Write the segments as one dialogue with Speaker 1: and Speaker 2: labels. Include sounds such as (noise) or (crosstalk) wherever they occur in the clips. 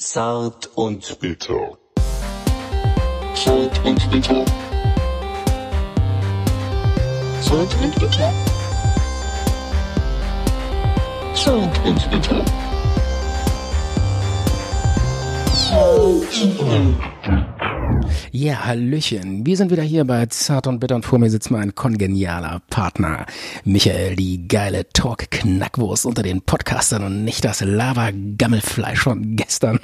Speaker 1: Zart und bitter.
Speaker 2: Zart und bitter. Zart und bitter. Zart und bitter.
Speaker 3: Ja, Hallöchen. Wir sind wieder hier bei Zart und Bitter und vor mir sitzt mein kongenialer Partner. Michael, die geile Talk-Knackwurst unter den Podcastern und nicht das Lava-Gammelfleisch von gestern.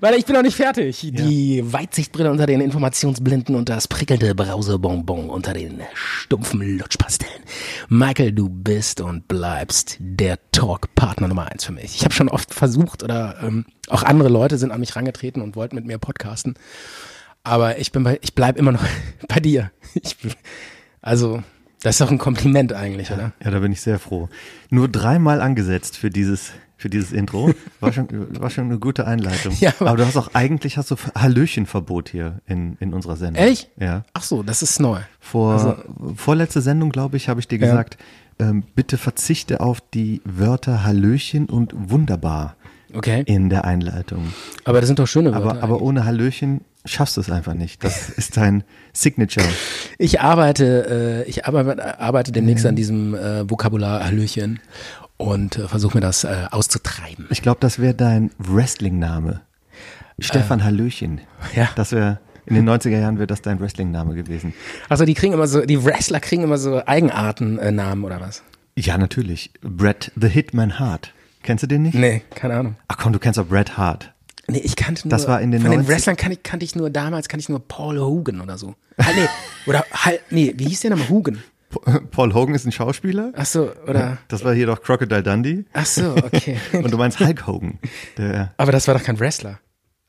Speaker 3: Weil ich bin noch nicht fertig. Die Weitsichtbrille unter den Informationsblinden und das prickelnde Brausebonbon unter den stumpfen Lutschpastellen. Michael, du bist und bleibst der Talk-Partner Nummer eins für mich. Ich habe schon oft versucht oder ähm, auch andere Leute sind an mich rangetreten und wollten mit mir podcasten. Aber ich bin bei, ich bleib immer noch (laughs) bei dir. Ich, bin- also, das ist doch ein Kompliment eigentlich, oder?
Speaker 4: Ja, da bin ich sehr froh. Nur dreimal angesetzt für dieses, für dieses Intro. War schon, war schon eine gute Einleitung.
Speaker 3: Ja, aber-
Speaker 4: aber, du hast auch eigentlich hast du Hallöchenverbot hier in, in unserer Sendung.
Speaker 3: Echt?
Speaker 4: Ja.
Speaker 3: Ach so, das ist neu.
Speaker 4: Vor, vorletzte Sendung, glaube ich, habe ich dir
Speaker 3: Ja.
Speaker 4: gesagt, ähm, bitte verzichte auf die Wörter Hallöchen und wunderbar
Speaker 3: Okay.
Speaker 4: in der Einleitung.
Speaker 3: Aber das sind doch schöne Wörter.
Speaker 4: Aber, aber ohne Hallöchen schaffst du es einfach
Speaker 3: (laughs)
Speaker 4: nicht. Das ist dein Signature.
Speaker 3: Ich arbeite, äh, ich arbeite, arbeite demnächst an diesem äh, Vokabular Hallöchen und äh, versuche mir das äh, auszutreiben.
Speaker 4: Ich glaube, das wäre dein Wrestling-Name. Stefan Hallöchen.
Speaker 3: Ja.
Speaker 4: Das wäre, in den 90er Jahren wäre das dein Wrestling-Name gewesen.
Speaker 3: Also die kriegen immer so, die Wrestler kriegen immer so Eigenarten äh, Namen oder was?
Speaker 4: Ja, natürlich. Bret the Hitman Hart. Kennst du den nicht?
Speaker 3: Nee, keine Ahnung.
Speaker 4: Ach komm, du kennst doch Bret Hart.
Speaker 3: Nee, ich kannte nur
Speaker 4: Das war in den
Speaker 3: von den
Speaker 4: 90
Speaker 3: Wrestlern kann ich, kannte ich nur damals kannte ich nur Paul Hogan oder so. Halt, nee, oder halt, nee, wie hieß der nochmal Hogan?
Speaker 4: P- Paul Hogan ist ein Schauspieler.
Speaker 3: Ach so, oder
Speaker 4: Äh. Das war hier doch Crocodile Dundee.
Speaker 3: Ach so, (laughs) okay.
Speaker 4: Und du meinst Hulk Hogan. Der äh,
Speaker 3: Aber das war doch kein Wrestler.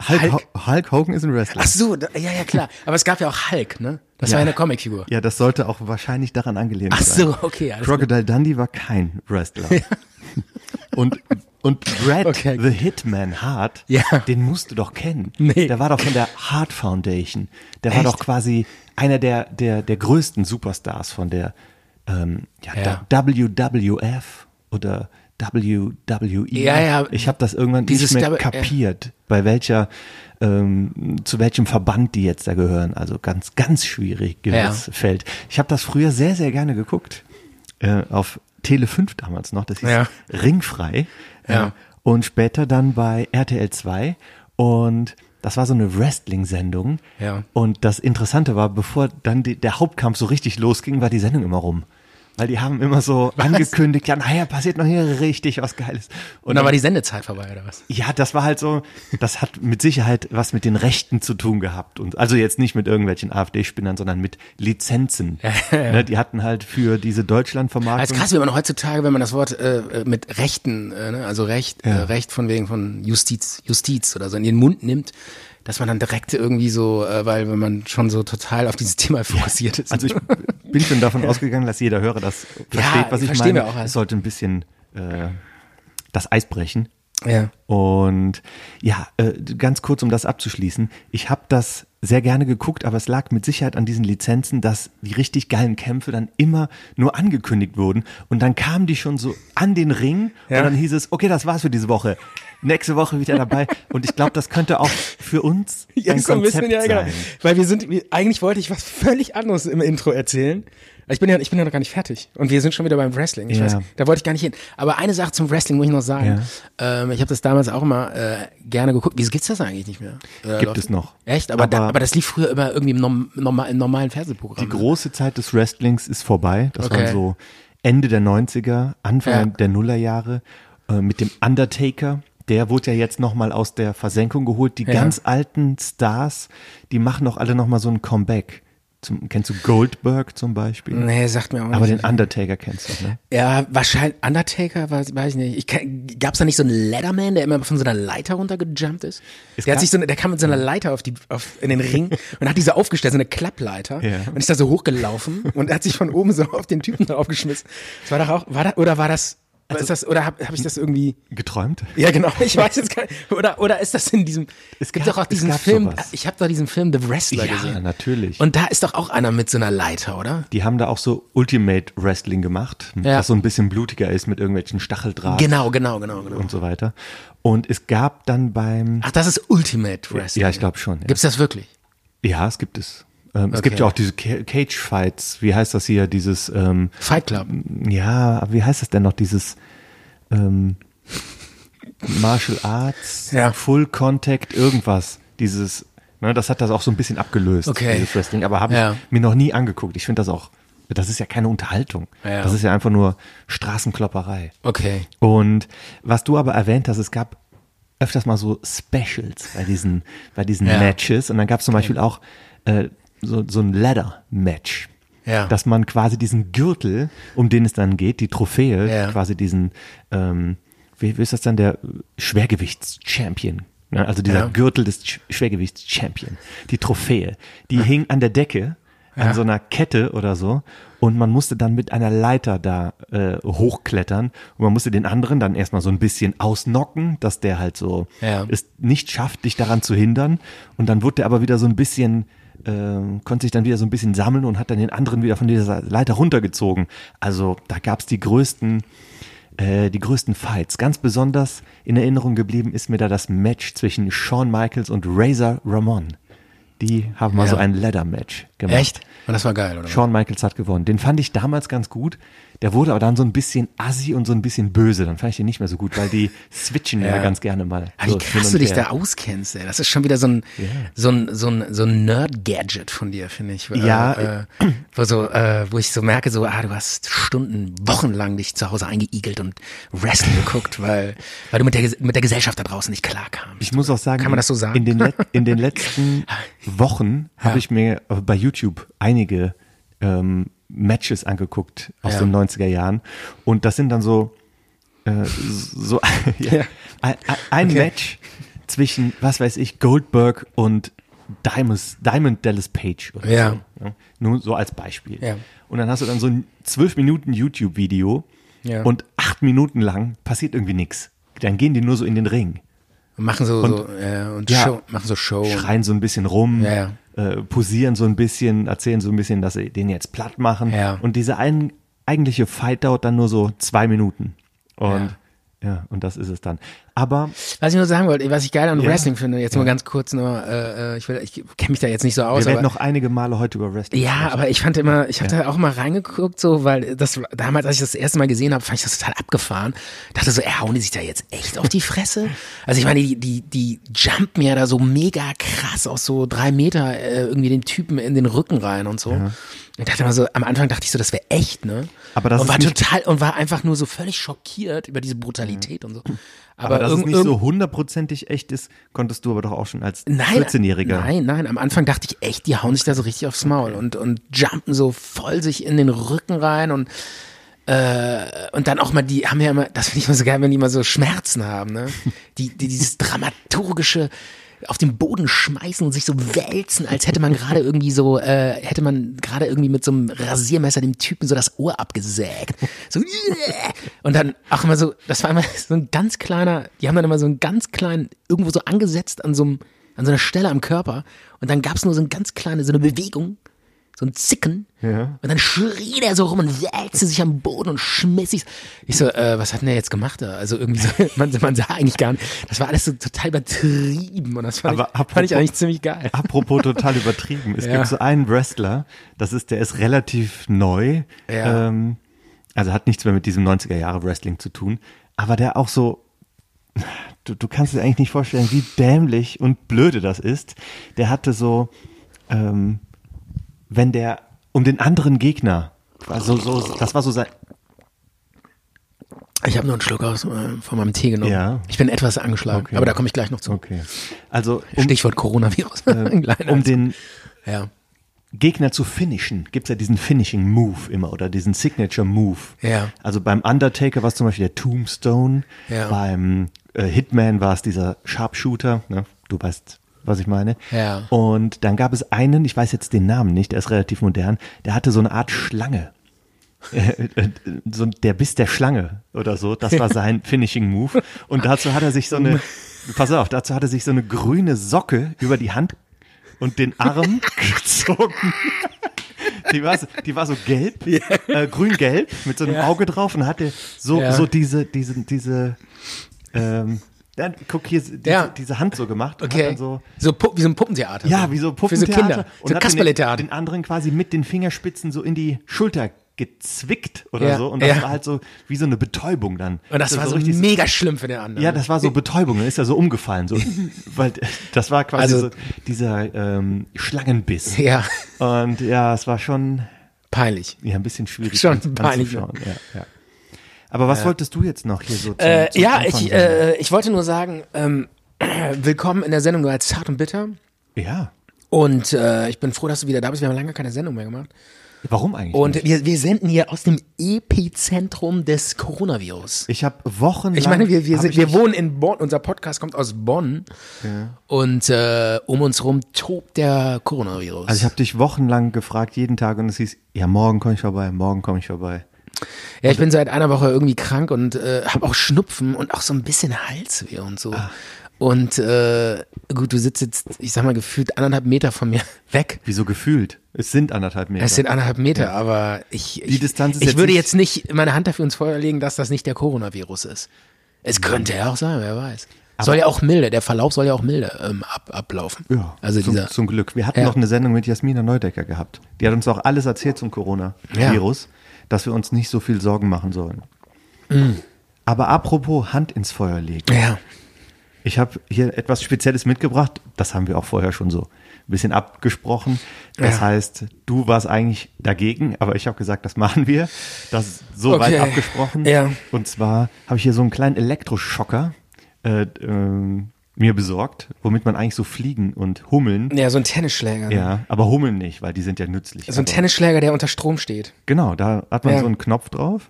Speaker 4: Hulk,
Speaker 3: Hulk?
Speaker 4: Ho- Hulk Hogan ist ein Wrestler.
Speaker 3: Ach so, da, ja, ja, klar. Aber es gab ja auch Hulk, ne? Das war ja eine Comicfigur.
Speaker 4: Ja, das sollte auch wahrscheinlich daran angelehnt
Speaker 3: Ach
Speaker 4: sein.
Speaker 3: so, okay, alles
Speaker 4: Crocodile Dundee war kein Wrestler.
Speaker 3: (laughs)
Speaker 4: Und, und Brad
Speaker 3: Okay.
Speaker 4: the Hitman Hart,
Speaker 3: Ja.
Speaker 4: den musst du doch kennen.
Speaker 3: Nee.
Speaker 4: Der war doch von der Hart Foundation. Der
Speaker 3: Echt?
Speaker 4: war doch quasi einer der, der, der größten Superstars von der ähm, ja,
Speaker 3: Ja.
Speaker 4: da- WWF oder WWE.
Speaker 3: Ja, ja.
Speaker 4: Ich habe das irgendwann
Speaker 3: Dieses
Speaker 4: nicht mehr
Speaker 3: W- ja.
Speaker 4: kapiert, bei welcher, ähm, zu welchem Verband die jetzt da gehören. Also ganz, ganz schwierig gewisses
Speaker 3: Ja.
Speaker 4: Feld. Ich habe das früher sehr, sehr gerne geguckt. Äh, auf Tele 5 damals noch, das hieß
Speaker 3: Ja.
Speaker 4: Ringfrei.
Speaker 3: Ja.
Speaker 4: Äh, und später dann bei RTL 2. Und das war so eine Wrestling-Sendung.
Speaker 3: Ja.
Speaker 4: Und das Interessante war, bevor dann die, der Hauptkampf so richtig losging, war die Sendung immer rum. Weil die haben immer so angekündigt, ja, naja, passiert noch hier richtig was Geiles.
Speaker 3: Und dann war die Sendezeit vorbei, oder was?
Speaker 4: Ja, das war halt so, das hat mit Sicherheit was mit den Rechten zu tun gehabt. Und also jetzt nicht mit irgendwelchen AfD-Spinnern, sondern mit Lizenzen. Ne, die hatten halt für diese
Speaker 3: Also
Speaker 4: Deutschlandvermarktung.
Speaker 3: ist krass, wie man heutzutage, wenn man das Wort äh, äh, mit Rechten, äh, ne, also Recht, äh, Recht von wegen von Justiz, Justiz oder so in den Mund nimmt, dass man dann direkt irgendwie so, äh, weil wenn man schon so total auf dieses Thema fokussiert ist.
Speaker 4: Also ich bin schon davon ausgegangen, dass jeder Hörer das versteht, was ich
Speaker 3: verstehen
Speaker 4: meine.
Speaker 3: wir auch, also.
Speaker 4: es sollte ein bisschen äh, das Eis brechen.
Speaker 3: ja.
Speaker 4: Und ja, äh, ganz kurz, um das abzuschließen. Ich habe das sehr gerne geguckt, aber es lag mit Sicherheit an diesen Lizenzen, dass die richtig geilen Kämpfe dann immer nur angekündigt wurden. Und dann kamen die schon so an den Ring
Speaker 3: Ja.
Speaker 4: und dann hieß es, okay, das war's für diese Woche. Nächste Woche wieder dabei. Und ich glaube, das könnte auch für uns ein Konzept sein.
Speaker 3: genau. Weil wir sind, wir, eigentlich wollte ich was völlig anderes im Intro erzählen. Ich bin ja, ich bin ja noch gar nicht fertig. Und wir sind schon wieder beim Wrestling. Ich
Speaker 4: Ja.
Speaker 3: weiß, da wollte ich gar nicht hin. Aber eine Sache zum Wrestling muss ich noch sagen. Ähm, ich habe das damals auch immer äh, gerne geguckt. Wieso gibt's das eigentlich nicht mehr? Äh,
Speaker 4: Gibt
Speaker 3: läuft-
Speaker 4: es noch.
Speaker 3: Echt? Aber, da,
Speaker 4: Aber-
Speaker 3: aber das lief früher immer irgendwie im, norm, norma, im normalen Fernsehprogramm.
Speaker 4: Die große Zeit des Wrestlings ist vorbei. Das
Speaker 3: Okay.
Speaker 4: war so Ende der 90er, Anfang
Speaker 3: Ja.
Speaker 4: der Nullerjahre äh, mit dem Undertaker. Der wurde ja jetzt nochmal aus der Versenkung geholt. Die
Speaker 3: Ja.
Speaker 4: ganz alten Stars, die machen doch alle nochmal so ein Comeback. Zum, kennst du Goldberg zum Beispiel?
Speaker 3: Nee, sagt mir auch
Speaker 4: Aber
Speaker 3: nicht.
Speaker 4: den Undertaker kennst du, ne?
Speaker 3: Ja, wahrscheinlich Undertaker, weiß, weiß ich nicht. Ich, kann- gab's da nicht so einen Leatherman, der immer von so einer Leiter runtergejumpt ist?
Speaker 4: Es
Speaker 3: der, hat
Speaker 4: gab-
Speaker 3: sich so, eine- der kam mit so einer Leiter auf die, auf, in den
Speaker 4: (laughs)
Speaker 3: Ring und hat diese aufgestellt, so eine Klappleiter.
Speaker 4: Ja.
Speaker 3: Und ist da so hochgelaufen und hat sich von oben so auf den Typen draufgeschmissen. Das war doch auch, war da, oder war das
Speaker 4: Also
Speaker 3: ist das, oder habe hab ich das irgendwie.
Speaker 4: Geträumt?
Speaker 3: Ja, genau. (laughs) Ich weiß jetzt gar nicht. Oder, oder ist das in diesem.
Speaker 4: Es
Speaker 3: Es gibt
Speaker 4: gab-
Speaker 3: doch auch
Speaker 4: es
Speaker 3: diesen
Speaker 4: gab
Speaker 3: Film.
Speaker 4: sowas.
Speaker 3: Ich habe doch diesen Film The Wrestler gesehen.
Speaker 4: natürlich.
Speaker 3: Und da ist doch auch einer mit so einer Leiter, oder?
Speaker 4: Die haben da auch so Ultimate Wrestling gemacht,
Speaker 3: Ja.
Speaker 4: das so ein bisschen blutiger ist mit irgendwelchen Stacheldraht
Speaker 3: Genau, genau, genau, genau.
Speaker 4: und so weiter. Und es gab dann beim,
Speaker 3: Ach, das ist Ultimate Wrestling.
Speaker 4: ja, ich glaube schon. Ja.
Speaker 3: Gibt's das wirklich?
Speaker 4: ja, es gibt es. Ähm, Es gibt
Speaker 3: Okay.
Speaker 4: ja auch diese Ca- Cage-Fights, wie heißt das hier, dieses, ähm,
Speaker 3: Fight Club.
Speaker 4: ja, wie heißt das denn noch, dieses ähm, Martial Arts,
Speaker 3: Ja.
Speaker 4: Full Contact, irgendwas, dieses, ne, das hat das auch so ein bisschen abgelöst,
Speaker 3: Okay.
Speaker 4: dieses Wrestling, aber habe
Speaker 3: Ja.
Speaker 4: ich mir noch nie angeguckt. Ich finde das auch, das ist ja keine Unterhaltung,
Speaker 3: Ja.
Speaker 4: das ist ja einfach nur Straßenklopperei.
Speaker 3: Okay.
Speaker 4: Und was du aber erwähnt hast, es gab öfters mal so Specials bei diesen, bei diesen
Speaker 3: Ja.
Speaker 4: Matches. Und dann gab es zum Beispiel auch äh, so, so ein Ladder-Match.
Speaker 3: Ja.
Speaker 4: Dass man quasi diesen Gürtel, um den es dann geht, die Trophäe,
Speaker 3: Ja.
Speaker 4: quasi diesen, ähm, wie, wie ist das dann, der Schwergewichts-Champion. Ne? Also dieser
Speaker 3: Ja.
Speaker 4: Gürtel des Sch- Schwergewichts-Champion. Die Trophäe. Die hing an der Decke, an so einer Kette oder so. Und man musste dann mit einer Leiter da äh, hochklettern. Und man musste den anderen dann erstmal so ein bisschen ausnocken, dass der halt so
Speaker 3: Ja.
Speaker 4: es nicht schafft, dich daran zu hindern. Und dann wurde der aber wieder so ein bisschen, ähm, konnte sich dann wieder so ein bisschen sammeln und hat dann den anderen wieder von dieser Leiter runtergezogen. Also da gab es die größten, äh, die größten Fights. Ganz besonders in Erinnerung geblieben ist mir da das Match zwischen Shawn Michaels und Razor Ramon. Die haben mal
Speaker 3: Ja.
Speaker 4: so ein Ladder-Match gemacht.
Speaker 3: Echt? Und das war geil, oder?
Speaker 4: Shawn Michaels hat gewonnen. Den fand ich damals ganz gut. Der wurde aber dann so ein bisschen assi und so ein bisschen böse. Dann fand ich den nicht mehr so gut,
Speaker 3: (laughs)
Speaker 4: weil die switchen ja,
Speaker 3: Ja.
Speaker 4: ganz gerne mal.
Speaker 3: Ah,
Speaker 4: so
Speaker 3: wie
Speaker 4: hin
Speaker 3: krass
Speaker 4: und
Speaker 3: du dich
Speaker 4: her.
Speaker 3: da auskennst, ey. Das ist schon wieder so ein, so ein, so ein, so ein Nerd-Gadget von dir, finde ich. Äh,
Speaker 4: Ja.
Speaker 3: Äh, wo, so, äh, wo ich so merke, so, ah, du hast Stunden, wochenlang dich zu Hause eingeigelt und
Speaker 4: (laughs)
Speaker 3: Wrestling geguckt, weil, weil du mit der, Ges- mit der Gesellschaft da draußen nicht klarkamst.
Speaker 4: Ich muss auch sagen,
Speaker 3: Kann man das so sagen?
Speaker 4: In den, Let
Speaker 3: (laughs)
Speaker 4: in den letzten Wochen habe ich mir äh, bei YouTube einige ähm, Matches angeguckt aus
Speaker 3: Ja.
Speaker 4: den 90er Jahren. Und das sind dann so, äh, so (laughs) ja,
Speaker 3: Ja.
Speaker 4: ein, ein Match zwischen, was weiß ich, Goldberg und Diamonds, Diamond Dallas Page. Oder
Speaker 3: Ja.
Speaker 4: So, ja. Nur so als Beispiel.
Speaker 3: Ja.
Speaker 4: Und dann hast du dann so ein 12 Minuten YouTube-Video
Speaker 3: Ja.
Speaker 4: und acht Minuten lang passiert irgendwie nichts. Dann gehen die nur so in den Ring.
Speaker 3: Und machen so, so, äh, und
Speaker 4: Ja.
Speaker 3: Show, machen so Show. und-
Speaker 4: schreien so ein bisschen rum,
Speaker 3: Oh. Ja, ja.
Speaker 4: Äh, posieren so ein bisschen, erzählen so ein bisschen, dass sie den jetzt platt machen.
Speaker 3: Ja.
Speaker 4: Und dieser ein, eigentliche Fight dauert dann nur so zwei Minuten. Und ja. und das ist es dann. Aber
Speaker 3: Was ich nur sagen wollte, was ich geil an
Speaker 4: Ja.
Speaker 3: Wrestling finde, jetzt mal ganz kurz nur, äh, äh, ich, will- ich kenne mich da jetzt nicht so aus,
Speaker 4: wir werden
Speaker 3: aber
Speaker 4: noch einige Male heute über Wrestling
Speaker 3: Ja,
Speaker 4: sprechen.
Speaker 3: aber ich fand immer, ich hatte auch mal reingeguckt, so, weil das damals, als ich das erste Mal gesehen habe, fand ich das total abgefahren. Dachte so, ey, hauen die sich da jetzt echt auf die Fresse? Also ich meine, die, die, die jumpen ja da so mega krass aus so drei Meter äh, irgendwie den Typen in den Rücken rein und so. Und dachte immer so, am Anfang dachte ich so, das wäre echt, ne?
Speaker 4: Aber das
Speaker 3: und
Speaker 4: ist
Speaker 3: war
Speaker 4: nicht-
Speaker 3: total und war einfach nur so völlig schockiert über diese Brutalität und so.
Speaker 4: aber, dass es
Speaker 3: irgend-
Speaker 4: nicht
Speaker 3: irgend-
Speaker 4: so hundertprozentig echt ist, konntest du aber doch auch schon als
Speaker 3: Nein,
Speaker 4: 14-Jähriger.
Speaker 3: Nein, nein. Am Anfang dachte ich echt, die hauen sich da so richtig aufs Maul und, und jumpen so voll sich in den Rücken rein und, äh, und dann auch mal, die haben ja immer, das finde ich immer so geil, wenn die immer so Schmerzen haben, ne? Die, die, dieses dramaturgische auf den Boden schmeißen und sich so wälzen, als hätte man gerade irgendwie so, äh, hätte man gerade irgendwie mit so einem Rasiermesser dem Typen so das Ohr abgesägt. So, (laughs) äh, und dann auch immer so, das war immer so ein ganz kleiner, die haben dann immer so einen ganz kleinen, irgendwo so angesetzt an so einem, an so einer Stelle am Körper und dann gab's nur so eine ganz kleine, so eine Bewegung, so ein Zicken
Speaker 4: Ja.
Speaker 3: und dann schrie der so rum und wälzte sich am Boden und schmiss sich. Ich so, äh, was hat denn der jetzt gemacht da? Also irgendwie so, (laughs) man, man sah eigentlich gar nicht, das war alles so total übertrieben und das fand,
Speaker 4: Aber
Speaker 3: ich, fand ich
Speaker 4: apropos-
Speaker 3: eigentlich ziemlich geil. (laughs)
Speaker 4: Apropos total übertrieben. Es
Speaker 3: Ja.
Speaker 4: gibt so einen Wrestler, das ist, der ist relativ neu.
Speaker 3: Ja.
Speaker 4: Ähm, also hat nichts mehr mit diesem 90er Jahre Wrestling zu tun, aber der auch so. Du, du kannst dir eigentlich nicht vorstellen, wie dämlich und blöde das ist. Der hatte so, ähm, wenn der um den anderen Gegner, also so, das war so sein,
Speaker 3: Ich habe nur einen Schluck aus, äh, von meinem Tee genommen.
Speaker 4: Ja.
Speaker 3: Ich bin etwas angeschlagen,
Speaker 4: Okay.
Speaker 3: aber da komme ich gleich noch zu.
Speaker 4: okay, also um,
Speaker 3: Stichwort Coronavirus. (laughs) Leider.
Speaker 4: um den
Speaker 3: ja.
Speaker 4: Gegner zu finishen, gibt's ja diesen Finishing Move immer oder diesen Signature Move.
Speaker 3: Ja.
Speaker 4: Also beim Undertaker war es zum Beispiel der Tombstone,
Speaker 3: Ja.
Speaker 4: beim äh, Hitman war es dieser Sharpshooter, ne? du weißt, was ich meine.
Speaker 3: Ja.
Speaker 4: Und dann gab es einen, ich weiß jetzt den Namen nicht, der ist relativ modern, der hatte so eine Art Schlange. (laughs) so der Biss der Schlange oder so, das war
Speaker 3: (laughs)
Speaker 4: sein Finishing Move. Und dazu hat er sich so eine, pass auf, dazu hat er sich so eine grüne Socke über die Hand und den
Speaker 3: (laughs)
Speaker 4: Arm gezogen. Die war, so- die war so gelb, äh, grün-gelb, mit so einem Auge drauf und hatte so,
Speaker 3: Ja.
Speaker 4: so diese, diese, diese, ähm, dann, guck hier, diese,
Speaker 3: Ja.
Speaker 4: diese Hand so gemacht. Und hat
Speaker 3: Okay.
Speaker 4: dann so,
Speaker 3: So, Pu- wie so ein Puppentheater.
Speaker 4: ja, wie Also so Puppentheater.
Speaker 3: Für so Kinder.
Speaker 4: Und
Speaker 3: so
Speaker 4: hat den,
Speaker 3: Kasperletheater.
Speaker 4: den anderen quasi mit den Fingerspitzen so in die Schulter gezwickt oder
Speaker 3: Ja,
Speaker 4: so. Und das
Speaker 3: ja.
Speaker 4: war halt so wie so eine Betäubung dann.
Speaker 3: Und das war so
Speaker 4: richtig
Speaker 3: mega schlimm für den anderen.
Speaker 4: ja, das war so Betäubung, dann ist er so
Speaker 3: (laughs)
Speaker 4: umgefallen. So, weil das war quasi
Speaker 3: Also-
Speaker 4: so dieser ähm, Schlangenbiss.
Speaker 3: Ja,
Speaker 4: Und ja, es war schon
Speaker 3: peinlich.
Speaker 4: ja, ein bisschen schwierig
Speaker 3: Schon
Speaker 4: an-
Speaker 3: peinlich.
Speaker 4: anzuschauen. Ja, ja. Aber was wolltest du jetzt noch hier so zum,
Speaker 3: Äh,
Speaker 4: zum
Speaker 3: ja,
Speaker 4: Anfang
Speaker 3: ich,
Speaker 4: sagen?
Speaker 3: äh, ich wollte nur sagen, ähm, (clears throat) willkommen in der Sendung, du als Zart und Bitter.
Speaker 4: Ja,
Speaker 3: Und äh, ich bin froh, dass du wieder da bist. Wir haben lange keine Sendung mehr gemacht.
Speaker 4: warum eigentlich nicht?
Speaker 3: Und wir, wir senden hier aus dem Epizentrum des Coronavirus.
Speaker 4: Ich habe wochenlang...
Speaker 3: Ich meine, wir, wir,
Speaker 4: hab
Speaker 3: sind,
Speaker 4: ich
Speaker 3: wir
Speaker 4: mich-
Speaker 3: wohnen in Bonn, unser Podcast kommt aus Bonn. Und äh, um uns rum tobt der Coronavirus.
Speaker 4: Also ich habe dich wochenlang gefragt, jeden Tag, und es hieß, ja, morgen komme ich vorbei, morgen komme ich vorbei.
Speaker 3: ja, ich bin seit einer Woche irgendwie krank und äh, habe auch Schnupfen und auch so ein bisschen Halsweh und so.
Speaker 4: Ah.
Speaker 3: Und äh, gut, du sitzt jetzt, ich sag mal, gefühlt anderthalb Meter von mir (laughs) weg.
Speaker 4: Wieso gefühlt? Es sind anderthalb Meter.
Speaker 3: Es sind anderthalb Meter, aber ich, ich,
Speaker 4: Distanz ist
Speaker 3: ich
Speaker 4: jetzt
Speaker 3: würde
Speaker 4: nicht-
Speaker 3: jetzt nicht meine Hand dafür ins Feuer legen, dass das nicht der Coronavirus ist. Es könnte ja auch sein, wer weiß. soll ja auch milde, der Verlauf soll ja auch milde ähm, ab, ablaufen.
Speaker 4: ja,
Speaker 3: also
Speaker 4: zum,
Speaker 3: dieser,
Speaker 4: zum Glück. Wir hatten
Speaker 3: Ja.
Speaker 4: noch eine Sendung mit Jasmina Neudecker gehabt. Die hat uns auch alles erzählt zum Corona-Virus, dass wir uns nicht so viel Sorgen machen sollen.
Speaker 3: Mhm.
Speaker 4: Aber apropos Hand ins Feuer legen.
Speaker 3: ja,
Speaker 4: Ich habe hier etwas Spezielles mitgebracht. Das haben wir auch vorher schon so ein bisschen abgesprochen. Das
Speaker 3: Ja.
Speaker 4: heißt, du warst eigentlich dagegen, aber ich habe gesagt, das machen wir. Das ist so weit
Speaker 3: Okay.
Speaker 4: abgesprochen.
Speaker 3: Ja.
Speaker 4: Und zwar habe ich hier so einen kleinen Elektroschocker äh, ähm, mir besorgt, womit man eigentlich so fliegen und hummeln.
Speaker 3: ja, so ein Tennisschläger.
Speaker 4: Ja, aber hummeln nicht, weil die sind ja nützlich. Also
Speaker 3: So ein
Speaker 4: Aber-
Speaker 3: Tennisschläger, der unter Strom steht.
Speaker 4: Genau, da hat man
Speaker 3: Ja.
Speaker 4: so einen Knopf drauf.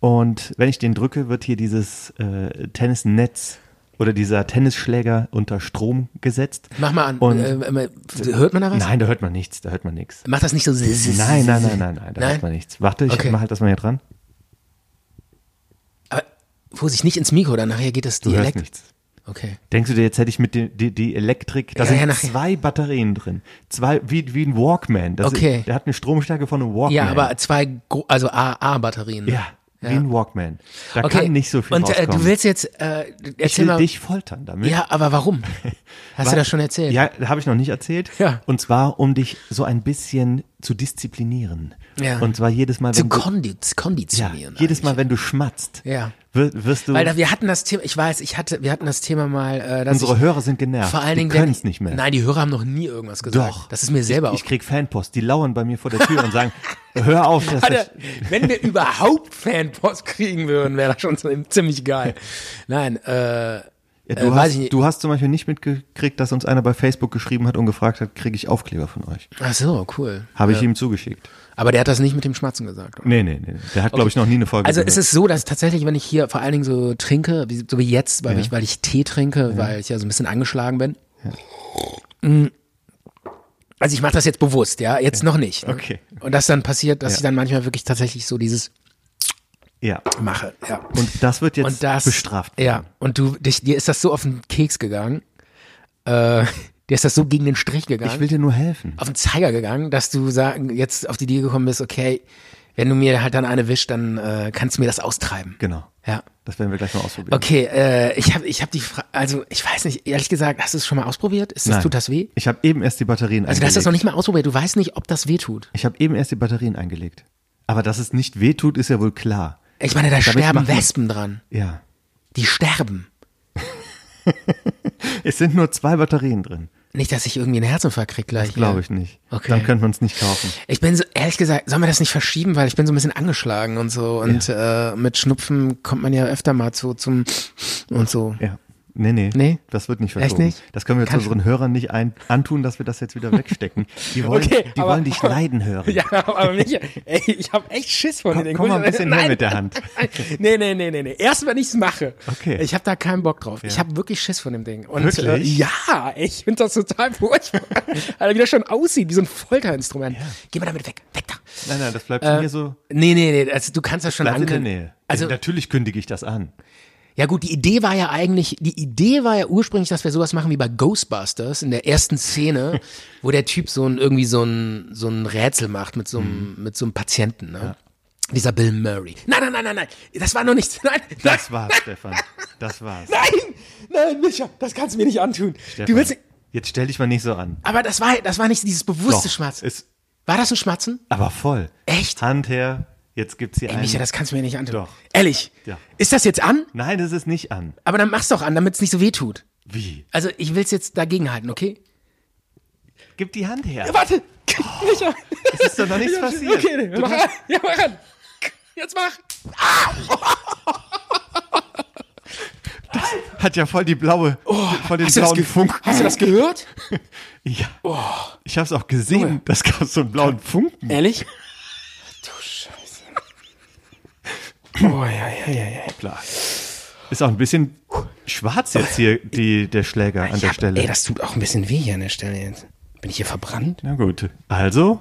Speaker 4: Und wenn ich den drücke, wird hier dieses äh, Tennisnetz oder dieser Tennisschläger unter Strom gesetzt.
Speaker 3: Mach mal an.
Speaker 4: Und,
Speaker 3: äh, äh, hört man da was?
Speaker 4: nein, da hört man nichts, da hört man nichts.
Speaker 3: Macht das nicht so.
Speaker 4: Nein, nein, nein, nein, nein, da hört man nichts. Warte, ich
Speaker 3: Okay.
Speaker 4: mache halt das mal hier dran.
Speaker 3: Aber Vorsicht, nicht ins Mikro, dann nachher geht das
Speaker 4: Du
Speaker 3: die
Speaker 4: hörst
Speaker 3: Elekt-
Speaker 4: nichts.
Speaker 3: Okay.
Speaker 4: Denkst du dir, jetzt hätte ich mit die, die, die Elektrik, da
Speaker 3: Ja,
Speaker 4: sind
Speaker 3: ja, nachher.
Speaker 4: zwei Batterien drin. Zwei, wie, wie ein Walkman. Das
Speaker 3: Okay.
Speaker 4: Ist, der hat eine Stromstärke von einem Walkman.
Speaker 3: Ja, aber zwei, gro- also AA-Batterien.
Speaker 4: Ja, wie ein Walkman. Da kann nicht so viel
Speaker 3: Und äh,
Speaker 4: rauskommen.
Speaker 3: du willst jetzt, äh, erzähl
Speaker 4: ich will
Speaker 3: mal.
Speaker 4: dich foltern damit.
Speaker 3: Ja, aber
Speaker 4: (laughs)
Speaker 3: warum? Hast du
Speaker 4: Wa-
Speaker 3: das schon erzählt?
Speaker 4: Ja, habe ich noch nicht erzählt.
Speaker 3: Ja.
Speaker 4: Und zwar, um dich so ein bisschen zu disziplinieren.
Speaker 3: Ja.
Speaker 4: Und zwar jedes Mal,
Speaker 3: Zu
Speaker 4: wenn du,
Speaker 3: kondiz
Speaker 4: ja,
Speaker 3: konditionieren.
Speaker 4: jedes
Speaker 3: eigentlich.
Speaker 4: Mal, wenn du schmatzt,
Speaker 3: Ja.
Speaker 4: wir- wirst du.
Speaker 3: Weil da, wir hatten das Thema, ich weiß, ich hatte, wir hatten das Thema mal, äh, dass
Speaker 4: unsere
Speaker 3: ich,
Speaker 4: Hörer sind genervt.
Speaker 3: vor allen Dingen,
Speaker 4: die
Speaker 3: wenn
Speaker 4: können es
Speaker 3: ich-
Speaker 4: nicht mehr.
Speaker 3: Nein, die Hörer haben noch nie irgendwas gesagt.
Speaker 4: Doch.
Speaker 3: Das ist mir selber
Speaker 4: Ich
Speaker 3: auch.
Speaker 4: krieg Fanpost. Die lauern bei mir vor der Tür
Speaker 3: (laughs)
Speaker 4: und sagen: Hör auf, das
Speaker 3: Alter,
Speaker 4: ist,
Speaker 3: wenn wir überhaupt Fanpost kriegen würden, wäre das schon so- ziemlich geil. Nein, äh,
Speaker 4: ja,
Speaker 3: äh,
Speaker 4: du,
Speaker 3: weiß ich
Speaker 4: hast,
Speaker 3: nicht.
Speaker 4: du hast zum Beispiel nicht mitgekriegt, dass uns einer bei Facebook geschrieben hat und gefragt hat: Kriege ich Aufkleber von euch?
Speaker 3: ach so, cool.
Speaker 4: Habe ich ihm zugeschickt.
Speaker 3: Aber der hat das nicht mit dem Schmatzen gesagt.
Speaker 4: Nee, nee, nee. Der hat, glaube ich, noch nie eine Folge
Speaker 3: Also
Speaker 4: gehört.
Speaker 3: es ist so, dass tatsächlich, wenn ich hier vor allen Dingen so trinke, wie, so wie jetzt, weil, ich, weil ich Tee trinke, weil ich ja so ein bisschen angeschlagen bin. Mm. Also ich mache das jetzt bewusst, ja, jetzt noch nicht. Ne?
Speaker 4: Okay.
Speaker 3: Und das dann passiert, dass
Speaker 4: Ja.
Speaker 3: ich dann manchmal wirklich tatsächlich so dieses
Speaker 4: Ja.
Speaker 3: mache, ja.
Speaker 4: Und das wird jetzt
Speaker 3: Und das
Speaker 4: bestraft.
Speaker 3: Ja, und du, dich, dir ist das so auf den Keks gegangen, äh, (laughs) dir ist das so gegen den Strich gegangen
Speaker 4: Ich will dir nur helfen.
Speaker 3: auf den Zeiger gegangen, dass du sagen, jetzt auf die Idee gekommen bist, okay, wenn du mir halt dann eine wischst, dann äh, kannst du mir das austreiben.
Speaker 4: Genau.
Speaker 3: Ja.
Speaker 4: Das werden wir gleich mal ausprobieren.
Speaker 3: Okay, äh, ich habe ich hab die Frage, also ich weiß nicht, ehrlich gesagt, hast du es schon mal ausprobiert? Ist das,
Speaker 4: Nein.
Speaker 3: Tut das weh?
Speaker 4: Ich habe eben erst die Batterien
Speaker 3: Also du hast
Speaker 4: eingelegt.
Speaker 3: das noch nicht mal ausprobiert, du weißt nicht, ob das weh tut.
Speaker 4: ich habe eben erst die Batterien eingelegt. Aber dass es nicht wehtut, ist ja wohl klar.
Speaker 3: Ich meine, da
Speaker 4: macht
Speaker 3: sterben
Speaker 4: man-
Speaker 3: Wespen dran.
Speaker 4: Ja.
Speaker 3: Die sterben.
Speaker 4: Es sind nur zwei Batterien drin.
Speaker 3: Nicht, dass ich irgendwie einen Herzinfarkt krieg gleich. äh.
Speaker 4: Glaube
Speaker 3: ja.
Speaker 4: ich nicht.
Speaker 3: Okay.
Speaker 4: Dann könnte man es nicht kaufen.
Speaker 3: Ich bin so, ehrlich gesagt, sollen wir das nicht verschieben, weil ich bin so ein bisschen angeschlagen und so. Und äh, mit Schnupfen kommt man ja öfter mal zu, zum und so.
Speaker 4: Ja. Nee, nee.
Speaker 3: Nee?
Speaker 4: Das wird nicht
Speaker 3: Echt
Speaker 4: verschoben.
Speaker 3: nicht?
Speaker 4: Das können wir jetzt
Speaker 3: Kann-
Speaker 4: unseren Hörern nicht ein antun, dass wir das jetzt wieder wegstecken. Die wollen,
Speaker 3: Okay,
Speaker 4: die
Speaker 3: aber- (laughs)
Speaker 4: wollen dich leiden hören.
Speaker 3: Ja, aber mich, ey, ich habe echt Schiss von
Speaker 4: Komm-
Speaker 3: den
Speaker 4: komm mal ein
Speaker 3: Gullys.
Speaker 4: bisschen näher mit
Speaker 3: (laughs)
Speaker 4: der Hand.
Speaker 3: Nee, nee, nee, nee, nee. Erst wenn ich's mache.
Speaker 4: Okay.
Speaker 3: Ich habe da keinen Bock drauf. Ich habe wirklich Schiss von dem Ding. Und,
Speaker 4: Wirklich?
Speaker 3: Äh, ja, ey, ich find das total
Speaker 4: (laughs)
Speaker 3: furchtbar. Alter, wie das schon aussieht, wie so ein Folterinstrument. Geh mal damit weg. Weg da.
Speaker 4: Nein, nein, das bleibt mir so.
Speaker 3: Nee, nee, nee, also du kannst das schon
Speaker 4: Bleib in der
Speaker 3: ankündigen.
Speaker 4: Nähe.
Speaker 3: Äh, Also,
Speaker 4: natürlich kündige ich das an.
Speaker 3: ja gut, die Idee war ja eigentlich, die Idee war ja ursprünglich, dass wir sowas machen wie bei Ghostbusters in der ersten
Speaker 4: (laughs)
Speaker 3: Szene, wo der Typ so ein, irgendwie so ein, so ein Rätsel macht mit so
Speaker 4: Mhm.
Speaker 3: einem, mit so einem Patienten, ne? Dieser Bill Murray. Nein, nein, nein, nein, nein. Das war noch nichts. (laughs) Nein, nein,
Speaker 4: Das war's, Stefan. Das war's.
Speaker 3: nein, nein, Micha, das kannst du mir nicht antun. Du willst,
Speaker 4: Stefan, jetzt stell dich mal nicht so an.
Speaker 3: aber das war, das war nicht dieses bewusste
Speaker 4: Doch,
Speaker 3: Schmatzen.
Speaker 4: ist-
Speaker 3: war das ein Schmatzen?
Speaker 4: Aber voll.
Speaker 3: Echt?
Speaker 4: Hand her. Jetzt gibt's hier
Speaker 3: Ey,
Speaker 4: einen.
Speaker 3: Micha, das kannst du mir nicht antun.
Speaker 4: Doch.
Speaker 3: Ehrlich?
Speaker 4: Ja.
Speaker 3: Ist das jetzt an?
Speaker 4: Nein, das ist nicht an.
Speaker 3: Aber dann mach's doch an, damit es nicht so weh tut.
Speaker 4: Wie?
Speaker 3: Also ich will's jetzt dagegenhalten, okay?
Speaker 4: Gib die Hand her.
Speaker 3: Warte! Micha!
Speaker 4: Es ist doch noch nichts passiert.
Speaker 3: Okay,
Speaker 4: Du
Speaker 3: mach an. Ja, mach an. Jetzt mach.
Speaker 4: Hat ja voll die blaue, voll
Speaker 3: Oh,
Speaker 4: den
Speaker 3: Hast du, das
Speaker 4: blauen
Speaker 3: ge- Oh.
Speaker 4: Funken.
Speaker 3: hast du das gehört?
Speaker 4: Ja. Ich hab's auch gesehen. Das gab so einen blauen Funken.
Speaker 3: Ehrlich? Du Scheiße. Oh, ja, ja, ja, ja.
Speaker 4: Klar. Ist auch ein bisschen schwarz jetzt hier die, der Schläger an der Stelle.
Speaker 3: Ey, das tut auch ein bisschen weh hier an der Stelle jetzt. Bin ich hier verbrannt?
Speaker 4: Na gut. Also,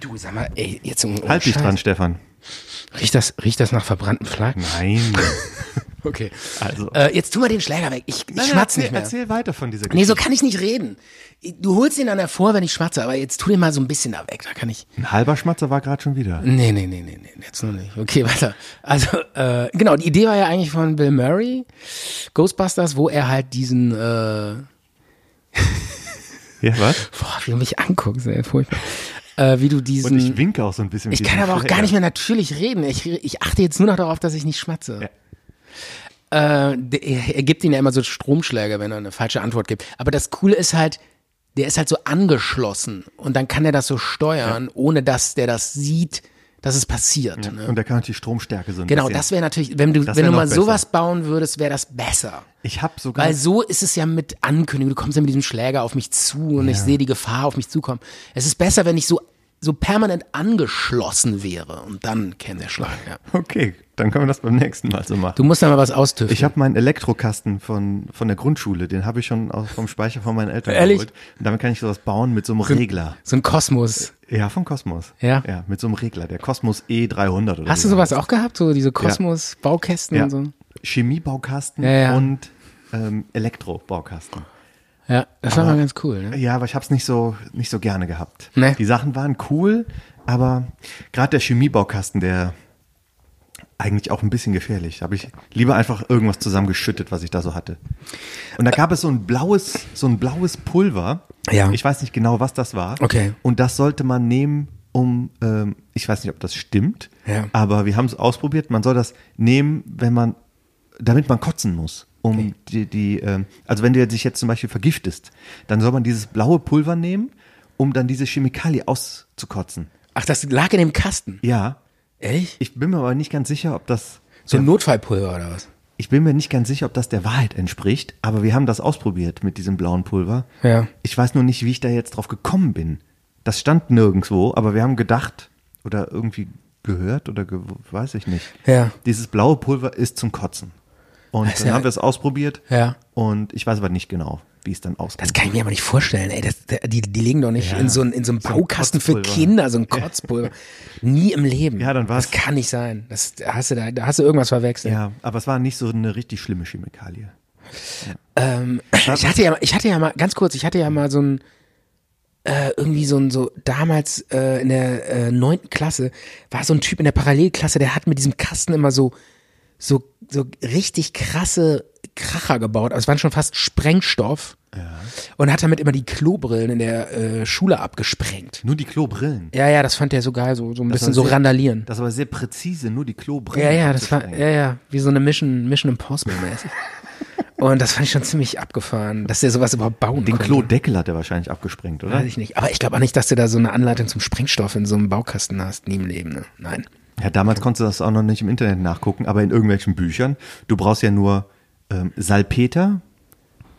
Speaker 3: Du, sag mal, ey, jetzt um.
Speaker 4: halt dich dran, Stefan.
Speaker 3: Riecht das, riecht das nach verbrannten Flaggen?
Speaker 4: Nein.
Speaker 3: (laughs) Okay.
Speaker 4: Also.
Speaker 3: Äh, jetzt tu mal den Schläger weg. Ich, ich schmatz
Speaker 4: erzähl,
Speaker 3: nicht mehr.
Speaker 4: Erzähl weiter von dieser
Speaker 3: Nee,
Speaker 4: Geschichte.
Speaker 3: so kann ich nicht reden. Du holst ihn dann hervor, wenn ich schmatze, aber jetzt tu den mal so ein bisschen da weg. Da kann ich.
Speaker 4: Ein halber Schmatzer war gerade schon wieder.
Speaker 3: Nee, nee, nee, nee, nee, jetzt noch nicht. Okay, (laughs) weiter. Also, äh, genau, die Idee war ja eigentlich von Bill Murray, Ghostbusters, wo er halt diesen, äh, boah,
Speaker 4: Ja, was?
Speaker 3: wie du mich anguckst, ey, furchtbar. Äh, wie du diesen,
Speaker 4: Und ich
Speaker 3: ich,
Speaker 4: winke auch so ein bisschen. mit
Speaker 3: kann
Speaker 4: diesem
Speaker 3: aber auch
Speaker 4: Schläger.
Speaker 3: gar nicht mehr natürlich reden. Ich, ich achte jetzt nur noch darauf, dass ich nicht schmatze. Äh, der, er gibt ihnen ja immer so Stromschläge, wenn er eine falsche Antwort gibt. Aber das Coole ist halt, der ist halt so angeschlossen und dann kann er das so steuern, ohne dass der das sieht, dass es passiert. Ne?
Speaker 4: Und da kann natürlich Stromstärke so ein
Speaker 3: Genau,
Speaker 4: bisschen.
Speaker 3: das wäre natürlich, wenn du,
Speaker 4: Das
Speaker 3: wenn du
Speaker 4: wär noch
Speaker 3: mal
Speaker 4: besser.
Speaker 3: sowas bauen würdest, wäre das besser.
Speaker 4: Ich habe sogar.
Speaker 3: Weil so ist es ja mit Ankündigung. Du kommst ja mit diesem Schläger auf mich zu und ich sehe die Gefahr auf mich zukommen. Es ist besser, wenn ich so, so permanent angeschlossen wäre und dann käme der Schlag. Ja.
Speaker 4: okay, dann können wir das beim nächsten Mal so machen.
Speaker 3: Du musst da mal was austüfteln.
Speaker 4: Ich habe meinen Elektrokasten von, von der Grundschule, den habe ich schon aus, vom Speicher von meinen Eltern
Speaker 3: Ehrlich?
Speaker 4: geholt. Und damit kann ich sowas bauen mit so einem Regler.
Speaker 3: so ein Kosmos.
Speaker 4: Ja, von Cosmos.
Speaker 3: Ja?
Speaker 4: Ja, mit so einem Regler, der Cosmos E300 oder
Speaker 3: Hast du
Speaker 4: so.
Speaker 3: sowas auch gehabt? So diese Kosmos-Baukästen
Speaker 4: Ja.
Speaker 3: und so?
Speaker 4: Chemiebaukasten
Speaker 3: Ja, ja.
Speaker 4: und ähm, Elektrobaukasten.
Speaker 3: Ja, das war mal ganz cool. Ne?
Speaker 4: Ja, aber ich habe es nicht so, nicht so gerne gehabt.
Speaker 3: Nee.
Speaker 4: Die Sachen waren cool, aber gerade der Chemiebaukasten, der eigentlich auch ein bisschen gefährlich. Da habe ich lieber einfach irgendwas zusammengeschüttet, was ich da so hatte. Und da gab es so ein blaues, so ein blaues Pulver.
Speaker 3: Ja.
Speaker 4: Ich weiß nicht genau, was das war.
Speaker 3: Okay.
Speaker 4: Und das sollte man nehmen, um, ähm, ich weiß nicht, ob das stimmt,
Speaker 3: Ja.
Speaker 4: aber wir haben es ausprobiert. Man soll das nehmen, wenn man, damit man kotzen muss. Um die, die ähm, also wenn du dich jetzt zum Beispiel vergiftest, dann soll man dieses blaue Pulver nehmen, um dann diese Chemikalie auszukotzen.
Speaker 3: Ach, das lag in dem Kasten.
Speaker 4: Ja.
Speaker 3: Ehrlich?
Speaker 4: Ich bin mir aber nicht ganz sicher, ob das
Speaker 3: So ein Notfallpulver oder was?
Speaker 4: ich bin mir nicht ganz sicher, ob das der Wahrheit entspricht, aber wir haben das ausprobiert mit diesem blauen Pulver.
Speaker 3: Ja.
Speaker 4: Ich weiß nur nicht, wie ich da jetzt drauf gekommen bin. Das stand nirgendwo, aber wir haben gedacht oder irgendwie gehört oder ge weiß ich nicht.
Speaker 3: Ja.
Speaker 4: Dieses blaue Pulver ist zum Kotzen. Und
Speaker 3: ist
Speaker 4: dann
Speaker 3: ja-
Speaker 4: haben wir es ausprobiert.
Speaker 3: Ja.
Speaker 4: Und ich weiß aber nicht genau, wie es dann ausgeht.
Speaker 3: Das kann ich mir aber nicht vorstellen, ey. Das, der- die, die legen doch nicht in so einen in so einen
Speaker 4: So ein
Speaker 3: Baukasten für
Speaker 4: Kotzpulver.
Speaker 3: Kinder, so ein Kotzpulver. Nie im Leben.
Speaker 4: Ja, dann war's-
Speaker 3: Das kann nicht sein. Das da hast du da, da hast du irgendwas verwechselt.
Speaker 4: ja, aber es war nicht so eine richtig schlimme Chemikalie.
Speaker 3: Ich hatte ja, ich hatte ja mal, ganz kurz, ich hatte ja mal so ein, äh, irgendwie so ein, so damals äh, in der äh, neunten Klasse war so ein Typ in der Parallelklasse, der hat mit diesem Kasten immer so, so, so richtig krasse Kracher gebaut. Also es waren schon fast Sprengstoff. Und hat damit immer die Klobrillen in der äh, Schule abgesprengt.
Speaker 4: Nur die Klobrillen.
Speaker 3: Ja, ja, das fand der so geil, so, so ein
Speaker 4: Das
Speaker 3: bisschen so
Speaker 4: war sehr-
Speaker 3: randalieren.
Speaker 4: Das war sehr präzise, nur die Klobrillen.
Speaker 3: Ja, ja, das war,
Speaker 4: abzusprengen.
Speaker 3: ja, ja, wie so eine Mission, Mission Impossible
Speaker 4: (laughs)
Speaker 3: mäßig. Und das fand ich schon ziemlich abgefahren, dass der sowas überhaupt bauen
Speaker 4: Den
Speaker 3: konnte.
Speaker 4: Klodeckel hat er wahrscheinlich abgesprengt, oder?
Speaker 3: Weiß ich nicht. Aber ich glaube auch nicht, dass du da so eine Anleitung zum Sprengstoff in so einem Baukasten hast, nie im Leben. Ne? Nein.
Speaker 4: Ja, damals konntest du das auch noch nicht im Internet nachgucken, aber in irgendwelchen Büchern. Du brauchst ja nur ähm, Salpeter,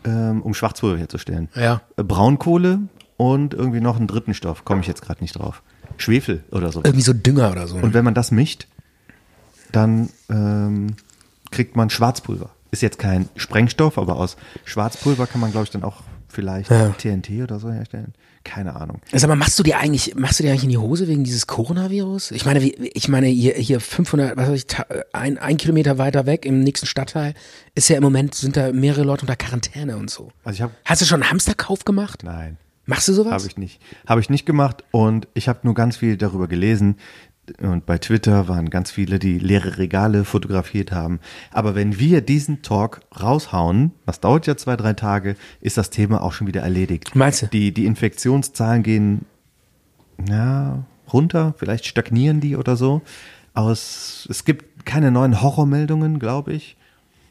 Speaker 4: ähm, um Schwarzpulver herzustellen.
Speaker 3: Ja.
Speaker 4: Äh, Braunkohle und irgendwie noch einen dritten Stoff, komme ich jetzt gerade nicht drauf. Schwefel oder so.
Speaker 3: Irgendwie so Dünger oder so.
Speaker 4: Und wenn man das mischt, dann ähm, kriegt man Schwarzpulver. Ist jetzt kein Sprengstoff, aber aus Schwarzpulver kann man, glaube ich, dann auch vielleicht
Speaker 3: Ja.
Speaker 4: TNT oder so herstellen. Keine Ahnung.
Speaker 3: Sag mal, machst du dir eigentlich, machst du dir eigentlich in die Hose wegen dieses Coronavirus? Ich meine, wie- ich meine, hier, hier 500, was weiß ich, ta- ein, ein Kilometer weiter weg im nächsten Stadtteil ist ja im Moment, sind da mehrere Leute unter Quarantäne und so.
Speaker 4: Also ich hab-
Speaker 3: Hast du schon einen Hamsterkauf gemacht?
Speaker 4: Nein.
Speaker 3: Machst du sowas?
Speaker 4: Habe ich nicht. Habe ich nicht gemacht und ich habe nur ganz viel darüber gelesen. Und bei Twitter waren ganz viele, die leere Regale fotografiert haben. Aber wenn wir diesen Talk raushauen, was dauert ja zwei, drei Tage, ist das Thema auch schon wieder erledigt.
Speaker 3: Meinst du?
Speaker 4: Die, die Infektionszahlen gehen na, runter, vielleicht stagnieren die oder so. Aus, es gibt keine neuen Horrormeldungen, glaube ich.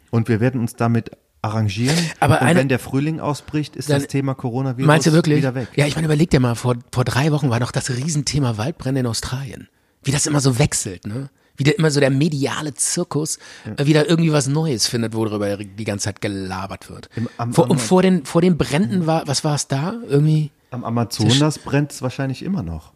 Speaker 4: Und wir werden uns damit arrangieren.
Speaker 3: Aber
Speaker 4: und
Speaker 3: eine-
Speaker 4: wenn der Frühling ausbricht, ist
Speaker 3: Dann-
Speaker 4: das Thema Corona wieder
Speaker 3: Meinst du wirklich?
Speaker 4: wieder weg.
Speaker 3: Ja, ich meine, überleg dir mal, vor, vor drei Wochen war noch das Riesenthema Waldbrände in Australien. Wie das immer so wechselt, ne? Wie der, immer so der mediale Zirkus äh, wieder irgendwie was Neues findet, worüber die ganze Zeit gelabert wird.
Speaker 4: am-
Speaker 3: vor,
Speaker 4: am-
Speaker 3: und vor den, vor den Bränden war, was war es da? Irgendwie?
Speaker 4: Am Amazonas brennt es wahrscheinlich immer noch.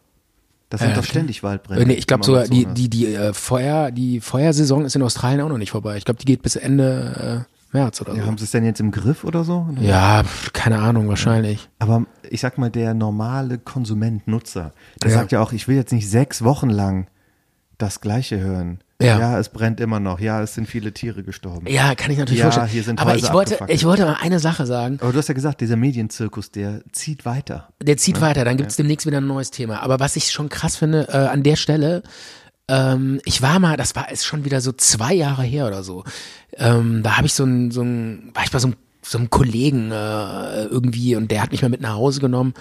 Speaker 4: Das sind
Speaker 3: Ja, Äh,
Speaker 4: doch
Speaker 3: okay.
Speaker 4: ständig Waldbrände.
Speaker 3: Nee, ich glaube
Speaker 4: im
Speaker 3: sogar, die,
Speaker 4: Amazonas.
Speaker 3: die, die, äh, Feuer, die Feuersaison ist in Australien auch noch nicht vorbei. Ich glaube, die geht bis Ende äh, März oder so.
Speaker 4: Ja, haben sie es denn jetzt im Griff oder so?
Speaker 3: Ja, pf, keine Ahnung, wahrscheinlich.
Speaker 4: Aber ich sag mal, der normale Konsument, Nutzer, der
Speaker 3: Ja.
Speaker 4: sagt ja auch, ich will jetzt nicht sechs Wochen lang das Gleiche hören.
Speaker 3: Ja.
Speaker 4: es brennt immer noch. Ja, es sind viele Tiere gestorben.
Speaker 3: Ja, kann ich natürlich
Speaker 4: Ja,
Speaker 3: vorstellen.
Speaker 4: hier sind
Speaker 3: Aber
Speaker 4: Häuser
Speaker 3: ich wollte,
Speaker 4: abgefackelt.
Speaker 3: ich wollte mal eine Sache sagen.
Speaker 4: Aber du hast ja gesagt, dieser Medienzirkus, der zieht weiter.
Speaker 3: Der zieht weiter, dann gibt's demnächst wieder ein neues Thema. Aber was ich schon krass finde, äh, an der Stelle, ähm, ich war mal, das war ist schon wieder so zwei Jahre her oder so. Ähm, da habe ich so ein, so ein, war ich bei so einem so einem Kollegen äh, irgendwie und der hat mich mal mit nach Hause genommen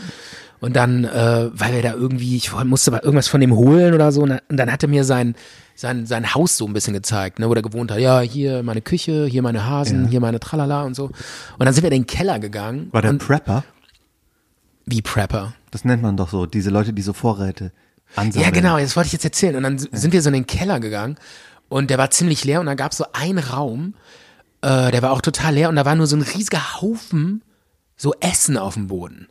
Speaker 3: und dann, äh, weil wir da irgendwie, ich woll- musste mal irgendwas von dem holen oder so und dann, und dann hat er mir sein, sein, sein Haus so ein bisschen gezeigt, ne, wo er gewohnt hat. Ja, hier meine Küche, hier meine Hasen, hier meine Tralala und so. Und dann sind wir in den Keller gegangen.
Speaker 4: War der
Speaker 3: und,
Speaker 4: Prepper,
Speaker 3: wie Prepper.
Speaker 4: das nennt man doch so, diese Leute, die so Vorräte
Speaker 3: Ja,
Speaker 4: ansammeln.
Speaker 3: genau, das wollte ich jetzt erzählen. Und dann s- sind wir so in den Keller gegangen und der war ziemlich leer und da gab es so einen Raum, äh, der war auch total leer und da war nur so ein riesiger Haufen so Essen auf dem Boden.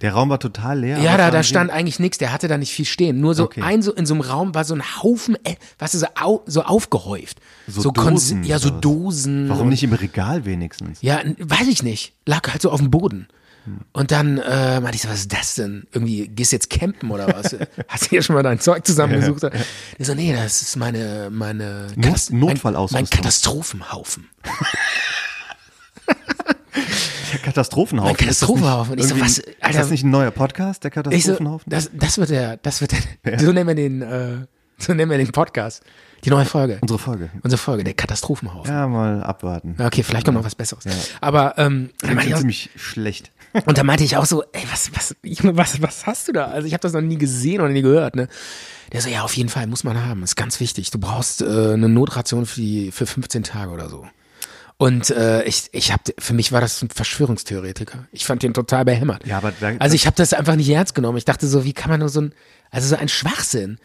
Speaker 4: Der Raum war total leer.
Speaker 3: Ja,
Speaker 4: aber
Speaker 3: da,
Speaker 4: es
Speaker 3: da
Speaker 4: waren
Speaker 3: stand eigentlich nichts, der hatte da nicht viel stehen. Nur so
Speaker 4: Okay.
Speaker 3: ein, so in so einem Raum war so ein Haufen, äh, weißt du, so, au, so aufgehäuft.
Speaker 4: So
Speaker 3: Konse-
Speaker 4: Dosen
Speaker 3: Ja, so
Speaker 4: oder was?
Speaker 3: Dosen.
Speaker 4: wenig- Warum
Speaker 3: und-
Speaker 4: nicht im Regal wenigstens?
Speaker 3: ja, n- weiß ich nicht. Lag halt so auf dem Boden. Und dann äh, meinte ich so, was ist das denn? Irgendwie, gehst du jetzt campen oder
Speaker 4: (laughs)
Speaker 3: was? Hast du hier schon mal dein Zeug zusammengesucht? Ja, Ich so, nee, das ist meine, meine
Speaker 4: Not-
Speaker 3: Katast- mein-
Speaker 4: Notfallausrüstung.
Speaker 3: Mein Katastrophenhaufen.
Speaker 4: Katastrophenhaufen.
Speaker 3: Mein Katastrophenhaufen.
Speaker 4: Ist das, nicht,
Speaker 3: Ich so,
Speaker 4: irgendwie-
Speaker 3: was, Alter?
Speaker 4: ist das nicht ein neuer Podcast, der
Speaker 3: Ich so,
Speaker 4: Katastrophenhaufen?
Speaker 3: das, das wird der, das wird der, so nennen wir den, äh, so nennen wir den Podcast. Die neue Folge.
Speaker 4: Unsere Folge.
Speaker 3: Unsere Folge, der Katastrophenhaufen.
Speaker 4: Ja, mal abwarten.
Speaker 3: Okay, vielleicht kommt noch was Besseres. Aber, ähm, dann
Speaker 4: Ich
Speaker 3: meinte
Speaker 4: bin
Speaker 3: ich auch-
Speaker 4: ziemlich schlecht.
Speaker 3: Und da meinte ich auch so, ey, was, was, Junge, was, was hast du da? Also ich habe das noch nie gesehen oder nie gehört, ne? Der so, ja, auf jeden Fall, muss man haben, ist ganz wichtig. Du brauchst äh, eine Notration für, die, für 15 Tage oder so. Und äh, ich, ich hab, für mich war das ein Verschwörungstheoretiker. Ich fand den total behämmert.
Speaker 4: Ja, aber da-
Speaker 3: also ich habe das einfach nicht ernst genommen. Ich dachte so, wie kann man nur so ein, also so ein Schwachsinn.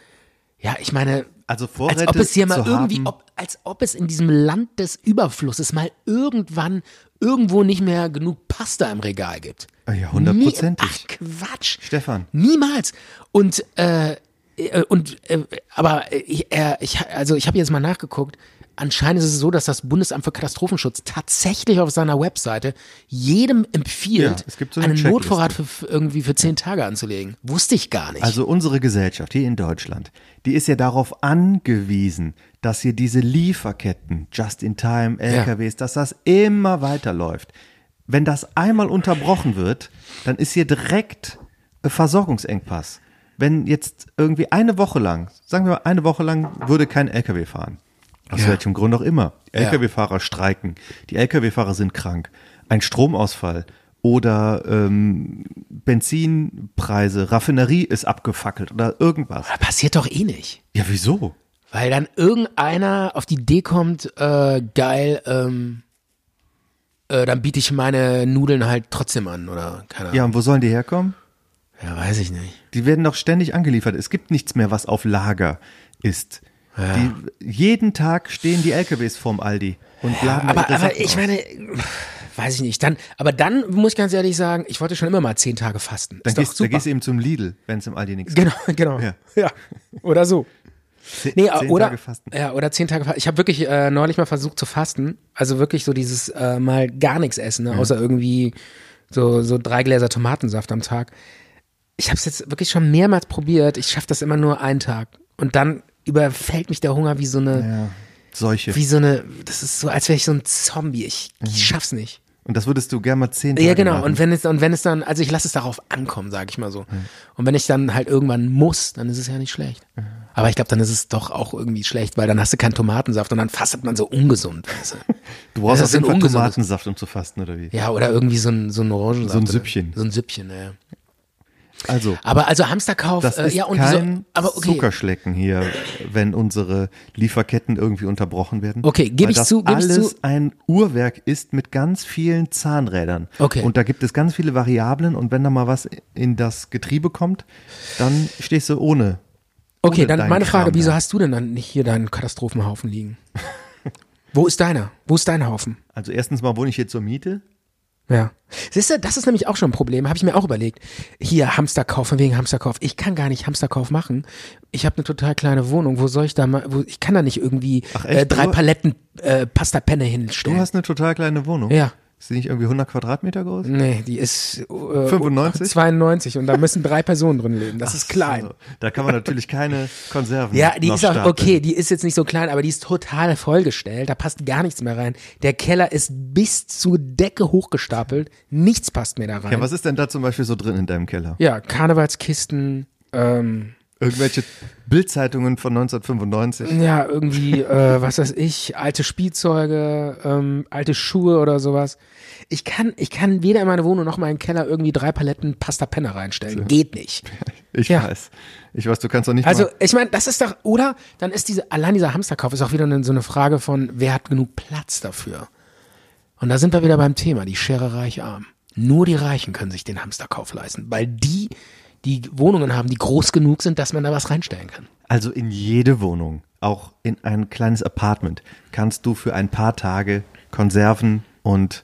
Speaker 3: Ja, ich meine,
Speaker 4: Also
Speaker 3: als
Speaker 4: Vorräte
Speaker 3: ob es hier mal
Speaker 4: zu
Speaker 3: irgendwie,
Speaker 4: haben,
Speaker 3: ob, als ob es in diesem Land des Überflusses mal irgendwann irgendwo nicht mehr genug Pasta im Regal gibt.
Speaker 4: Ah ja,
Speaker 3: Nie-
Speaker 4: hundertprozentig.
Speaker 3: Ach Quatsch.
Speaker 4: Stefan.
Speaker 3: Niemals. Und äh, äh, und äh, aber äh, äh, ich also ich habe jetzt mal nachgeguckt. Anscheinend ist es so, dass das Bundesamt für Katastrophenschutz tatsächlich auf seiner Webseite jedem empfiehlt,
Speaker 4: Ja, es gibt so eine
Speaker 3: einen
Speaker 4: Checkliste.
Speaker 3: Notvorrat für, für irgendwie für zehn Tage anzulegen. Wusste ich gar nicht.
Speaker 4: Also unsere Gesellschaft hier in Deutschland, die ist ja darauf angewiesen, dass hier diese Lieferketten, Just-in-Time, LKWs, dass das immer weiterläuft. Wenn das einmal unterbrochen wird, dann ist hier direkt äh, Versorgungsengpass. Wenn jetzt irgendwie eine Woche lang, sagen wir mal, eine Woche lang würde kein LKW fahren. Aus
Speaker 3: Ja.
Speaker 4: welchem Grund auch immer. Die
Speaker 3: Ja.
Speaker 4: LKW-Fahrer streiken, die LKW-Fahrer sind krank, ein Stromausfall oder ähm, Benzinpreise, Raffinerie ist abgefackelt oder irgendwas.
Speaker 3: passiert doch eh nicht.
Speaker 4: Ja, wieso?
Speaker 3: Weil dann irgendeiner auf die Idee kommt, äh, geil, ähm, äh, dann biete ich meine Nudeln halt trotzdem an oder keine Ahnung.
Speaker 4: Ja, und wo sollen die herkommen?
Speaker 3: Ja, weiß ich nicht.
Speaker 4: Die werden doch ständig angeliefert. Es gibt nichts mehr, was auf Lager ist. Die, jeden Tag stehen die LKWs vorm Aldi und laden da
Speaker 3: Aber,
Speaker 4: ihre
Speaker 3: aber
Speaker 4: Sachen
Speaker 3: ich
Speaker 4: auf.
Speaker 3: meine, weiß ich nicht. Dann, aber dann muss ich ganz ehrlich sagen, ich wollte schon immer mal zehn Tage fasten. Ist
Speaker 4: Dann
Speaker 3: doch
Speaker 4: gehst, dann
Speaker 3: super.
Speaker 4: gehst du eben zum Lidl, wenn es im Aldi nichts
Speaker 3: Genau, (laughs) genau. Ja.
Speaker 4: Ja.
Speaker 3: Oder so.
Speaker 4: gibt.
Speaker 3: Nee,
Speaker 4: Zehn
Speaker 3: oder,
Speaker 4: Tage fasten.
Speaker 3: Ja, oder zehn Tage fasten. Ich habe wirklich äh, neulich mal versucht zu fasten. Also wirklich so dieses äh, mal gar nichts essen, ne? außer irgendwie so, so drei Gläser Tomatensaft am Tag. Ich habe es jetzt wirklich schon mehrmals probiert. Ich schaffe das immer nur einen Tag. Und dann überfällt mich der Hunger wie so eine,
Speaker 4: Ja, Mhm. solche.
Speaker 3: wie so eine, das ist so, als wäre ich so ein Zombie. Ich, ich schaff's nicht.
Speaker 4: Und das würdest du gerne mal zehn Tage
Speaker 3: Ja, genau.
Speaker 4: machen.
Speaker 3: Und wenn es, und wenn es dann, also ich lasse es darauf ankommen, sage ich mal so. Und wenn ich dann halt irgendwann muss, dann ist es ja nicht schlecht. Aber ich glaube, dann ist es doch auch irgendwie schlecht, weil dann hast du keinen Tomatensaft und dann fastet man so ungesund. Weißt
Speaker 4: (laughs)
Speaker 3: du?
Speaker 4: du brauchst
Speaker 3: das
Speaker 4: auf
Speaker 3: ist ein
Speaker 4: jeden Fall
Speaker 3: ungesundes-
Speaker 4: Tomatensaft, um zu fasten, oder wie?
Speaker 3: Ja, oder irgendwie so ein, so ein Orangensaft.
Speaker 4: So ein
Speaker 3: oder-
Speaker 4: Süppchen.
Speaker 3: So ein Süppchen, ja.
Speaker 4: Also,
Speaker 3: Aber also Hamsterkauf,
Speaker 4: das
Speaker 3: äh,
Speaker 4: ist
Speaker 3: ja, und
Speaker 4: kein
Speaker 3: wieso, aber okay.
Speaker 4: Zuckerschlecken hier, wenn unsere Lieferketten irgendwie unterbrochen werden.
Speaker 3: Okay, gebe
Speaker 4: Weil
Speaker 3: ich
Speaker 4: das
Speaker 3: zu, gebe ich
Speaker 4: alles
Speaker 3: zu.
Speaker 4: ein Uhrwerk ist mit ganz vielen Zahnrädern.
Speaker 3: Okay.
Speaker 4: Und da gibt es ganz viele Variablen und wenn da mal was in das Getriebe kommt, dann stehst du ohne.
Speaker 3: Okay,
Speaker 4: ohne
Speaker 3: dann
Speaker 4: deinen
Speaker 3: meine Frage,
Speaker 4: Kram
Speaker 3: wieso
Speaker 4: da.
Speaker 3: hast du denn dann nicht hier deinen Katastrophenhaufen
Speaker 4: (laughs)
Speaker 3: liegen? Wo ist deiner? Wo ist dein Haufen?
Speaker 4: Also erstens mal wohne ich hier zur Miete.
Speaker 3: Ja. Siehst du, das ist nämlich auch schon ein Problem, habe ich mir auch überlegt. Hier, Hamsterkauf, von wegen Hamsterkauf. Ich kann gar nicht Hamsterkauf machen. Ich habe eine total kleine Wohnung. Wo soll ich da mal, wo, ich kann da nicht irgendwie
Speaker 4: Ach, echt?
Speaker 3: äh, drei
Speaker 4: Du-
Speaker 3: Paletten äh, Pastapenne
Speaker 4: Du
Speaker 3: hinstellen.
Speaker 4: hast eine total kleine Wohnung.
Speaker 3: Ja.
Speaker 4: Ist die nicht irgendwie 100 Quadratmeter groß?
Speaker 3: nee, die ist äh,
Speaker 4: 95?
Speaker 3: 92 und da müssen drei Personen drin leben. Das ist klein.
Speaker 4: Also, da kann man natürlich keine Konserven.
Speaker 3: Ja, die
Speaker 4: noch
Speaker 3: ist auch,
Speaker 4: stapeln.
Speaker 3: okay, die ist jetzt nicht so klein, aber die ist total vollgestellt. Da passt gar nichts mehr rein. Der Keller ist bis zur Decke hochgestapelt. Nichts passt mehr da rein.
Speaker 4: Ja, was ist denn da zum Beispiel so drin in deinem Keller?
Speaker 3: ja Karnevalskisten, ähm,
Speaker 4: Irgendwelche Bildzeitungen von 1995.
Speaker 3: Ja, irgendwie, äh, was weiß ich, alte Spielzeuge, ähm, alte Schuhe oder sowas. Ich kann, ich kann weder in meine Wohnung noch in meinen Keller irgendwie drei Paletten Pasta Penne reinstellen. Geht nicht.
Speaker 4: Ich
Speaker 3: Ja.
Speaker 4: weiß. Ich weiß, du kannst doch nicht
Speaker 3: Also,
Speaker 4: mal.
Speaker 3: ich meine, das ist doch, oder? Dann ist diese, allein dieser Hamsterkauf ist auch wieder eine, so eine Frage von, wer hat genug Platz dafür? Und da sind wir wieder beim Thema, die Schere reich-arm. Nur die Reichen können sich den Hamsterkauf leisten, weil die, die Wohnungen haben, die groß genug sind, dass man da was reinstellen kann.
Speaker 4: Also in jede Wohnung, auch in ein kleines Apartment, kannst du für ein paar Tage Konserven und